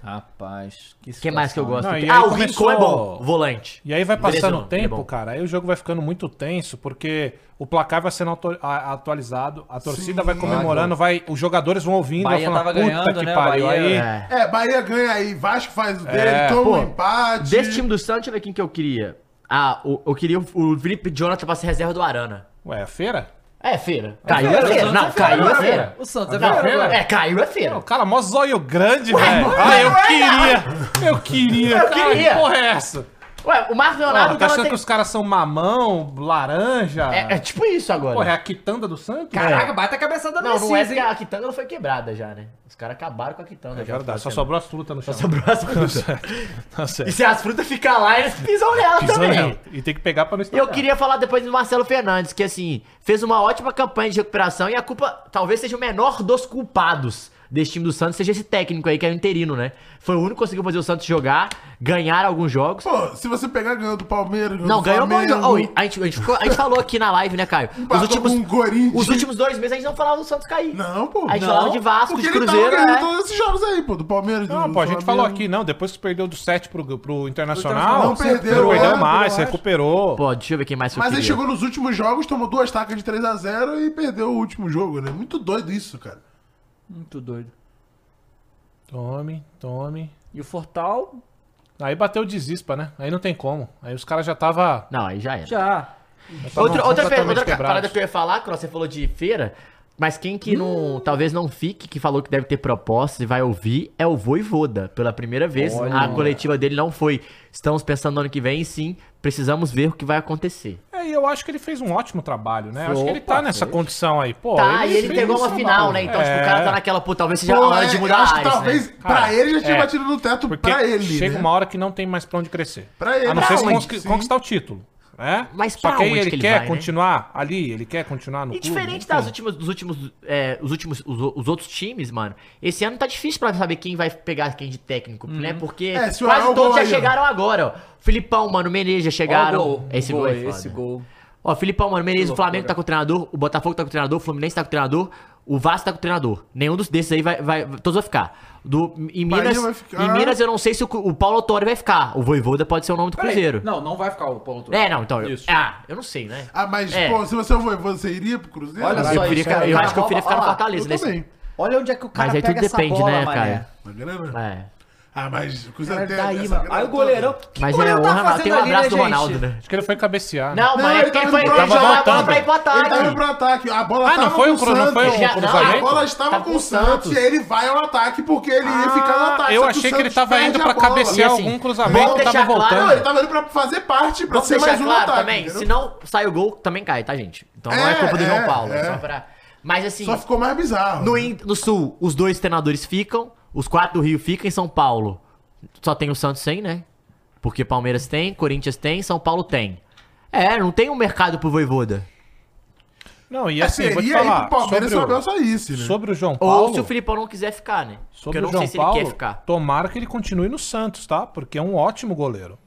S2: Rapaz. Que
S4: O que mais que eu gosto?
S7: Não, e aí
S4: ah, o
S7: começou-
S4: Rincon é bom, volante.
S7: E aí vai passando
S4: Beleza,
S7: o
S4: ele é
S7: tempo,
S4: bom.
S7: cara, aí o jogo vai ficando muito tenso, porque o placar vai sendo atu- a- atualizado, a torcida vai comemorando, vai, os jogadores vão ouvindo,
S2: Bahia
S7: vai
S2: tava
S7: falando, puta
S2: ganhando,
S7: que
S2: né,
S7: pariu,
S2: Bahia,
S7: aí...
S4: É.
S3: É, Bahia ganha aí. Vasco faz o dele,
S7: É,
S3: toma
S4: pô,
S3: um empate.
S4: Desse time do Santos, deixa eu ver quem que eu queria. Ah, o- eu queria o, o Felipe Jonathan pra ser reserva do Arana.
S7: Ué, é feira?
S4: É feira. Caiu é
S2: feira,
S4: feira.
S2: o
S4: Não,
S2: Santos é feira
S4: caiu é
S2: agora.
S4: feira.
S2: O Santos é
S4: Não,
S2: feira agora.
S4: É, caiu é
S7: O
S4: feira.
S7: cara, mó zóio grande, velho.
S4: não
S7: Ah,
S4: é,
S7: eu
S4: não é,
S7: queria, eu queria,
S4: Eu
S7: cara,
S4: queria.
S7: que porra é essa?
S4: Ué, o Marcos Leonardo
S7: Ah, tá
S4: tava
S7: achando
S4: tem-
S7: que os caras são mamão, laranja?
S4: é, é tipo isso agora.
S7: Porra, é a quitanda do Santos?
S2: Caraca, bate a cabeça da
S4: Não, não é
S2: Messias,
S4: porque
S2: hein?
S4: a quitanda ela foi quebrada já, né? Os caras acabaram com a quitanda
S7: É
S4: já.
S7: verdade, só
S4: Tá
S7: sobrou as frutas no chão.
S4: sobrou as frutas.
S7: Tá certo.
S4: E se as frutas ficar lá, eles pisam nela
S7: Pisou
S4: também.
S7: nela. E tem que pegar pra
S4: E
S7: não
S4: eu
S7: estragar.
S4: queria falar depois do Marcelo Fernandes, que assim, fez uma ótima campanha de recuperação e a culpa talvez seja o menor dos culpados desse time do Santos, seja esse técnico aí que é o interino, né? Foi o único que conseguiu fazer o Santos jogar, ganhar alguns jogos.
S3: Pô, se você pegar ganhou do Palmeiras, ganhou
S4: Não,
S3: do
S4: ganhou muito.
S3: Flamengo,
S4: Oi, a, gente, a gente ficou- a gente falou aqui na live, né, Caio? Os
S3: empatou
S4: últimos,
S3: com o Corinthians.
S4: os últimos dois meses a gente não falava do Santos cair.
S3: Não, pô.
S4: A gente
S3: não.
S4: falava de Vasco,
S3: Porque
S4: de
S3: ele tava
S4: Cruzeiro,
S3: ganhando
S4: né?
S3: todos esses jogos aí, pô. Do Palmeiras, do
S7: Não, pô, a
S3: Flamengo.
S7: gente falou aqui, não. Depois que perdeu do 7 pro, pro Internacional,
S3: Não, perdeu,
S7: não perdeu
S3: é,
S7: mais, se
S3: perdeu mais.
S7: recuperou.
S4: Pô, deixa eu ver quem
S7: né,
S4: mais que eu
S3: Mas aí
S4: queria.
S3: chegou nos últimos jogos, tomou duas tacas de 3x0 e perdeu o último jogo, né? Muito doido isso, cara.
S2: Muito doido.
S7: Tome, tome.
S2: E o Fortal,
S7: Aí bateu o desispa, né? Aí não tem como. Aí os caras já tava.
S4: Não, aí já era.
S2: já.
S7: já tavam
S3: Tá
S4: Outra, outra, per-
S7: completamente
S4: outra ca-
S7: quebrados.
S4: parada que eu ia falar, Cross, você falou de feira, mas quem que
S3: Hum.
S4: não, talvez não fique, que falou que deve ter propostas e vai ouvir, é o Voivoda. Pela primeira vez, a coletiva dele não foi. Estamos pensando no ano que vem, sim, precisamos ver o que vai acontecer.
S7: É, É, e eu acho que ele fez um ótimo trabalho, né? acho que ele
S4: Opa,
S7: tá nessa condição aí. Pô,
S4: Tá, e ele
S7: fez
S4: pegou
S7: um
S4: uma
S7: trabalho.
S4: final, né? Então, tipo, o cara tá naquela, pô, talvez seja a
S3: Pô,
S4: hora
S3: é,
S4: de
S3: eu
S4: mudar
S3: acho
S4: a
S3: que
S4: área,
S3: talvez,
S4: né?
S3: pra ele, já tinha
S7: é.
S3: batido no teto
S7: Porque
S3: pra ele,
S7: chega
S3: né?
S7: uma hora que não tem mais pra onde crescer.
S3: Pra ele.
S7: A não
S3: Pra
S7: ser se
S3: onde?
S7: conqui-
S3: Sim.
S7: conquistar o título. Né?
S4: Mas
S7: Só
S4: pra
S7: que aí
S4: onde
S7: ele
S4: que ele
S7: quer
S4: vai, né?
S7: continuar ali, ele quer continuar no
S4: E
S7: clube.
S4: diferente
S7: enfim.
S3: Então.
S4: das últimas, dos últimos, é, os últimos, os, o- os outros times, mano, esse ano tá difícil pra saber quem vai pegar quem de técnico, né? Porque
S3: É, se o
S4: quase
S3: Arão
S4: todos já
S3: aí, ó.
S4: chegaram agora, ó. Filipão, mano, Menezes já chegaram.
S2: Ó, o gol,
S4: esse
S2: o
S4: gol,
S2: gol,
S4: é foda.
S2: Esse gol.
S4: Ó, Filipão, mano, Menezes, o
S2: loucura.
S4: Flamengo tá com o treinador, o Botafogo tá com o treinador, o Fluminense tá com o treinador, o Vasco tá com o treinador. Nenhum dos desses aí vai, vai todos vão ficar. Do, em, Minas,
S3: vai ficar.
S4: em Minas eu não sei se o, o Paulo Autori vai ficar. O Voivoda pode ser o nome do
S2: Peraí,
S4: Cruzeiro.
S2: Não, não vai ficar o Paulo Autori.
S4: É, não, então. Eu,
S2: Isso.
S4: ah, eu não sei, né?
S3: Ah, mas,
S4: É.
S3: pô, se você foi, você iria pro Cruzeiro?
S2: Olha só
S4: eu,
S2: isso aí,
S4: queria, ficar- eu
S2: cara,
S4: acho que eu queria
S2: ó,
S4: ficar no
S2: ó lá.
S4: Fortaleza
S3: ah, Eu
S4: nesse.
S3: também.
S2: Olha onde é que o cara
S4: Mas aí
S2: pega
S4: tudo depende,
S2: essa bola,
S4: né,
S2: mané.
S4: cara?
S3: Uma grana?
S4: É.
S3: Ah, mas o Cruzeiro
S7: É,
S2: Cara,
S3: tem
S2: daí,
S3: essa
S2: mano.
S3: grana
S2: Aí o
S3: toda.
S2: goleirão. que
S4: Mas é
S2: goleirão tá
S4: honra,
S2: fazendo
S4: tem um
S2: ali,
S4: abraço
S2: né,
S4: do
S2: gente?
S4: Ronaldo, né?
S7: Acho que ele foi cabecear. né?
S4: Não,
S3: Não,
S4: mas
S3: ele
S4: é porque ele
S3: tava
S4: foi
S3: indo pra-
S4: ele jogou a bola
S7: voltando.
S4: pra ir pro
S3: Ele tava indo
S4: ataque.
S3: pro ataque. A bola
S7: Ah,
S3: tava
S7: não foi
S3: com
S7: o Cru- não
S3: Santos.
S7: foi o
S4: Ele já-
S7: cruzamento?
S3: A bola estava
S4: Tava
S3: com
S4: com
S3: o Santos.
S4: Santos.
S3: e aí ele vai ao ataque porque ele ia ficar no ataque.
S7: eu
S3: só o
S7: achei que ele
S3: Santos
S7: tava
S3: perde
S7: indo
S3: a
S7: pra
S3: bola.
S7: cabecear
S4: E assim,
S7: algum cruzamento
S4: vamos
S7: que tava
S4: deixar claro-
S7: voltando.
S3: Não, ele tava indo pra fazer parte, pra
S4: Vamos
S3: ser
S4: deixar
S3: mais um
S4: claro
S3: ataque.
S4: também,
S3: entendeu?
S4: se não sai o gol, também cai, tá, gente? Então não é
S3: É,
S4: culpa do
S3: é,
S4: João Paulo, é
S3: é.
S4: só pra... Mas assim,
S3: Só ficou mais bizarro.
S4: no, in- no Sul, os dois treinadores ficam, os quatro do Rio ficam em São Paulo. Só tem o Santos sem, né? Porque Palmeiras tem, Corinthians tem, São Paulo tem. É, não tem um mercado pro Voivoda.
S7: Não, e
S3: É,
S7: assim, vou te
S3: seria aí
S7: falar.
S3: pro Palmeiras se o
S7: sobre,
S3: Abel
S7: o,
S3: saísse, né?
S7: sobre o João Paulo.
S4: Ou se o Filipão não quiser ficar, né? Porque
S7: Sobre
S4: eu
S7: o
S4: não
S7: João
S4: sei se
S7: Paulo,
S4: ele quer ficar.
S7: tomara que ele continue no Santos, tá? Porque é um ótimo goleiro.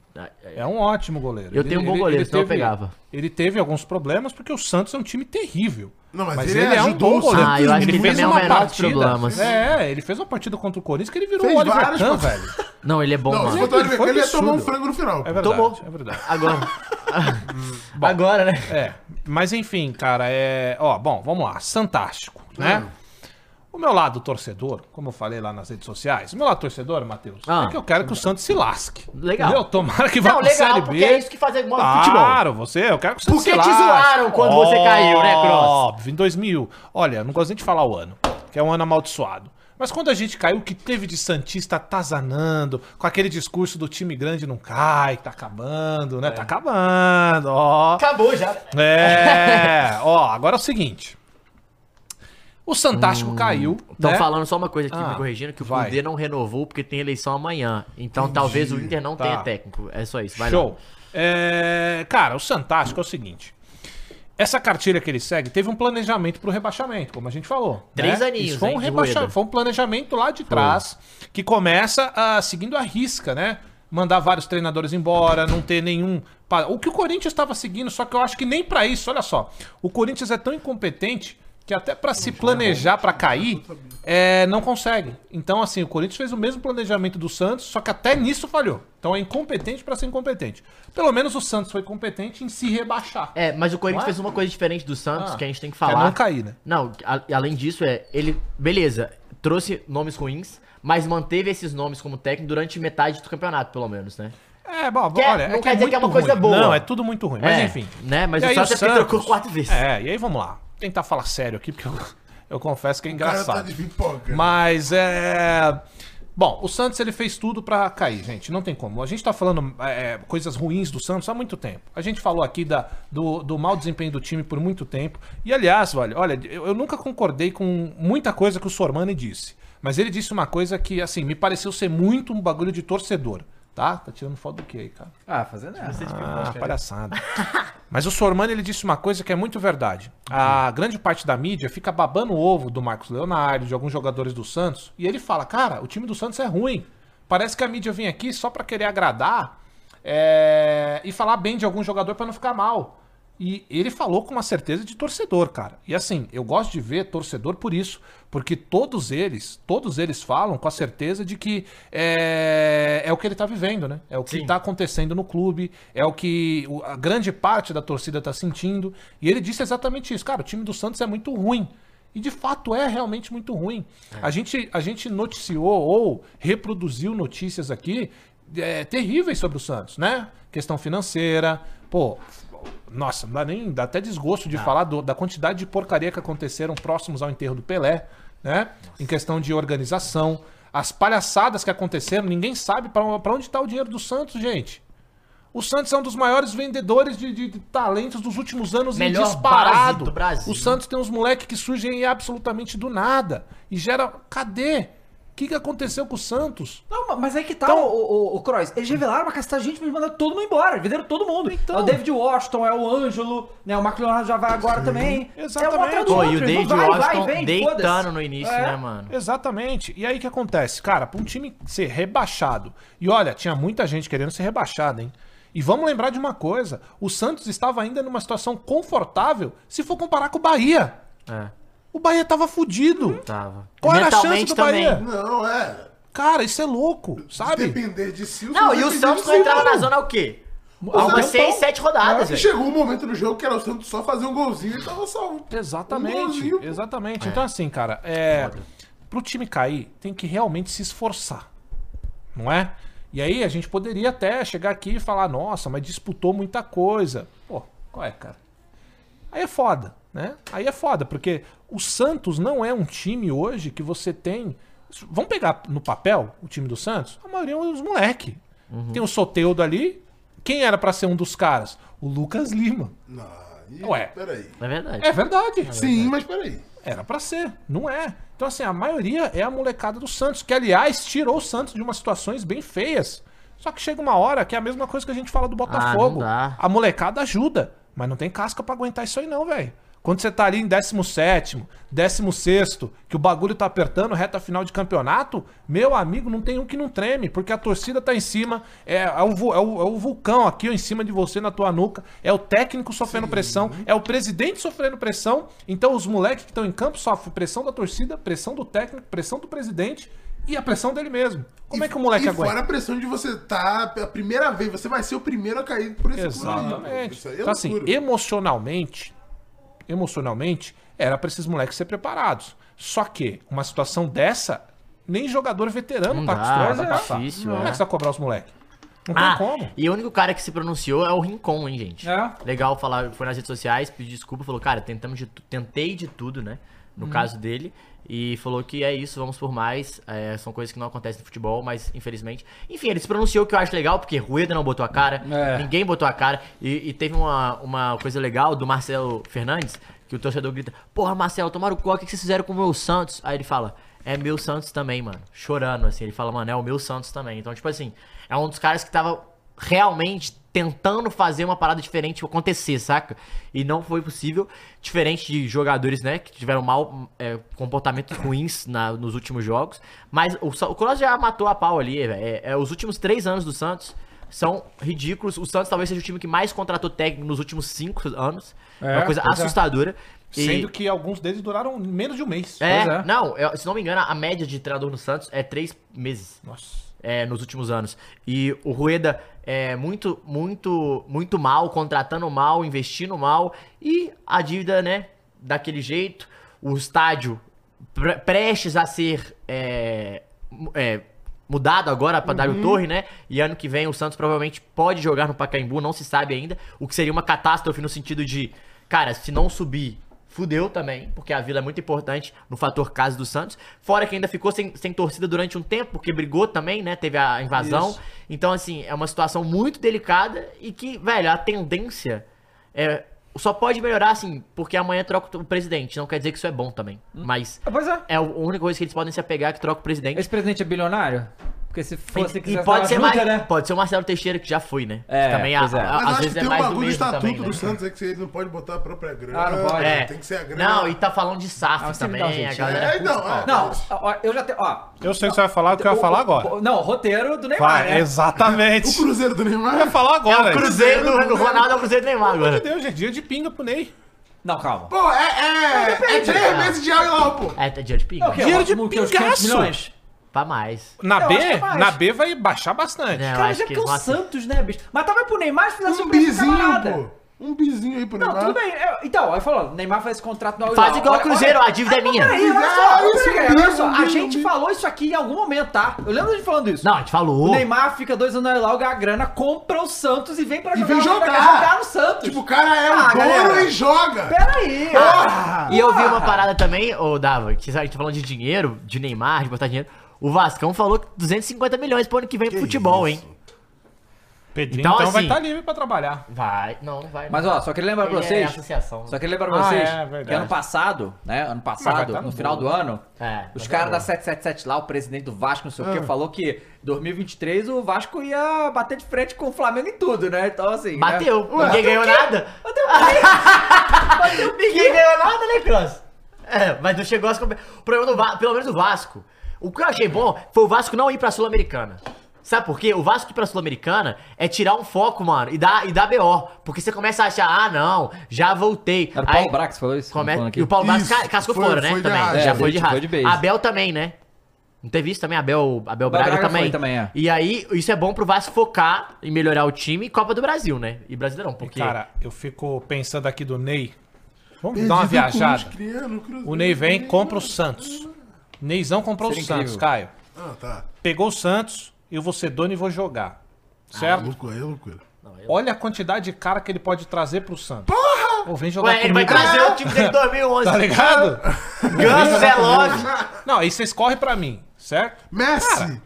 S7: É um ótimo goleiro.
S4: Eu tenho um bom goleiro, senão eu
S7: teve-
S4: pegava.
S7: Ele teve alguns problemas porque o Santos é um time terrível.
S3: Não, mas ele
S7: um
S3: ajudou o
S4: Santos. Ah, eu acho que ele também é o menor dos problemas.
S7: É, ele fez uma partida contra o Corinthians que ele virou
S3: Fez
S7: o Oliver
S3: várias,
S7: Kahn,
S3: pô.
S7: velho.
S4: Não, ele é bom,
S3: Não, se
S4: mano.
S3: botar ele,
S7: Ele foi
S3: ele ia
S7: absurdo.
S3: tomar um frango no final.
S7: É verdade,
S4: Tomou.
S7: é verdade.
S4: Agora. Agora, né?
S7: É, mas enfim, cara, é. Ó, bom, vamos lá. Santástico, né?
S4: Ah.
S7: O meu lado torcedor, como eu falei lá nas redes sociais, o meu lado torcedor, Matheus,
S4: Ah.
S7: é que eu quero que o Santos se lasque.
S4: Legal.
S7: Eu tomara que vá
S4: não,
S7: pra Série
S4: legal,
S7: B.
S4: porque é isso que faz move o futebol.
S7: Claro, né? você, eu quero que o Santos
S4: Porque
S7: se
S4: te
S7: lasque.
S4: zoaram quando você caiu, né, Cross?
S7: Óbvio, em 2000. Olha, eu não gosto nem de falar o ano, que é um ano amaldiçoado. Mas quando a gente caiu, o que teve de Santista atazanando, com aquele discurso do time grande não cai, tá acabando, né? Tá acabando, ó.
S4: É. Acabou já.
S7: É, ó, agora é o seguinte. O Santástico caiu.
S4: Estão
S7: né?
S4: falando só uma coisa aqui,
S7: Ah,
S4: me corrigindo, que o
S7: vai.
S4: Cudê não renovou porque tem eleição amanhã. Então talvez o Inter não
S7: Tá.
S4: tenha técnico. É só isso, vai lá.
S7: Show. É, cara, o Santástico é o seguinte. Essa cartilha que ele segue teve um planejamento pro rebaixamento, como a gente falou.
S4: Três
S7: né?
S4: aninhos,
S7: Isso foi um,
S4: hein, de
S7: rebaixa-
S4: roeda.
S7: foi um planejamento lá de trás que começa ah, seguindo a risca, né? Mandar vários treinadores embora, não ter nenhum. pa- O que o Corinthians estava seguindo, só que eu acho que nem pra isso, olha só. O Corinthians é tão incompetente que até pra se planejar pra cair, é, não consegue. Então, assim, o Corinthians fez o mesmo planejamento do Santos, só que até nisso falhou. Então é incompetente pra ser incompetente. Pelo menos o Santos foi competente em se rebaixar.
S4: É, mas o Corinthians
S7: Ué?
S4: fez uma coisa diferente do Santos
S7: Ah,
S4: que a gente tem que
S7: que é
S4: falar.
S7: não cair, né?
S4: Não, a- além disso é, ele, beleza, trouxe nomes ruins, mas manteve esses nomes como técnico durante metade do campeonato, pelo menos, né?
S7: É, bom,
S4: Quer-
S7: olha,
S4: não
S7: é
S4: quer dizer que é
S7: muito
S4: uma coisa
S7: ruim.
S4: boa.
S7: Não, é tudo muito ruim, mas
S4: É,
S7: enfim.
S4: né, mas
S7: E
S4: o
S7: aí
S4: Santos é porque trocou quatro vezes.
S7: É, e aí vamos lá. Tentar falar sério aqui, porque eu, eu confesso que é
S3: O cara tá
S7: engraçado.
S3: de pipoca.
S7: Mas é. Bom, o Santos ele fez tudo pra cair, gente. Não tem como. A gente tá falando é, coisas ruins do Santos há muito tempo. A gente falou aqui da, do, do mau desempenho do time por muito tempo. E aliás, olha, olha, eu, eu nunca concordei com muita coisa que o Sormani disse. Mas ele disse uma coisa que, assim, me pareceu ser muito um bagulho de torcedor. Tá? Tá tirando foto do que aí, cara?
S2: Ah, fazendo essa.
S7: Ah, palhaçada. Mas o Sormani ele disse uma coisa que é muito verdade. A grande parte da mídia fica babando o ovo do Marcos Leonardo, de alguns jogadores do Santos, e ele fala: "Cara, o time do Santos é ruim. Parece que a mídia vem aqui só pra querer agradar é, e falar bem de algum jogador pra não ficar mal". E ele falou com uma certeza de torcedor, cara. E assim, eu gosto de ver torcedor por isso, porque todos eles, todos eles falam com a certeza de que é, é o que ele tá vivendo, né? É o que tá acontecendo no clube, é o que o- a grande parte da torcida tá sentindo. E ele disse exatamente isso, cara, o time do Santos é muito ruim. E de fato é realmente muito ruim. A, gente, a gente noticiou ou reproduziu notícias aqui é, terríveis sobre o Santos, né? Questão financeira, pô. Nossa, não dá nem. Dá até desgosto de falar do- da quantidade de porcaria que aconteceram próximos ao enterro do Pelé, né? Em questão de organização. As palhaçadas que aconteceram, ninguém sabe pra pra onde tá o dinheiro do Santos, gente. O Santos é um dos maiores vendedores de, de- de talentos dos últimos anos em
S4: Melhor
S7: disparado.
S4: base do Brasil.
S7: O Santos tem uns moleques que surgem absolutamente do nada. E gera. Cadê? O que, que aconteceu com o Santos?
S2: Não, ma- mas aí que tá, o, o, o Kroos. Eles revelaram uma caceta de gente, mas mandaram todo mundo embora. Venderam todo mundo. É o David Washington, é o Ângelo, né? O Marco Leonardo já vai agora também. É um
S7: Exatamente.
S2: atrás do
S4: Pô,
S2: outro.
S4: e o
S2: eles não
S4: David
S2: vai, vai,
S4: Washington
S2: vem,
S4: deitando
S2: foda-se.
S4: no início,
S2: É.
S4: né, mano?
S7: Exatamente. E aí o que acontece? Cara, pra um time ser rebaixado. E olha, tinha muita gente querendo ser rebaixada, hein? E vamos lembrar de uma coisa: o Santos estava ainda numa situação confortável se for comparar com o Bahia.
S4: É,
S7: O Bahia tava fudido.
S4: tava.
S7: Qual era a chance
S4: Tá. Mentalmente
S7: do Bahia?
S4: também.
S3: Não, é.
S7: Cara, isso é louco,
S3: Se
S7: sabe?
S3: depender de si,
S4: Não, e o Santos não
S3: depender de si,
S4: entrava na
S3: mano.
S4: zona o quê? Há
S3: Tempão.
S4: umas 6, 7 rodadas,
S3: Mas
S4: velho.
S3: Chegou um momento no jogo que era o Santos só fazer um golzinho e tava salvo. Um
S7: Exatamente,
S3: golzinho, pô.
S7: exatamente. Então, assim, cara, é, pro time cair, tem que realmente se esforçar, não é? E aí a gente poderia até chegar aqui e falar, nossa, mas disputou muita coisa. Pô, qual é, cara? Aí é foda, né? Aí é foda, porque o Santos não é um time hoje que você tem... Vamos pegar no papel o time do Santos? A maioria é os moleque. Tem o Soteudo ali. Quem era pra ser um dos caras? O Lucas Lima.
S3: Não, e,
S7: Ué.
S3: peraí.
S4: É verdade.
S7: É verdade.
S3: Sim, mas peraí.
S7: Era pra ser, não é. Então, assim, a maioria é a molecada do Santos, que, aliás, tirou o Santos de umas situações bem feias. Só que chega uma hora que é a mesma coisa que a gente fala do Botafogo.
S4: Ah, não dá.
S7: a molecada ajuda, mas não tem casca pra aguentar isso aí, não, velho. Quando você tá ali em 17, 16, que o bagulho tá apertando, reta final de campeonato, meu amigo, não tem um que não treme, porque a torcida tá em cima, é, é o, vu- é o- é o vulcão aqui ó, em cima de você, na tua nuca, é o técnico sofrendo pressão, é o presidente sofrendo pressão, então os moleques que estão em campo sofrem pressão da torcida, pressão do técnico, pressão do presidente e a pressão dele mesmo. Como é que o moleque
S3: e
S7: aguenta?
S3: fora a pressão de você tá a primeira vez, você vai ser o primeiro a cair por esse clube.
S7: Exatamente.
S3: Isso aí é
S7: então, assim,
S3: loucura.
S7: emocionalmente, emocionalmente, era pra esses moleques ser preparados. Só que, uma situação dessa, nem jogador veterano
S4: Não
S7: tá
S4: dá,
S7: acostumado
S4: tá
S7: a passar.
S4: difícil,
S7: Como é
S4: é.
S7: que você vai cobrar os moleques? Não tem
S4: Ah,
S7: como.
S4: e o único cara que se pronunciou é o Rincon, hein, gente?
S7: É.
S4: Legal falar, foi nas redes sociais, pediu desculpa, falou, cara, tentamos de tu- tentei de tudo, né? No caso dele. E falou que é isso, vamos por mais. é, são coisas que não acontecem no futebol, mas infelizmente. Enfim, ele se pronunciou o que eu acho legal, porque Rueda não botou a cara,
S2: É.
S4: ninguém botou a cara. E, e teve uma, uma coisa legal do Marcelo Fernandes, que o torcedor grita: Porra, Marcelo, tomaram o gol, o que que vocês fizeram com o meu Santos? Aí ele fala: É meu Santos também, mano. Chorando, assim. Ele fala: Mano, é o meu Santos também. Então, tipo assim, é um dos caras que tava realmente tentando fazer uma parada diferente acontecer, saca? E não foi possível. Diferente de jogadores, né, que tiveram mal é, comportamentos ruins na- nos últimos jogos. Mas o, Sa- o Kroos já matou a pau ali, velho. É- é os últimos três anos do Santos são ridículos. O Santos talvez seja o time que mais contratou técnico nos últimos cinco anos. É, uma coisa
S7: pois é.
S4: assustadora. E-
S7: Sendo que alguns deles duraram menos de um mês.
S4: é,
S7: Pois
S4: não, eu- se não me engano, a média de treinador no Santos é três meses
S7: Nossa.
S4: é, nos últimos anos. E o Rueda é muito, muito, muito mal, contratando mal, investindo mal. E a dívida, né, daquele jeito. O estádio pre- prestes a ser é, mu- é, mudado agora pra Dário Torre, né? E ano que vem o Santos provavelmente pode jogar no Pacaembu, não se sabe ainda. O que seria uma catástrofe no sentido de, cara, se não subir Fudeu também, porque a Vila é muito importante no fator casa do Santos. Fora que ainda ficou sem, sem torcida durante um tempo, porque brigou também, né? Teve a invasão. Então, assim, é uma situação muito delicada e que, velho, a tendência é. Só pode melhorar, assim, porque amanhã troca o presidente. Não quer dizer que isso é bom também. Mas
S2: Ah, Pois é.
S4: é a única coisa que eles podem se apegar é que troca o presidente.
S2: Esse presidente é bilionário? Porque se fosse,
S4: E,
S2: quiser
S4: e pode, ser
S2: ajuda,
S4: mais,
S2: né?
S4: pode ser o Marcelo Teixeira, que já foi, né?
S2: É,
S4: também a-
S2: pois é.
S4: a-
S3: Mas eu
S4: às
S3: acho
S4: vezes é
S3: que tem um
S4: mais do
S3: bagulho do
S4: mesmo
S3: estatuto
S4: também, né?
S3: do Santos, é que ele não pode botar a própria grana.
S2: Ah, não pode.
S4: É.
S3: Tem que ser a grana.
S4: Não, e tá falando de SAF
S2: Ah, você me
S4: também.
S2: dá um
S4: a
S2: jeitinho.
S4: galera
S3: É, então,
S4: custa-
S3: é.
S2: Não, ó, eu já tenho. Ó,
S7: Eu sei o que você vai falar, o que eu ia falar agora.
S2: o- não, roteiro do Neymar.
S7: Vai,
S2: né?
S7: exatamente.
S3: O Cruzeiro do Neymar.
S7: Eu ia falar agora.
S4: É o Cruzeiro, do- o Ronaldo é o Cruzeiro do Neymar agora.
S7: Meu Deus, gente, dia de pinga pro Ney.
S2: Não, calma.
S3: Pô, é, é, é três meses de aula lá, pô.
S4: É, tá dia de pinga.
S2: Não, o quê?
S7: Dinheiro de
S2: Ótimo que é os
S7: pingaço.
S2: 500 milhões.
S4: Pra mais.
S7: Na
S2: Eu
S7: B,
S2: acho que mais.
S7: na B vai baixar bastante.
S4: Não,
S2: Cara,
S4: acho
S2: já
S4: que
S2: que é o
S4: nossa.
S2: Santos, né, bicho? Mas tava pro Neymar se fizesse
S3: Um
S2: preço
S3: bizinho,
S2: camarada.
S3: pô. Um bizinho aí pro
S2: Não,
S3: Neymar.
S2: tudo bem. é, então, aí falou, Neymar faz esse contrato no
S4: Faz
S2: não,
S4: igual o
S2: olha-
S4: Cruzeiro,
S2: olha-
S4: a dívida é minha.
S2: Peraí, olha
S3: Ah,
S2: só,
S3: isso,
S2: peraí,
S3: isso,
S2: olha só. A
S3: isso,
S2: gente
S3: isso.
S2: falou isso aqui em algum momento, tá? Eu lembro de gente falando isso.
S4: Não, a gente falou.
S2: O Neymar fica dois anos lá, ganha a grana, compra o Santos e vem pra
S3: E
S2: jogar,
S3: vem
S2: lá,
S3: jogar.
S2: pra jogar no Santos.
S3: Tipo, o cara é
S2: Ah,
S3: um touro
S2: galera.
S3: e joga.
S2: Peraí!
S4: E eu vi uma parada também, ô Dava, que sabe, a gente tá falando de dinheiro, de Neymar, de botar dinheiro. O Vascão falou que 250 milhões pro ano que vem pro futebol, hein?
S7: Pedrinho
S4: Então,
S7: então, vai
S4: assim-
S7: estar livre pra trabalhar.
S4: Vai, não, não vai.
S2: Mas ó, só queria lembrar pra
S4: Ele é
S2: vocês.
S4: associação.
S2: Só queria lembrar pra
S7: Ah,
S2: vocês
S7: é, verdade.
S2: que ano passado, né? Ano
S7: vai
S2: passado,
S7: tá
S2: no
S7: no
S2: final do ano,
S4: É, Ah.
S2: os
S4: mas
S2: caras da
S4: tá
S2: 777 lá, o presidente do Vasco, não sei o quê, falou que 2023 o Vasco ia bater de frente com o Flamengo e tudo, né? Então assim.
S4: bom.
S2: né?
S4: Bateu. Ninguém ganhou nada.
S2: Bateu o quê?
S4: Ninguém ganhou nada, né, Cross? É, mas não chegou às compe- O problema do Va- pelo menos o Vasco. O que eu achei bom foi o Vasco não ir pra Sul-Americana. Sabe por quê? O Vasco ir pra Sul-Americana é tirar um foco, mano, e dar, e dar BO. Porque você começa a achar, ah, não, já voltei.
S2: Era o Paulo Brax que falou isso?
S4: Come-
S2: Falando aqui.
S4: é? E o Paulo Brax
S3: Isso,
S4: ca- cascou
S3: foi-
S4: fora, né?
S3: foi de
S4: também.
S3: raça.
S4: Já
S2: É,
S4: foi de
S2: foi
S4: raça.
S2: de base.
S4: Abel também, né? Não teve isso também? Abel, Abel Braga,
S2: Braga
S4: também.
S2: foi também, é.
S4: E aí, isso é bom pro Vasco focar em melhorar o time e Copa do Brasil, né? E Brasileirão, porque...
S7: Cara, eu fico pensando aqui do Ney. Vamos
S3: Perdido
S7: dar uma
S3: com
S7: viajada.
S3: os criando, cruzando.
S7: O Ney vem, compra o Santos. Neizão comprou o
S2: Seria
S7: Santos,
S2: incrível.
S7: Caio.
S3: Ah, tá.
S7: Pegou o Santos, eu vou ser dono e vou jogar.
S3: É
S7: Certo?
S3: loucura, é loucura.
S7: Olha a quantidade de cara que ele pode trazer pro Santos. Ou vem jogar
S4: Ué, ele vai
S7: comigo.
S4: trazer
S2: né?
S4: Ah. o time dele em 2011.
S7: Tá ligado?
S4: Ganso, Zé Love.
S7: Não, aí vocês correm pra mim, certo?
S3: Messi!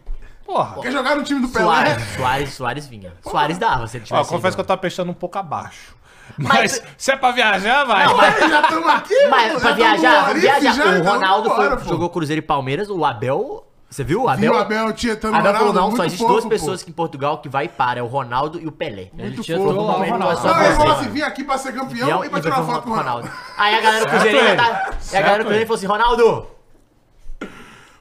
S7: Porra.
S3: Quer jogar no time do Pelé?
S4: Soares, Soares, Soares vinha. Soares dava, se ele
S7: Ó,
S4: tivesse.
S7: confesso que eu
S4: ido.
S7: tava pensando um pouco abaixo.
S4: Mas-
S7: Mas, se é pra viajar, vai.
S4: Não, mas-
S3: Já estamos aqui,
S4: Mas
S3: pô,
S4: pra
S3: já tamo no
S4: viajar,
S3: Orife,
S4: viajar.
S3: já,
S4: o
S3: então
S4: Ronaldo
S3: vambora,
S4: foi-
S3: pô.
S4: jogou Cruzeiro e Palmeiras, o Abel. Você viu o
S3: Viu
S4: Abel?
S3: o Abel tietando o
S4: Abel falou,
S3: Ronaldo?
S4: não,
S3: muito
S4: só existe
S3: pouco,
S4: duas
S3: pô.
S4: pessoas que em Portugal que vai e para, é o Ronaldo e o Pelé.
S3: Muito
S2: tinha
S3: pouco.
S2: todo
S3: Não,
S2: o
S3: ele
S2: Ronaldo.
S4: só pra
S3: falou
S4: você.
S3: assim, vim aqui pra ser campeão
S4: Biel
S3: e pra
S4: e vai
S3: tirar
S4: pro
S3: foto com o Ronaldo.
S4: Aí a galera do Cruzeiro
S7: ele.
S4: tá. E a galera do Cruzeiro falou assim: Ronaldo,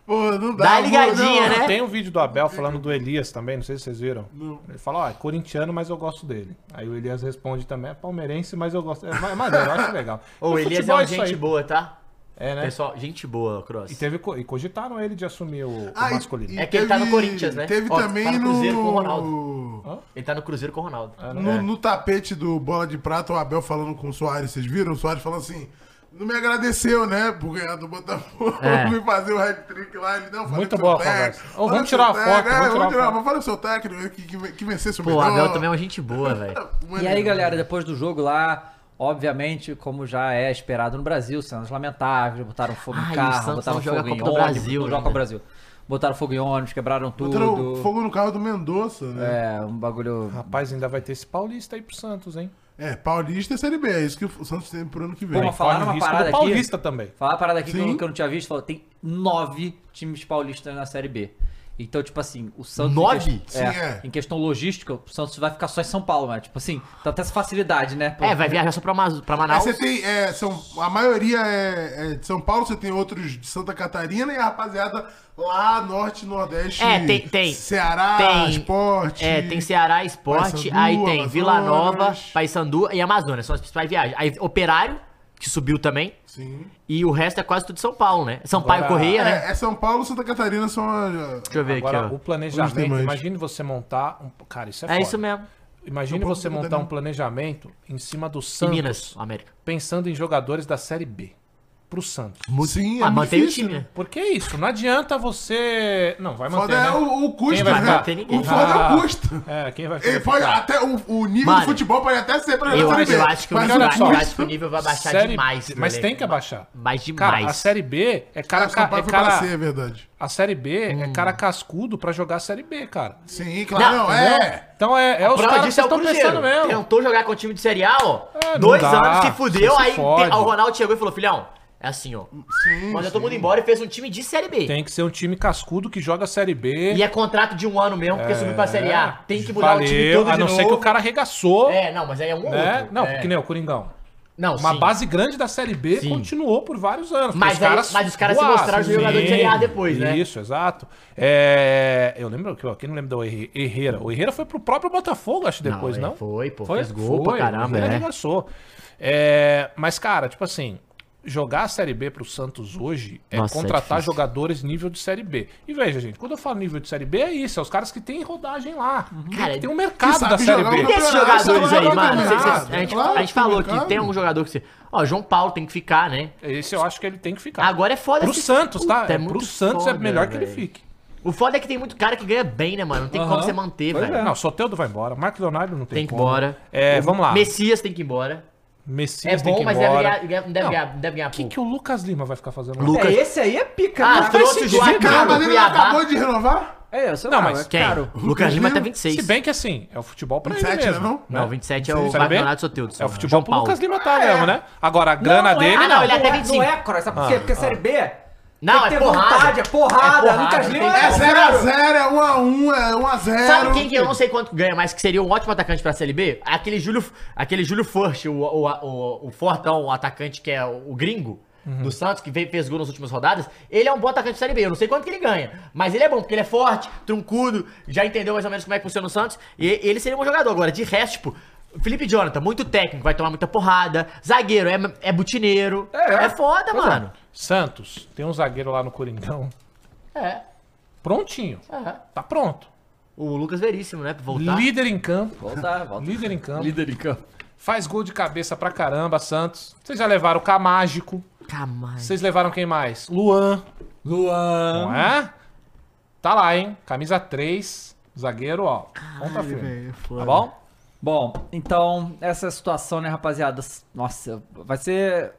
S3: Pô, não dá.
S4: dá a
S3: amor,
S4: ligadinha,
S3: não.
S4: né?
S7: Tem um vídeo do Abel falando do Elias também, não sei se vocês viram. Ele fala, ó, é corintiano, mas eu gosto dele. Aí o Elias responde também, é palmeirense, mas eu gosto. É ma- maneiro, eu acho legal.
S4: Ô,
S7: E
S4: Elias é
S7: futebol
S4: uma
S7: isso
S4: gente
S7: aí.
S4: boa, tá?
S7: É, né?
S4: Pessoal, gente boa, Cross.
S7: E, teve, co- e cogitaram ele de assumir o,
S3: Ah,
S7: o masculino.
S3: e-
S4: É que ele tá no Corinthians, né?
S3: Teve
S4: Ó, tá no
S3: também
S4: Cruzeiro com o
S3: no...
S4: Ronaldo. Ele tá no Cruzeiro com o Ronaldo.
S3: No, no tapete do Bola de Prata, o Abel falando com o Soares. Vocês viram? O Soares falando assim... Não me agradeceu, né? Por ganhar do Botafogo
S4: É.
S3: e fazer o hat-trick lá. Ele, não, falei
S7: Muito
S3: com o seu
S7: boa a
S3: técnico,
S7: conversa. Ô,
S3: falei
S7: vamos
S3: com o
S7: tirar a
S3: seu
S7: foto,
S3: técnico, é,
S7: vamos tirar a
S3: tirar.
S7: foto.
S3: Mas fala o seu técnico que, que, que venceu seu
S4: Pô, o Abel também é uma gente boa, velho.
S2: um E aí, galera, depois do jogo lá, obviamente, como já é esperado no Brasil, cenas lamentáveis, botaram fogo
S4: Ai,
S2: no
S4: o
S2: carro,
S4: Santos
S2: botaram
S4: não joga
S2: fogo em
S4: Copa do
S2: ônibus,
S4: Brasil
S2: não
S4: né?
S2: joga
S4: ainda.
S2: Copa do Brasil. Botaram fogo em ônibus, quebraram
S3: Entrou
S2: tudo.
S3: fogo no carro do Mendonça, né?
S2: É, um bagulho...
S7: Rapaz, ainda vai ter esse paulista aí pro Santos, hein?
S3: É. Paulista e Série B. É isso que o Santos tem pro ano que vem.
S2: Pô, mas falaram
S7: Corre o
S2: uma
S7: risco
S2: parada
S7: do
S2: aqui...
S7: paulista também.
S2: Falar uma parada aqui que eu,
S3: Sim.
S2: que eu não tinha visto, falou, tem nove times paulistas na Série B. Então, tipo assim, o Santos...
S4: Nove?
S2: Em, que-
S3: Sim,
S2: é,
S3: é.
S2: em questão logística, o Santos vai ficar só em São Paulo, né? Tipo assim, tá até essa facilidade, né? Pô,
S4: É, vai viajar só pra, Amazo- pra
S3: Aí
S4: Manaus.
S3: você tem, é, são, a maioria é, é de São Paulo, você tem outros de Santa Catarina e a rapaziada lá norte, nordeste.
S4: É, tem- tem.
S3: Ceará,
S4: Tem-
S3: esporte.
S4: É, tem Ceará Esporte,
S3: Paysandu,
S4: aí tem
S3: Amazonas.
S4: Vila Nova, Paysandu e Amazonas, são as principais viagens. Aí Operário, que subiu também,
S3: Sim.
S4: e o resto é quase tudo Sampaio, né? Sampaio
S7: Agora-
S4: Correia, né?
S3: É, é São Paulo e Santa Catarina são. uh, a-
S4: Deixa eu ver
S7: Agora,
S4: aqui,
S7: o
S4: ó.
S3: Os demais.
S7: planejamento, imagine você montar um... Cara, isso é,
S4: É
S7: foda.
S4: isso mesmo.
S7: Imagine
S3: Tô um pouco
S7: você
S3: dúvida,
S7: montar
S3: né?
S7: um planejamento em cima do
S4: E
S7: Santos,
S4: Minas, América.
S7: pensando em jogadores da Série B pro Santos.
S3: Sim,
S4: ah,
S3: muito
S4: mantém o
S3: difícil,
S4: time,
S3: né?
S4: né?
S7: Porque é isso, não adianta você... Não, vai
S3: Foda
S7: manter,
S3: é
S7: né?
S3: o, o custo,
S7: Quem vai
S3: né?
S7: manter
S4: ninguém?
S3: O foda é
S7: Ah.
S3: o custo.
S7: É, quem vai
S3: Ele pode
S7: ficar?
S3: até, o, o nível
S4: Mano,
S3: do futebol pode até ser pra
S4: Eu
S3: Série
S4: acho,
S3: B,
S4: eu acho que o
S3: mas é
S4: nível,
S3: olha
S4: eu acho-
S3: só,
S4: eu acho que o nível vai baixar
S7: Série-
S4: demais.
S7: Mas
S4: né?
S7: tem que abaixar.
S4: Mas demais.
S7: Cara, a Série B é cara...
S3: Cara, São
S7: ca-
S3: Paulo
S7: É
S3: foi pra
S7: cara...
S3: C, é verdade.
S7: A Série B
S4: Hum.
S7: é cara cascudo pra jogar a Série B, cara.
S3: Sim, claro.
S4: Não,
S3: Não, é.
S7: Então é, é os
S4: Prova
S7: caras que
S4: disso é o
S7: estão
S4: Cruzeiro.
S7: pensando mesmo. Ah,
S4: Tentou jogar com o time de Série A, ó.
S7: não
S4: dois
S7: dá.
S4: anos, se fudeu.
S7: Você se
S4: aí te-
S7: fode.
S4: o Ronaldo chegou e falou: filhão, é assim, ó.
S3: Sim,
S4: Mandou
S3: sim.
S4: todo mundo embora e fez um time de Série B.
S7: Tem que ser um time cascudo que joga a Série B.
S4: E é contrato de um ano mesmo, porque subiu pra Série A. Tem que mudar o time
S7: É. Valeu,
S4: todo
S7: a
S4: de
S7: não
S4: novo.
S7: ser que o cara arregaçou.
S4: É, não, mas aí é um ou
S7: né?
S4: outro.
S7: Não,
S4: é.
S7: porque nem o Coringão.
S4: Não,
S7: Uma
S4: sim.
S7: base grande da Série B
S4: Sim.
S7: continuou por vários anos. porque
S4: Mas aí- mas os caras se mostraram
S7: voaram,
S4: jogador de
S7: sim.
S4: Série A depois, né?
S7: Isso, exato. É, eu lembro, que quem não lembra do Herre- Herrera? O Herrera foi pro próprio Botafogo, acho, depois,
S4: é,
S7: não?
S4: Foi, pô. Fez gol pra caramba,
S7: o Herrera
S4: é.
S7: arregaçou. É, mas, cara, tipo assim, jogar a Série B pro Santos hoje é
S4: Nossa, é
S7: contratar
S4: difícil.
S7: jogadores nível de Série B. E veja, gente, quando eu falo nível de Série B, é isso. É os caras que tem rodagem lá. que
S4: Uhum. Cara,
S7: tem um
S3: que
S7: mercado
S3: sabe
S7: da Série
S3: jogar
S7: B. é
S4: E esses
S3: Claro,
S4: jogadores
S3: claro,
S4: aí, mano?
S3: claro,
S4: Vocês- vocês- a, gente,
S3: claro,
S4: a gente falou
S3: claro.
S4: que tem um jogador que você. Ó, João Paulo tem que ficar, né?
S7: Esse eu acho que ele tem que ficar.
S4: Agora é foda
S7: Tá. Pro
S4: se-
S7: Santos, tá?
S4: Puta,
S7: É, pro
S4: muito
S7: Santos é
S4: foda,
S7: melhor que ele
S4: velho.
S7: fique.
S4: O foda é que tem muito cara que ganha bem, né, mano? Não tem como você manter,
S7: Pois é.
S4: velho.
S7: Não, Soteldo vai embora. Marco Leonardo não tem,
S4: Tem que ir
S7: como.
S4: embora.
S7: É, vamos lá.
S4: Messias tem que ir embora.
S7: Messias
S4: é
S7: tem que
S4: bom,
S7: ir
S4: mas deve
S7: embora.
S4: ganhar, ganhar- não deve
S7: Não.
S4: ganhar, deve ganhar
S7: O que,
S4: pouco.
S7: que o Lucas Lima vai ficar fazendo lá?
S4: Lucas-
S2: É, esse aí é pica,
S4: Ah,
S2: né? Não faz
S4: trouxe o
S2: sentido,
S4: Joaquim.
S2: cara.
S3: Caramba, ele não
S7: tá
S4: Cuiabá.
S3: acabou de renovar?
S2: É, eu sei
S7: Não,
S2: lá,
S7: mas
S2: é
S4: Quem?
S2: caro.
S4: Lucas Lima tá até 26.
S7: Se bem que assim, é o futebol pra ele
S3: 27,
S7: mesmo.
S3: né, não?
S4: Não, 27 é o
S7: Sabe bem?
S4: campeonato Soteudo.
S7: É o futebol pro Lucas Lima tá mesmo, né? Agora, a
S2: Não,
S7: grana
S2: não é,
S7: dele...
S4: Ah, não, ele é até 25.
S2: Não é, Croy, sabe
S4: Ah,
S2: por quê? Porque a Série B
S4: Não,
S2: tem que
S4: é
S2: ter
S4: porrada.
S2: vontade, é porrada.
S4: É porrada,
S2: Lucas
S4: tem
S2: Lima
S4: que-
S3: É 0x0, é 1x1, é 1x0.
S4: Sabe quem que eu não sei quanto ganha, mas que seria um ótimo atacante pra Série B? Aquele Júlio, aquele Júlio Furch, o, o, o, o Fortão, o atacante que é o, o gringo
S2: Uhum.
S4: do Santos, que veio, fez gol nas últimas rodadas. Ele é um bom atacante de Série B. Eu não sei quanto que ele ganha, mas ele é bom, porque ele é forte, truncudo, já entendeu mais ou menos como é que funciona o Santos. E ele seria um bom jogador. Agora, de resto, tipo. Felipe Jonathan, muito técnico, vai tomar muita porrada. Zagueiro, é, é butineiro. É, foda, mano.
S7: Santos, tem um zagueiro lá no Coringão,
S4: É.
S7: prontinho.
S4: é.
S7: Tá pronto.
S4: O Lucas Veríssimo, né? Pra voltar.
S7: Líder em campo.
S2: Volta, volta.
S7: Líder em campo.
S2: Líder de campo.
S7: Faz gol de cabeça pra caramba, Santos. Vocês já levaram o Camágico.
S4: Camais.
S7: Vocês levaram quem mais? Luan.
S2: Luan.
S7: Não é? Tá lá, hein? Camisa 3, zagueiro, ó. Conta firme. Tá bom?
S2: Bom, então, essa é a situação, né, rapaziada? Nossa, vai ser.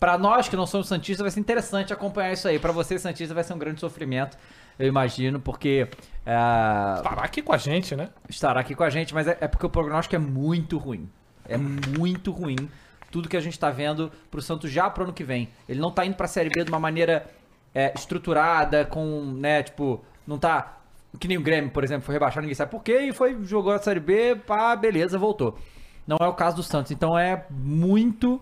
S2: Pra nós que não somos Santistas, vai ser interessante acompanhar isso aí. Pra vocês, Santistas, vai ser um grande sofrimento, eu imagino, porque. é,
S7: Parar Tá aqui com a gente, né?
S2: estará aqui com a gente, mas é, é porque o prognóstico é muito ruim. É muito ruim tudo que a gente tá vendo pro Santos já pro ano que vem. Ele não tá indo pra Série B de uma maneira é, estruturada, com, né, tipo, não tá. Que nem o Grêmio, por exemplo, foi rebaixado, ninguém sabe por quê, e foi, jogou a Série B, pá, beleza, voltou. Não é o caso do Santos, então é muito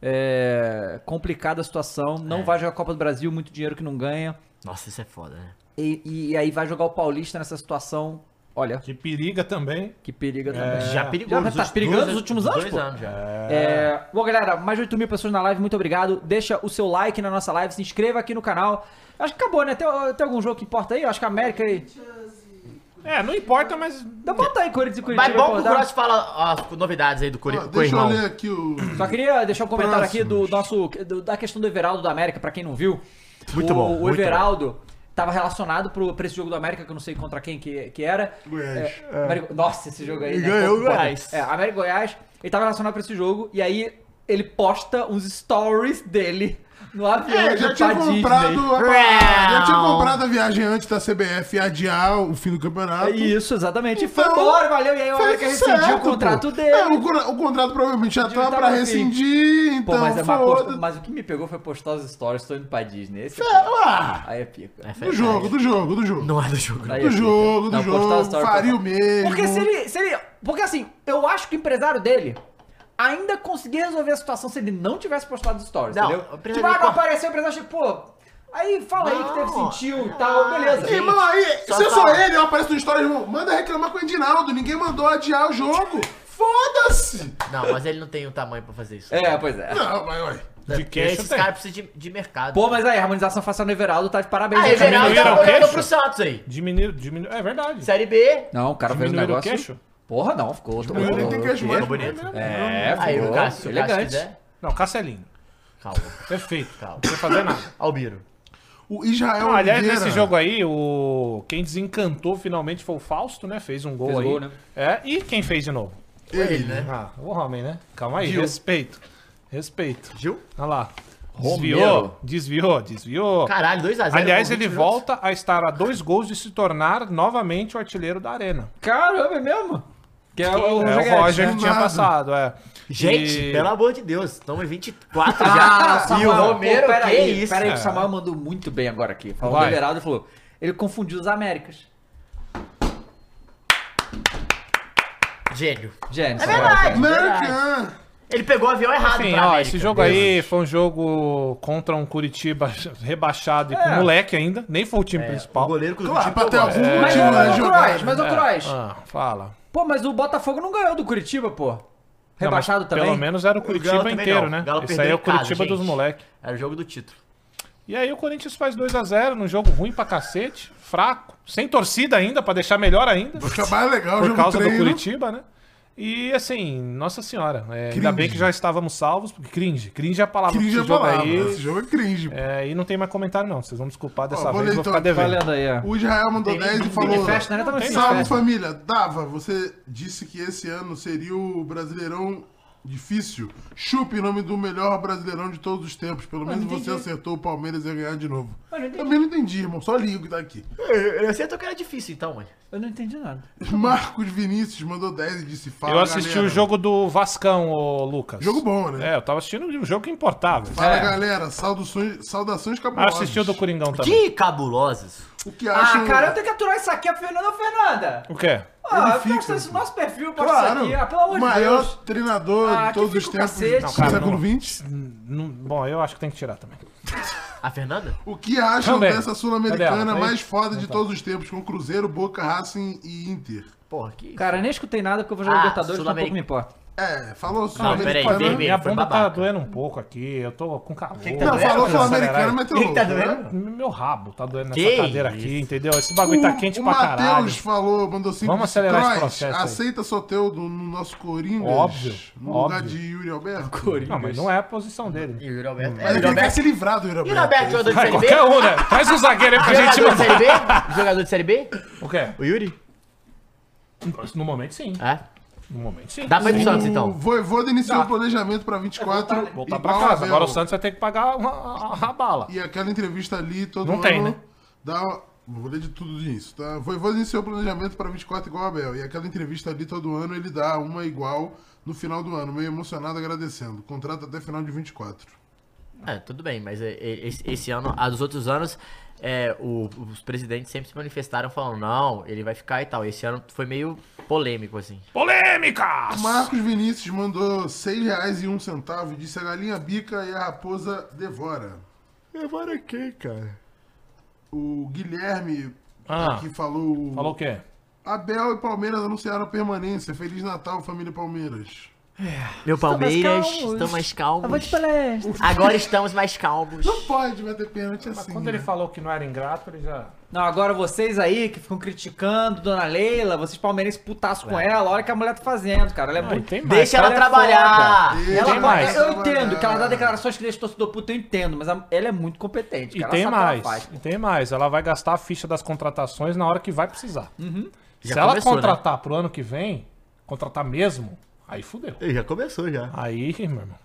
S2: é, complicada a situação. Não vai jogar a Copa do Brasil, muito dinheiro que não ganha.
S4: Nossa, isso é foda, né?
S2: E, e- e aí vai jogar o Paulista nessa situação. Olha,
S6: Que periga também.
S2: que periga também.
S4: Já perigou.
S2: Já tá
S4: nos
S2: perigando
S4: dois-
S2: nos últimos anos,
S4: dois
S2: pô.
S4: anos já.
S2: É, Bom, galera, mais de 8 mil pessoas na live, muito obrigado. Deixa o seu like na nossa live, se inscreva aqui no canal. Acho que acabou, né? Tem, tem algum jogo que importa aí? Acho que a América aí.
S7: É, não importa, mas.
S2: Então bota aí, Corinthians e Curitiba.
S4: Mas bom que o
S2: acordar.
S4: Cross fala as novidades aí do
S3: Ó,
S4: Corinthians.
S3: Ah, deixa eu
S4: irmão.
S3: ler aqui o...
S2: Só queria deixar um comentário aqui do nosso. do- da questão do Everaldo do América, pra quem não viu.
S4: Muito
S2: o,
S4: bom,
S2: O
S4: muito
S2: Everaldo tava relacionado pro, pra esse jogo do América, que eu não sei contra quem que, que era.
S3: Goiás.
S2: É, América- Nossa, esse jogo aí. né?
S3: E ganhou o
S2: Pouco importa.
S4: Goiás.
S2: É, América e Goiás. Ele tava relacionado pra esse jogo e aí ele posta uns stories dele no avião
S3: É,
S2: indo
S3: já
S2: pra
S3: tinha
S2: Disney.
S3: comprado a...
S4: Brown.
S3: Já tinha comprado a viagem antes da CBF e adiar o fim do campeonato.
S2: É Isso, exatamente. E foi
S3: Então,
S2: embora, valeu. E aí o
S3: Fez
S2: América
S3: certo,
S2: rescindiu o
S3: pô.
S2: contrato dele.
S3: É, o, cora- o contrato provavelmente já
S2: Devia
S3: tá
S2: tá
S3: pra
S2: no fim.
S3: rescindir, então
S2: Pô, mas, é uma
S3: foda-
S2: posta- mas o que me pegou foi postar os stories, tô indo pra Disney. Esse é
S3: É, uá,
S2: Aí é pica.
S3: do jogo, do jogo, do jogo.
S4: Não é do jogo.
S2: Aí é
S3: Do
S2: pica.
S3: jogo, do
S2: Não, postar os
S3: jogo,
S2: stories-
S3: faria o mesmo.
S2: Porque se ele, se ele. Porque assim, eu acho que o empresário dele ainda conseguia resolver a situação se ele não tivesse postado os stories,
S4: Não, o
S2: entendeu?
S4: empresário
S2: Tipo, ah, não
S4: dele-
S2: apareceu, o empresário, tipo, pô. Aí fala aí que teve
S4: Não. É,
S2: sentiu e tal, beleza.
S4: Gente,
S3: Irmão, aí,
S4: só
S3: se eu
S4: tá-
S3: sou ele, eu apareço no story, irmão, manda reclamar com o Edinaldo, ninguém mandou adiar o jogo. Foda-se!
S4: Não, mas ele não tem o tamanho pra fazer isso.
S2: É, pois é.
S3: Não, mas ué.
S4: Porque
S7: queixo
S4: esses
S7: tem.
S4: caras precisam de, de mercado.
S2: Pô, mas aí, a harmonização facial no Everaldo tá de parabéns.
S4: ah,
S2: né, cara?
S4: Everaldo
S7: diminuíram
S4: tá
S7: o
S4: olhando
S7: queixo?
S4: pro Santos aí.
S7: Diminuiu. diminuiu é verdade.
S4: Série B.
S2: Não, o cara fez um
S7: Diminuíram o
S2: negócio.
S7: queixo?
S2: Porra, não, ficou outro.
S3: Mas ele tem
S2: outro-
S3: queixo mais.
S4: Ficou bonito.
S2: É,
S4: Aí,
S2: ficou
S4: o Cássio, se o Cássio
S2: elegante.
S4: quiser.
S7: Não, Cacelinho.
S4: Calma,
S7: Perfeito.
S4: calma.
S7: Não vai fazer nada.
S4: Albiro.
S3: O
S2: É um
S3: Israel
S7: Não, Ah, aliás,
S3: Oliveira-
S2: né?
S7: nesse jogo aí, o... quem desencantou finalmente foi o Fausto, né? Fez um gol
S2: Fez
S7: aí.
S2: gol, né?
S7: É, e quem fez de novo?
S4: Ele, né?
S7: Ah, o homem, né? Calma aí,
S4: Gil.
S7: respeito. Respeito.
S4: Gil?
S7: Olha lá.
S4: Romero.
S7: Desviou, desviou, desviou.
S4: Caralho, 2x0.
S7: Aliás, ele volta a estar a dois gols de se tornar novamente o artilheiro da arena.
S2: Caramba, é mesmo? Que é o,
S7: É,
S2: Roger
S7: o Roger que
S3: né?
S7: tinha
S3: Nada.
S7: passado, é.
S4: Gente,
S7: E-
S4: pelo amor de Deus. Estamos em 24
S2: Ah,
S4: já. E o Romero, que
S2: peraí,
S4: isso?
S2: Peraí, que o
S4: cara?
S2: Samuel mandou muito bem agora aqui. Falou do
S7: Vai.
S2: Everaldo e falou: ele confundiu os Américas.
S4: Gênio.
S2: Gente,
S4: É verdade.
S3: Mercan!
S4: Ele pegou o avião errado
S7: Enfim,
S4: pra
S7: ó,
S4: América.
S7: esse jogo aí foi um jogo contra um Curitiba rebaixado e
S2: É.
S7: com moleque ainda. Nem foi o time
S4: É, O
S7: principal.
S4: goleiro com
S3: Claro, pra ter algum motivo
S2: Mas, ô,
S3: né,
S2: ô,
S3: jogar.
S2: Croix, mas, ô, Croix.
S7: Ah, fala.
S2: Pô, mas o Botafogo não ganhou do Curitiba, pô.
S7: Não, mas
S2: Rebaixado também.
S7: Pelo menos era o
S4: Galo
S7: Curitiba
S4: também
S7: inteiro,
S4: não.
S7: né?
S4: Galo
S7: Esse
S4: perdeu
S7: aí é o
S4: em casa,
S7: Curitiba dos
S4: gente.
S7: moleques.
S4: Era É, o jogo do título.
S7: E aí o Corinthians faz 2x0 num jogo ruim pra cacete, fraco, sem torcida ainda, pra deixar melhor ainda.
S3: Acho que é mais legal o
S7: por
S3: jogo
S7: causa do
S3: treino.
S7: Curitiba, né? E assim, nossa senhora, é, ainda
S3: Cringe.
S7: bem que já estávamos salvos, porque cringe, cringe é a palavra
S3: Cringe
S7: que
S3: é
S7: esse jogo
S3: palavra.
S7: aí.
S3: Esse jogo é cringe. pô.
S7: É, e não tem mais comentário não, vocês vão desculpar dessa
S3: Ó, vou
S7: vez,
S3: ler
S7: vou
S3: então
S7: ficar
S3: aqui.
S7: devendo.
S2: Tá Valendo aí, é. ó.
S3: O Israel mandou 10 e falou...
S2: Festa, né? Tava no
S7: Tem
S2: Cine
S3: Salve
S2: Festa.
S3: família, Dava, você disse que esse ano seria o Brasileirão Difícil. Chupe em nome do melhor brasileirão de todos os tempos. Pelo menos você acertou o Palmeiras e ia ganhar de novo.
S2: não entendi.
S3: Também não entendi, irmão. Só ligo que tá aqui.
S4: Eu acerto que era difícil, então, mano.
S2: Eu não entendi nada.
S3: Marcos Vinícius mandou 10 e disse: Fala.
S7: Eu assisti
S3: galera.
S7: o jogo do Vascão, ô Lucas.
S3: Jogo bom, né?
S7: É, eu tava assistindo um jogo que importava.
S3: Fala galera, saudações, saudações
S7: Ah,
S3: cabulosas.
S7: assisti o do Coringão também.
S4: Que cabulosos.
S3: O que
S2: Ah,
S3: acham?
S2: cara, eu tenho que aturar isso aqui, a Fernanda Fernanda.
S7: O quê?
S2: Ah,
S3: fica,
S2: posta isso
S3: assim.
S2: no nosso perfil, posta
S3: Claro,
S2: isso aqui. Ah, pelo amor
S3: o
S2: de
S3: maior
S2: Deus.
S3: treinador
S2: Ah,
S3: de
S2: que
S3: todos os
S2: fica o
S3: tempos
S2: cacete.
S3: do
S2: Não,
S7: cara,
S3: século
S7: não.
S3: XX.
S7: Não- bom, eu acho que tem que tirar também.
S4: A Fernanda?
S3: O que acham
S7: Também.
S3: dessa
S7: Cadê ela?
S3: Sul-Americana
S7: Tá aí?
S3: mais foda de todos os tempos, com Cruzeiro, Boca, Racing e Inter?
S4: Porra, que.
S2: Cara, eu nem escutei nada porque eu vou
S4: Ah,
S2: jogar Libertadores, então pouco
S4: Sul-America.
S2: me importa.
S3: É, falou né?
S4: Não, peraí,
S3: Sul-Americana.
S4: vermelho.
S7: Minha
S4: foi
S7: bunda tá
S4: babaca.
S7: doendo um pouco aqui, eu tô com calor.
S4: tá
S3: Não,
S4: doendo?
S3: falou
S4: Caralho.
S3: Sul-Americana, meteu
S4: Quem que tá
S3: louco, né?
S4: doendo?
S7: Meu rabo tá doendo nessa
S4: Que
S7: cadeira
S4: isso?
S7: aqui, entendeu? Esse bagulho tá quente pra caralho.
S3: Matheus falou, mandou cinco.
S7: Vamos acelerar esse
S3: Crois,
S7: processo aí.
S3: Aceita Soteudo no nosso Coringa.
S7: Óbvio,
S3: No
S7: óbvio.
S3: lugar de Yuri Alberto. Coringa.
S7: Não, mas não é a posição dele.
S4: E o Yuri Alberto. É, o
S3: Mas é que
S4: Yuri
S3: ele quer
S4: Alberto.
S3: se livrar do Yuri
S4: Yuri
S3: Alberto.
S4: Alberto, jogador de
S7: Vai,
S4: Série B?
S7: qualquer um, né? Traz um zagueiro aí pra gente
S4: Jogador de
S7: mandar.
S4: Série B? Jogador de Série B?
S7: O quê?
S4: O Yuri?
S7: No momento, sim.
S4: Ah,
S7: No momento, sim.
S4: dá pra ir pro Santos,
S3: O
S4: então.
S3: Voivoda iniciou o planejamento pra 24.
S7: Tá. Voltar
S3: igual
S7: pra casa.
S3: Abel.
S7: Agora o Santos vai ter que pagar uma, a, a bala.
S3: E aquela entrevista ali, todo
S7: Não
S3: ano,
S7: tem, né?
S3: Dá... Vou ler de tudo disso, tá? Voivoda iniciou o planejamento pra 24 igual a Abel. E aquela entrevista ali, todo ano, ele dá uma igual no final do ano. Meio emocionado, agradecendo. Contrato até final de 24.
S4: É, tudo bem, mas é, é, esse, esse ano, a dos outros anos, é, o- os presidentes sempre se manifestaram falando, não, ele vai ficar e tal. Esse ano foi meio polêmico, assim.
S7: Polêmicas!
S3: Marcos Vinícius mandou R$ 6,01 e disse a galinha bica e a raposa devora. Devora quem, cara? O Guilherme,
S7: Ah.
S3: que falou...
S7: Falou o quê?
S3: Abel e Palmeiras anunciaram a permanência. Feliz Natal, família Palmeiras.
S4: Meu Palmeiras,
S2: calmos.
S4: estão mais calmos.
S2: palestra.
S4: é, Agora estamos mais calmos.
S3: Não pode bater pênalti assim.
S7: Quando ele falou que não era ingrato, ele já.
S2: Não, agora vocês aí que ficam criticando Dona Leila, vocês palmeirenses putaço com ela, olha o que a mulher tá fazendo, cara. Ela é muito...
S7: Ah, tem mais.
S4: Deixa ela
S2: Ela é
S4: trabalhar.
S3: foda.
S2: Ela
S7: tem mais.
S2: Eu entendo que ela tá dá declarações que deixa o torcedor puto, eu entendo, mas a- ela é muito competente,
S7: E
S2: cara.
S7: tem
S2: ela sabe o que ela
S7: mais.
S2: faz.
S7: E tem mais. Ela vai gastar a ficha das contratações na hora que vai precisar.
S4: Uhum.
S7: Se
S4: Já
S7: ela
S4: começou, né?
S7: contratar pro ano que vem, contratar mesmo, aí fudeu.
S4: Ele já começou, já.
S7: Aí, meu irmão.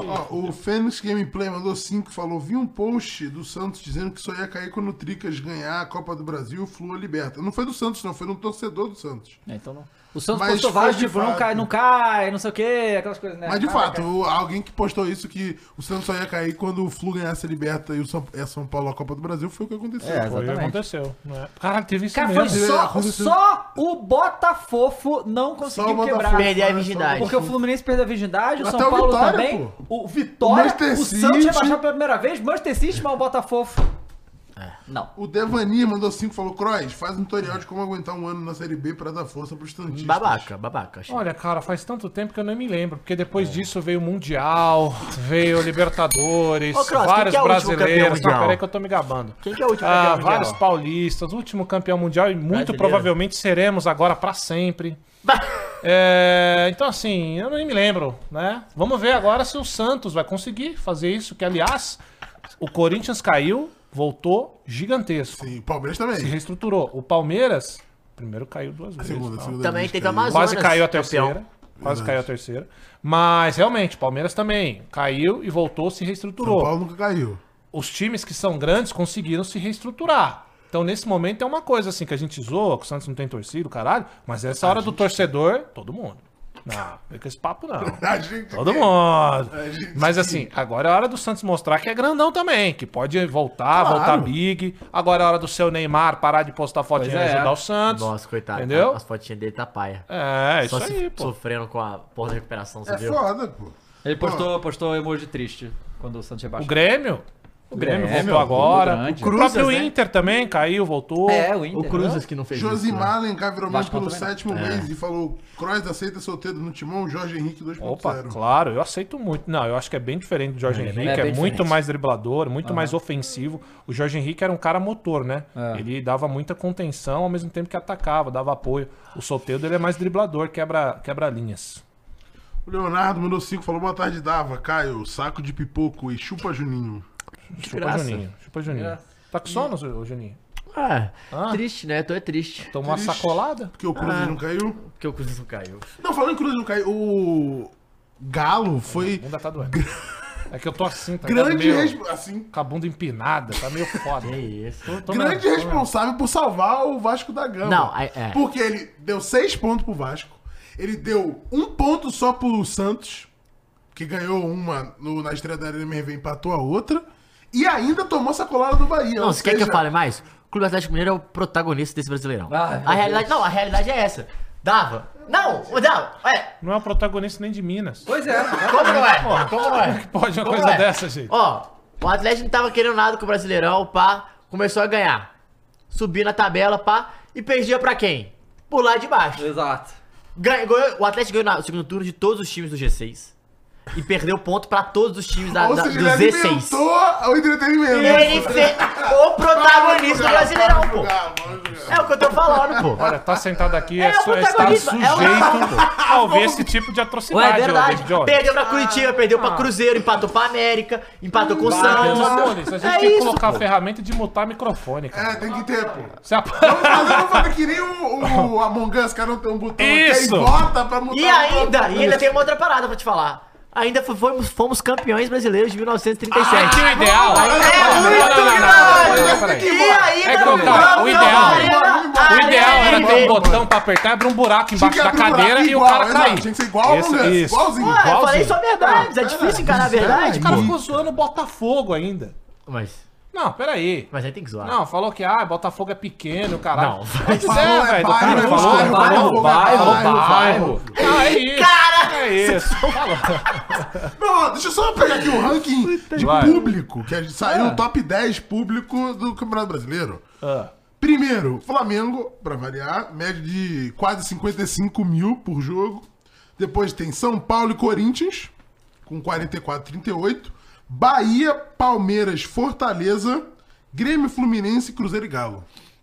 S3: Ó, o Fênix Gameplay mandou 5, falou: Vi um post do Santos dizendo que só ia cair quando o Tricas ganhar a Copa do Brasil, o Flua liberta. Não foi do Santos, não, foi de um torcedor do Santos.
S2: Então não. O Santos
S3: Mas
S2: postou vários,
S3: foi de
S2: tipo, não
S3: fato.
S2: cai, não cai, não sei o quê, aquelas coisas, né?
S3: Mas de
S2: Ah,
S3: fato, o- alguém que postou isso que o Santos só ia cair quando o Flu ganhasse a liberta e o São, é São Paulo a Copa do Brasil, foi o que aconteceu.
S2: É,
S7: Foi o que
S2: Exatamente.
S7: aconteceu. Né? Cara, teve isso
S2: Cara, foi
S7: mesmo.
S2: só,
S3: é, Aconteceu.
S2: só o Botafofo não
S3: Só o
S2: conseguiu
S3: Botafogo.
S2: quebrar.
S4: Perder a
S3: só o
S4: virgindade.
S2: Porque o Fluminense perdeu a virgindade, o
S3: Até
S2: São
S3: o
S2: Paulo
S3: Vitória,
S2: também.
S3: pô.
S2: O Vitória,
S3: Manchester
S2: o Santos
S3: City.
S2: rebaixou pela primeira vez, Manchester City, mas o Botafofo. Não.
S3: O Devanir mandou 5, falou: Croix, faz um tutorial de como aguentar um ano na Série B pra dar força pros Santistas.
S4: Babaca, babaca. achei.
S7: Olha, cara, faz tanto tempo que eu nem me lembro, porque
S4: É.
S7: depois disso veio o Mundial, veio o Libertadores,
S4: Ô, Cross, quem
S7: vários
S4: que é o último campeão
S7: brasileiros. Não,
S4: mundial?
S7: peraí que eu tô me gabando.
S4: Quem que é o último
S7: Ah,
S4: campeão mundial?
S7: vários paulistas, último campeão mundial e muito
S4: Brasileiro.
S7: provavelmente seremos agora pra sempre. É, então, assim, eu nem me lembro, né? Vamos ver agora se o Santos vai conseguir fazer isso, que aliás, o Corinthians caiu, voltou gigantesco.
S3: Sim, o Palmeiras
S7: Se
S3: também.
S7: reestruturou. O Palmeiras, primeiro caiu duas vezes.
S3: Segunda,
S7: tá?
S3: segunda
S4: Também
S3: vez
S4: teve
S3: caiu.
S4: a Amazonas.
S7: Quase caiu a terceira.
S4: campeão.
S7: Quase caiu a terceira. Mas realmente, Palmeiras também caiu e voltou, se
S3: São
S7: reestruturou.
S3: Paulo nunca caiu.
S7: Os times que são grandes conseguiram se reestruturar. Então, nesse momento, é uma coisa assim que a gente zoa, que o Santos não tem torcido, caralho. Mas essa hora do torcedor, todo mundo. Não, vem com esse papo não.
S3: A gente
S7: Todo mundo.
S3: gente-
S7: Mas assim, agora é a hora do Santos mostrar que é grandão também, que pode voltar,
S3: Claro.
S7: voltar big. Agora é a hora do seu Neymar parar de postar fotinha
S2: Pois
S7: e
S2: é.
S7: ajudar o Santos.
S4: Nossa, coitado.
S7: Entendeu?
S4: As fotinhas dele tá paia.
S7: É, isso
S4: Só se
S7: aí, pô.
S4: sofrendo com a porra da recuperação, você
S3: É
S4: viu?
S3: foda, pô.
S2: Ele postou, postou emoji triste quando o Santos
S7: O
S2: rebaixou.
S7: Grêmio? O Grêmio voltou agora.
S2: grande.
S7: O próprio Inter também caiu, voltou.
S2: É, o Inter.
S4: O Cruzes que não fez isso. né?
S3: Josimar Alencar virou mais
S2: Vasco
S3: pelo
S2: também não.
S3: sétimo mês e falou: Croix aceita seu dedo no timão, Jorge Henrique 2.0.
S7: Opa, claro, eu aceito muito. Não, eu acho que é bem diferente do Jorge Henrique.
S2: é
S7: É,
S2: bem
S7: muito
S2: diferente.
S7: mais driblador, muito mais ofensivo. O Jorge Henrique era um cara motor, né?
S2: É.
S7: Ele dava muita contenção ao mesmo tempo que atacava, dava apoio. O Soteldo ele é mais driblador, quebra, quebra linhas.
S3: O Leonardo mandou 5, falou: Boa tarde, Dava, Caio, saco de pipoco e chupa Juninho.
S7: Chupa
S4: graça.
S7: Juninho. Chupa Juninho. Tá com sono, ô, Juninho?
S4: Ah, triste, né? Tô é triste.
S7: Tomou uma
S3: Triste.
S7: sacolada?
S4: Ah.
S3: Porque o Cruz não caiu.
S4: Porque o Cruzes não caiu.
S3: Não, falando em Cruz não caiu, o. Galo foi
S7: A bunda tá doendo. É que eu tô assim, tá ligado?
S3: grande,
S7: Meio-
S3: res- assim,
S7: Com a bunda empinada, tá meio foda.
S4: É isso.
S7: Tô- tô
S3: grande
S7: meio- tô meio-
S3: responsável por salvar o Vasco da Gama.
S4: Não, é- é.
S3: Porque ele deu seis pontos pro Vasco, ele deu um ponto só pro Santos, que ganhou uma no- na estreia da Arena MRV e empatou a outra, e ainda tomou essa colada do Bahia.
S4: Não,
S3: ou
S4: você quer que eu
S3: seja,
S4: fale mais? O Clube Atlético Mineiro é o protagonista desse brasileirão.
S2: Ah, meu
S4: a realidade, não, a realidade é essa. Dava. Não, dava. É,
S7: Não é o protagonista nem de Minas.
S2: Pois é.
S4: como não é? Como não é?
S7: Pode uma
S4: Como
S7: coisa
S4: é?
S7: dessa, gente.
S4: Ó, o Atlético não tava querendo nada com o Brasileirão, pá. Começou a ganhar. Subia na tabela, pá. E perdia pra quem? Por lá de baixo.
S2: Exato.
S4: Ganha- ganhou- o Atlético ganhou no segundo turno de todos os times do G6. E perdeu ponto pra todos os times da,
S3: Ou
S4: da-
S3: seja,
S4: do
S3: ele
S4: Z6.
S3: alimentou o entretenimento.
S4: Ele fez o protagonista do Brasileirão, pô.
S3: Ah,
S4: É o que eu tô falando, pô.
S7: Olha, tá sentado aqui, é,
S3: um
S4: É o
S7: su- é estar
S4: protagonista,
S7: sujeito
S4: é o-
S7: a ouvir esse tipo de
S4: Ué, é
S7: atrocidade, ô
S4: verdade.
S7: David Jones.
S4: Perdeu pra Curitiba, perdeu
S7: Ah.
S4: pra Cruzeiro, empatou pra América, empatou com o Santos.
S7: Jones, a gente
S4: É
S7: tem que
S4: isso,
S7: colocar
S4: pô.
S7: a ferramenta de mutar microfone, cara.
S3: É, tem que ter, pô.
S7: Você ap-
S3: Vamos fazer, vamos fazer que nem o, o Among Us, cara, não tem um botão
S7: Isso.
S3: que aí vota pra mudar.
S4: E
S3: o
S4: ainda,
S3: protagonista.
S4: e ainda tem uma outra parada pra te falar. Ainda fo- fomos, fomos campeões brasileiros de 1937.
S7: Aqui o ideal.
S4: é muito
S7: Não, não, não, não, não, não, peraí.
S4: E ainda
S7: É que eu tava- o ideal-
S4: É tá.
S7: O ideal era ter um
S4: botão.
S7: botão pra apertar, abrir um buraco
S3: Tinha
S7: embaixo
S3: que
S7: da
S3: abrir um
S7: cadeira
S3: buraco
S7: e o
S3: igual,
S7: cara
S3: exato,
S7: cair.
S3: Tinha que ser igual ao
S7: Esse-
S3: Among Us,
S7: isso.
S3: igualzinho. Hum.
S4: Ué, eu falei
S7: Igualzinho.
S4: só a
S3: Ah,
S4: verdade, é difícil encarar a verdade,
S7: O
S4: pô.
S7: cara ficou zoando o Botafogo ainda.
S4: Mas,
S7: Não, peraí.
S4: mas aí tem que zoar.
S7: Não, falou que, ah, Botafogo é pequeno, caralho.
S4: Não,
S7: Pois é,
S3: Falou, é
S7: velho. O
S3: bairro,
S7: cara
S3: é
S7: falou, né?
S3: bairro,
S7: falou,
S3: bairro,
S7: bairro,
S3: bairro,
S7: bairro. Ah, é isso.
S4: Cara!
S7: É isso.
S3: Não, ó, deixa eu só pegar aqui o ranking de
S7: Vai.
S3: público, que a gente saiu
S4: É.
S3: o top 10 público do Campeonato Brasileiro. Primeiro, Flamengo, pra variar, média de quase 55 mil por jogo. Depois tem São Paulo e Corinthians, com 44, 38. Bahia, Palmeiras, Fortaleza, Grêmio, Fluminense, Cruzeiro e Galo.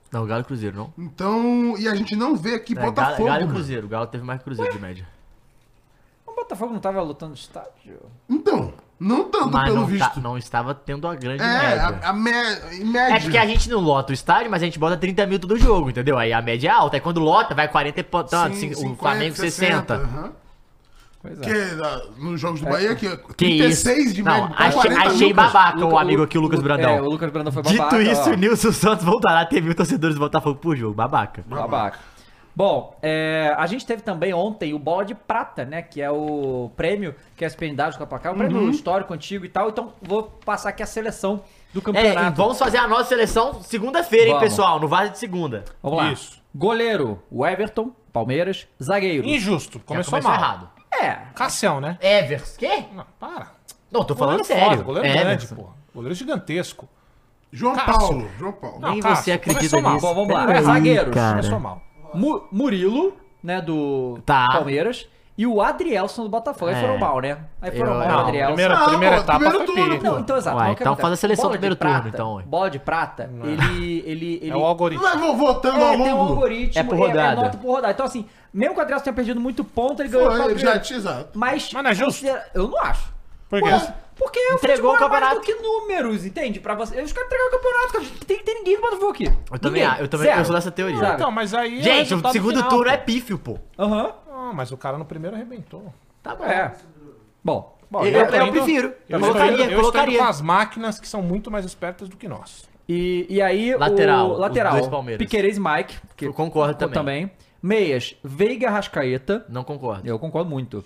S4: Não, Galo e Cruzeiro, não.
S3: Então, e a gente não vê aqui
S4: É, Galo,
S3: Botafogo. né?
S4: Galo e
S3: mano.
S4: Cruzeiro. O Galo teve mais Cruzeiro de média.
S2: O Botafogo não tava lutando no estádio?
S3: Então, não tanto
S4: Mas
S3: pelo
S4: não,
S3: visto.
S4: tá- não estava tendo a grande
S3: É,
S4: média.
S3: a, a mé- em média.
S4: É porque a gente não lota o estádio, mas a gente bota 30 mil todo jogo, entendeu? Aí a média é alta. Aí quando lota, vai 40 e po- tanto,
S3: Sim,
S4: cin-
S3: 50,
S4: o um Flamengo 60.
S3: aham.
S2: Pois
S3: Que
S2: é.
S3: ah, nos jogos do Bahia, que é
S4: Que
S3: 36
S4: isso?
S3: de média.
S4: não,
S7: tá
S4: achei,
S3: 40
S4: achei
S3: lucas.
S4: babaca o
S2: Luca-
S4: amigo aqui, o Lucas
S2: É, um o
S4: Brandão.
S2: Lucas Brandão foi
S4: Dito
S2: babaca.
S4: isso,
S2: ó.
S4: o Nilson Santos voltará a ter mil torcedores do Botafogo por jogo. Babaca.
S2: Babaca. Bom, é, a gente teve também ontem o Bola de Prata, né? Que é o prêmio que a SPN dá de Copacabana, um
S4: Uhum.
S2: prêmio histórico, antigo e tal. Então vou passar aqui a seleção do
S4: É, e
S2: campeonato.
S4: vamos fazer a nossa seleção segunda-feira, hein,
S2: Vamos.
S4: pessoal? No Vale de Segunda.
S2: Vamos lá.
S7: Isso.
S2: Goleiro, o Everton, Palmeiras. Zagueiro.
S7: Injusto.
S4: Já
S7: Começou mal.
S4: errado.
S2: É.
S7: Cassião, né?
S4: Everson. Quê?
S7: Não, para.
S4: Não, tô falando
S7: Goleiro é
S4: sério. É,
S7: foda, goleiro grande,
S4: Everson.
S7: porra. Goleiro gigantesco.
S3: João
S7: Cássio.
S3: Paulo. João Paulo.
S7: Não,
S4: Nem
S7: Cássio,
S4: você acredita
S7: começou mal.
S4: nisso.
S2: Bom, vamos lá.
S4: Peraí,
S2: Zagueiros.
S4: cara.
S7: Começou mal.
S2: Mu- Murilo, né? Do
S4: Tá.
S2: Palmeiras. E o Adrielson do Botafogo. Aí
S4: É.
S2: foram mal, né? Aí foram
S4: Eu-
S2: mal
S4: não,
S2: o Adrielson.
S7: Primeira,
S3: Não,
S7: primeira
S3: pô,
S7: etapa é
S3: primeiro
S7: foi
S3: turno,
S7: piro.
S2: Não, então exato.
S4: Ué,
S2: mas o que
S4: então
S2: acontece?
S4: faz a seleção do
S2: Bola de
S4: primeiro turno,
S2: prata,
S4: então, ué.
S2: Bola de prata, ele, ele, ele.
S7: É o algoritmo.
S3: Mas vão votando ao
S2: É, tem um
S3: longo.
S2: algoritmo.
S4: É por rodada.
S2: nota por rodada. Então, assim, mesmo que o Adriano tenha perdido muito ponto, ele ganhou.
S3: Foi,
S2: quatro
S3: é, já,
S2: vezes.
S3: exato.
S2: Mas.
S7: Mas não é justo?
S2: considera- Eu não acho.
S7: Por quê?
S2: Ué, Porque o futebol
S4: Entregou o
S2: é mais
S4: campeonato.
S2: do que números, entende? Pra você. Os caras entregaram o campeonato, cara. Tem que ter ninguém no Botafogo aqui.
S4: Eu também,
S2: Ninguém.
S4: eu também
S2: Zero.
S4: penso dessa teoria.
S2: Sabe?
S7: Então, mas aí. é
S4: Gente, o
S7: resultado
S4: segundo
S7: final,
S4: turno
S7: pô.
S4: é pífio, pô.
S2: Aham.
S7: Não, mas o cara no primeiro arrebentou.
S4: Tá bom.
S2: É. Bom. Bom, tá.
S4: Eu-
S2: e-
S4: eu- prefiro. Eu colocaria,
S7: Eu colocaria, estou indo, eu estou indo
S4: colocaria.
S7: com as máquinas que são muito mais espertas do que nós.
S2: e, e aí,
S4: Lateral,
S2: o
S4: os
S2: lateral,
S4: dois Palmeiras.
S2: Piqueires e Mike. Que
S4: Eu concordo também.
S2: Meias, Veiga, Rascaeta.
S4: Não concordo.
S2: Eu concordo muito.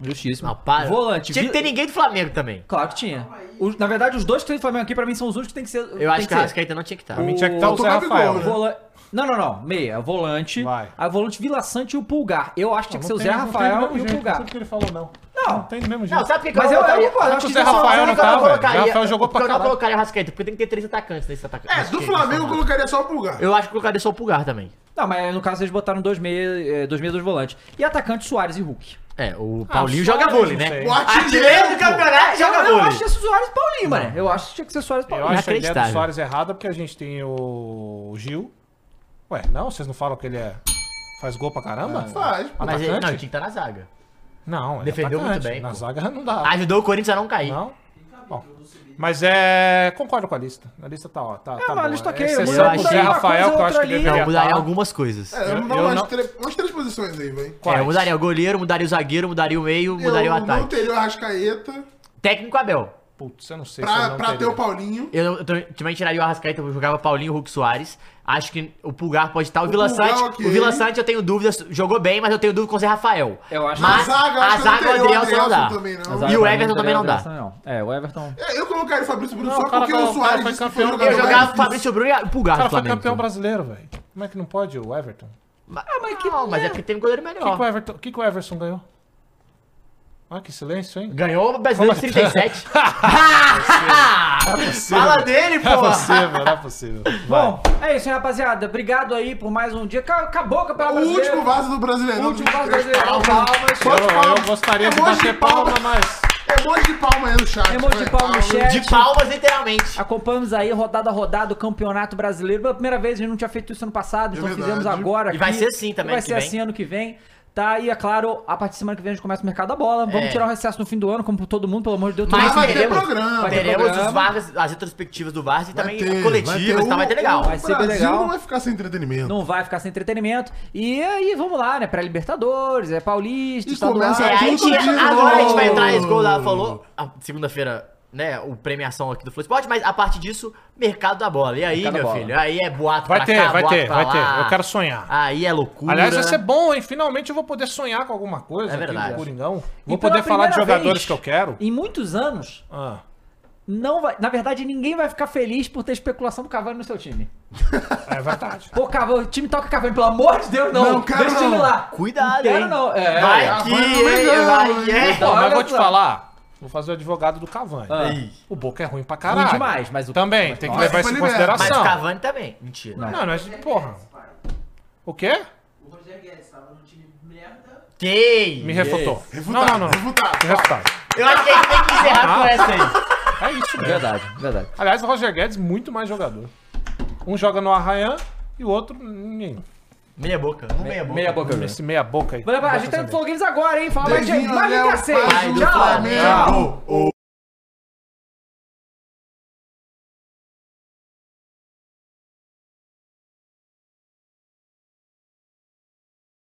S2: Justíssimo.
S4: Não, para.
S2: Volante.
S4: Tinha
S2: Vi-
S4: que ter ninguém do Flamengo também.
S2: Claro que tinha. Os- na verdade, os dois que tem do Flamengo aqui, pra mim, são os únicos que tem que ser. tem
S4: Eu acho que é
S2: ser.
S4: a Rascaeta não tinha que tá. estar.
S7: Pra mim tinha é que estar o
S3: Eu tô
S7: Zé
S3: com a Gabigol,
S7: Rafael.
S3: né?
S7: né?
S2: Vola- Não, não, não. Meia, volante.
S7: Vai.
S2: A volante Vila Sante e o Pulgar. Eu acho que tinha que ser o Zé Rafael e o Pulgar.
S7: que ele falou, não.
S2: Não.
S7: Não tem do mesmo jeito.
S4: Não, sabe por que que
S2: Mas eu- eu
S4: colocaria?
S2: concordo,
S4: acho
S7: o
S4: que
S7: Zé
S4: isso é uma
S7: Rafael
S4: coisa
S7: não
S4: que eu
S7: tava, velho.
S4: colocaria.
S7: O Rafael jogou pra
S4: Porque Eu não
S7: caralho.
S4: colocaria a Rascaeta, porque tem que ter três atacantes nesse atacante.
S3: É, do Flamengo eu colocaria só o Pulgar.
S4: Eu acho que eu colocaria só o Pulgar também.
S2: Não, mas no caso eles botaram dois meia, eh, dois meia, dois volantes. E atacante Soares e Hulk.
S4: É, o Paulinho
S7: o
S4: joga
S7: Suárez,
S4: vôlei,
S7: não sei.
S4: né?
S3: O
S4: Artilheiro do
S3: artilheiro, pô.
S4: campeonato
S2: eu
S4: joga
S2: acho
S4: vôlei.
S2: que tinha que ser Soares e Paulinho, mano. Eu acho que tinha que ser Soares e
S7: Eu
S2: Paulinho.
S7: acho a ideia do
S4: Inacreditável.
S7: Soares é errada porque a gente tem o Gil. Ué, não? Vocês não falam que ele é... faz gol pra caramba?
S3: Faz, pô.
S4: Mas ele, não, ele tinha que
S7: Atacante?
S4: estar na zaga.
S7: Não, ele é
S4: Defendeu muito
S7: atacante.
S4: bem,
S7: Na
S4: pô.
S7: zaga não dá.
S4: Ajudou o Corinthians a não cair.
S7: Não? Bom, mas é. Concordo com a lista. A lista tá, ó. Tá, tá
S2: mas a
S7: boa.
S2: lista ok,
S7: É
S2: eu
S7: exceção
S4: mudei
S7: pro Zé
S4: uma
S7: Rafael,
S2: coisa,
S7: que eu acho
S2: outra
S7: que
S2: ali.
S4: Não,
S7: deveria
S4: eu mudaria
S7: tá.
S4: algumas coisas.
S3: É, eu
S7: eu
S3: mudava
S7: não-
S3: umas, três, umas três posições aí, vai.
S4: É, eu mudaria o goleiro, mudaria o zagueiro, mudaria o meio, mudaria o
S3: Eu não
S4: ataque.
S3: teria o Arrascaeta
S4: Técnico Abel.
S7: Putz, eu não sei se eu
S3: pra,
S7: não
S3: pra ter
S7: teria.
S3: o Paulinho.
S4: Eu, não- eu também- também tiraria o Arrascaeta, eu jogava Paulinho, Hulk Soares. Acho que o Pulgar pode estar. O Vila
S3: Pulgar,
S4: Sante,
S3: ok.
S4: o Vila Sante eu tenho dúvidas, jogou bem, mas eu tenho dúvida com o Zé Rafael.
S2: Eu acho
S4: mas
S3: que- A zaga, eu
S4: a
S3: acho que não
S4: zaga o
S3: teria o
S4: Adrielson não dá.
S3: Adrielson também, não.
S2: Mas, ah,
S4: E o
S2: pra mim,
S4: Everton também não dá.
S2: Everton não. É, o Everton.
S3: É, eu colocaria o Fabrício Bruno
S7: Não, o
S3: só
S7: cara
S3: porque
S7: foi-
S3: o
S7: o
S3: Soares
S7: cara foi
S3: disse que foi
S7: campeão.
S3: um
S4: Eu
S3: jogador mais
S4: jogava o
S3: difícil.
S4: Fabrício Bruno e o
S7: O
S4: Pulgar
S7: cara
S4: no
S7: foi
S4: Flamengo.
S7: campeão brasileiro, velho. Como é que não pode o Everton?
S4: Não, mas é porque teve um goleiro
S7: O que, que, o
S4: melhor.
S7: Everton, o que, que o Everson ganhou? Ah, que silêncio, hein?
S4: Ganhou o Brasileiro de
S7: Como
S4: 37. Fala dele,
S7: Não é
S4: pô!
S7: possível, não é possível. Vai.
S2: Bom, é isso, hein, rapaziada. Obrigado aí por mais um dia. Ca- Acabou o Campeonato
S3: O
S2: Brasileiro.
S3: último vaso do Brasileirão.
S2: Último vaso brasileiro. Palmas.
S3: Só de
S7: Eu, eu
S3: palmas.
S7: gostaria de
S3: Emoji
S7: bater palma, mas.
S3: Emoji de palma aí no chat.
S2: Emoji É de
S3: vai,
S2: palma no chat.
S4: É De palmas, literalmente.
S2: Acompanhamos aí, rodada a rodada, o Campeonato Brasileiro. Pela primeira vez, a gente não tinha feito isso ano passado, então
S3: verdade.
S2: fizemos agora.
S4: E vai ser assim também
S2: Vai
S4: ano que
S2: ser
S4: vem.
S2: assim ano que vem. Tá, e é claro, a partir de semana que vem a gente começa o mercado da bola. Vamos
S4: É.
S2: tirar o recesso no fim do ano, como por todo mundo, pelo amor de Deus.
S4: Mas
S2: todo mundo
S3: vai
S2: se
S3: ter
S2: entendeu.
S3: programa.
S2: Vai ter
S4: Teremos
S2: programa.
S4: os Vargas, as retrospectivas do Vargas e também
S3: ter,
S4: coletivas,
S3: vai ter
S4: tá? Vai
S3: o-
S4: ter legal.
S2: Vai
S3: O
S2: ser bem
S3: Brasil
S2: legal.
S3: não vai ficar sem entretenimento.
S2: Não vai ficar sem entretenimento. E aí, vamos lá, né? Pré-Libertadores, é Paulista,
S3: E
S2: estadual.
S3: começa
S4: É, aí
S3: Tudo
S4: tinha-
S3: de
S4: agora a gente vai
S3: novo.
S4: entrar nesse gol da falou, a segunda-feira, né, o premiação aqui do Flow Sport, mas a partir disso, mercado da bola. E aí,
S2: Mercado da
S4: meu
S2: bola.
S4: filho, aí é boato
S7: Vai
S4: pra
S7: ter,
S4: cá,
S7: vai
S4: boato
S7: ter,
S4: pra
S7: vai
S4: lá.
S7: ter. Eu quero sonhar.
S4: Aí é loucura.
S7: Aliás, vai ser bom, hein? Finalmente eu vou poder sonhar com alguma coisa
S4: É
S7: aqui
S4: verdade.
S7: no Coringão.
S2: E
S7: Vou
S2: pela
S7: poder falar de
S2: primeira
S7: jogadores
S2: vez,
S7: que eu quero.
S2: Em muitos anos,
S7: Ah.
S2: não vai. Na verdade, ninguém vai ficar feliz por ter especulação do Cavani no seu time.
S7: É verdade.
S2: Pô, Cavani, o time toca Cavani, pelo amor de Deus, não.
S3: Não, quero
S2: Deixa ele
S3: não.
S2: lá.
S4: Cuidado,
S2: Quero
S4: hein?
S2: não, é.
S4: vai
S3: Ah,
S4: que,
S3: vai no
S4: hein,
S3: Mengão,
S4: vai é. que,
S3: hein?
S4: hein?
S7: Não, mas
S2: Olha
S7: vou te
S2: só.
S7: falar. Vou fazer o advogado do Cavani.
S2: Ah.
S4: Ih.
S7: O Boca é ruim pra
S2: Ruim
S7: caralho.
S2: demais, mas o-
S7: Também,
S2: mas-
S7: tem que
S2: Nossa,
S7: levar isso
S3: foi
S7: em
S3: liberado.
S4: Mas o
S7: consideração.
S4: Cavani também. Mentira.
S7: Não, não, é- porra. O quê?
S5: O Roger Guedes tava num time merda.
S4: Que
S7: Me refutou. Não,
S3: Refutado,
S7: não, não.
S3: refutado.
S7: Me refutaram.
S4: Eu acho que a gente tem que encerrar com essa aí.
S7: É isso mesmo.
S2: Verdade, verdade.
S7: Aliás, o Roger Guedes, muito mais jogador. Um joga no Arranhã e o outro. hum,
S4: Meia boca, um meia boca.
S2: Meia boca,
S7: Esse meia-boca aí.
S2: tá Vai, vai, A gente tá no Flow Games agora, hein? Fala mais de
S3: Devinho
S2: Vai,
S3: Léo,
S2: cacete.
S3: pai do
S2: Tchau.
S3: Flamengo. Ô, ô.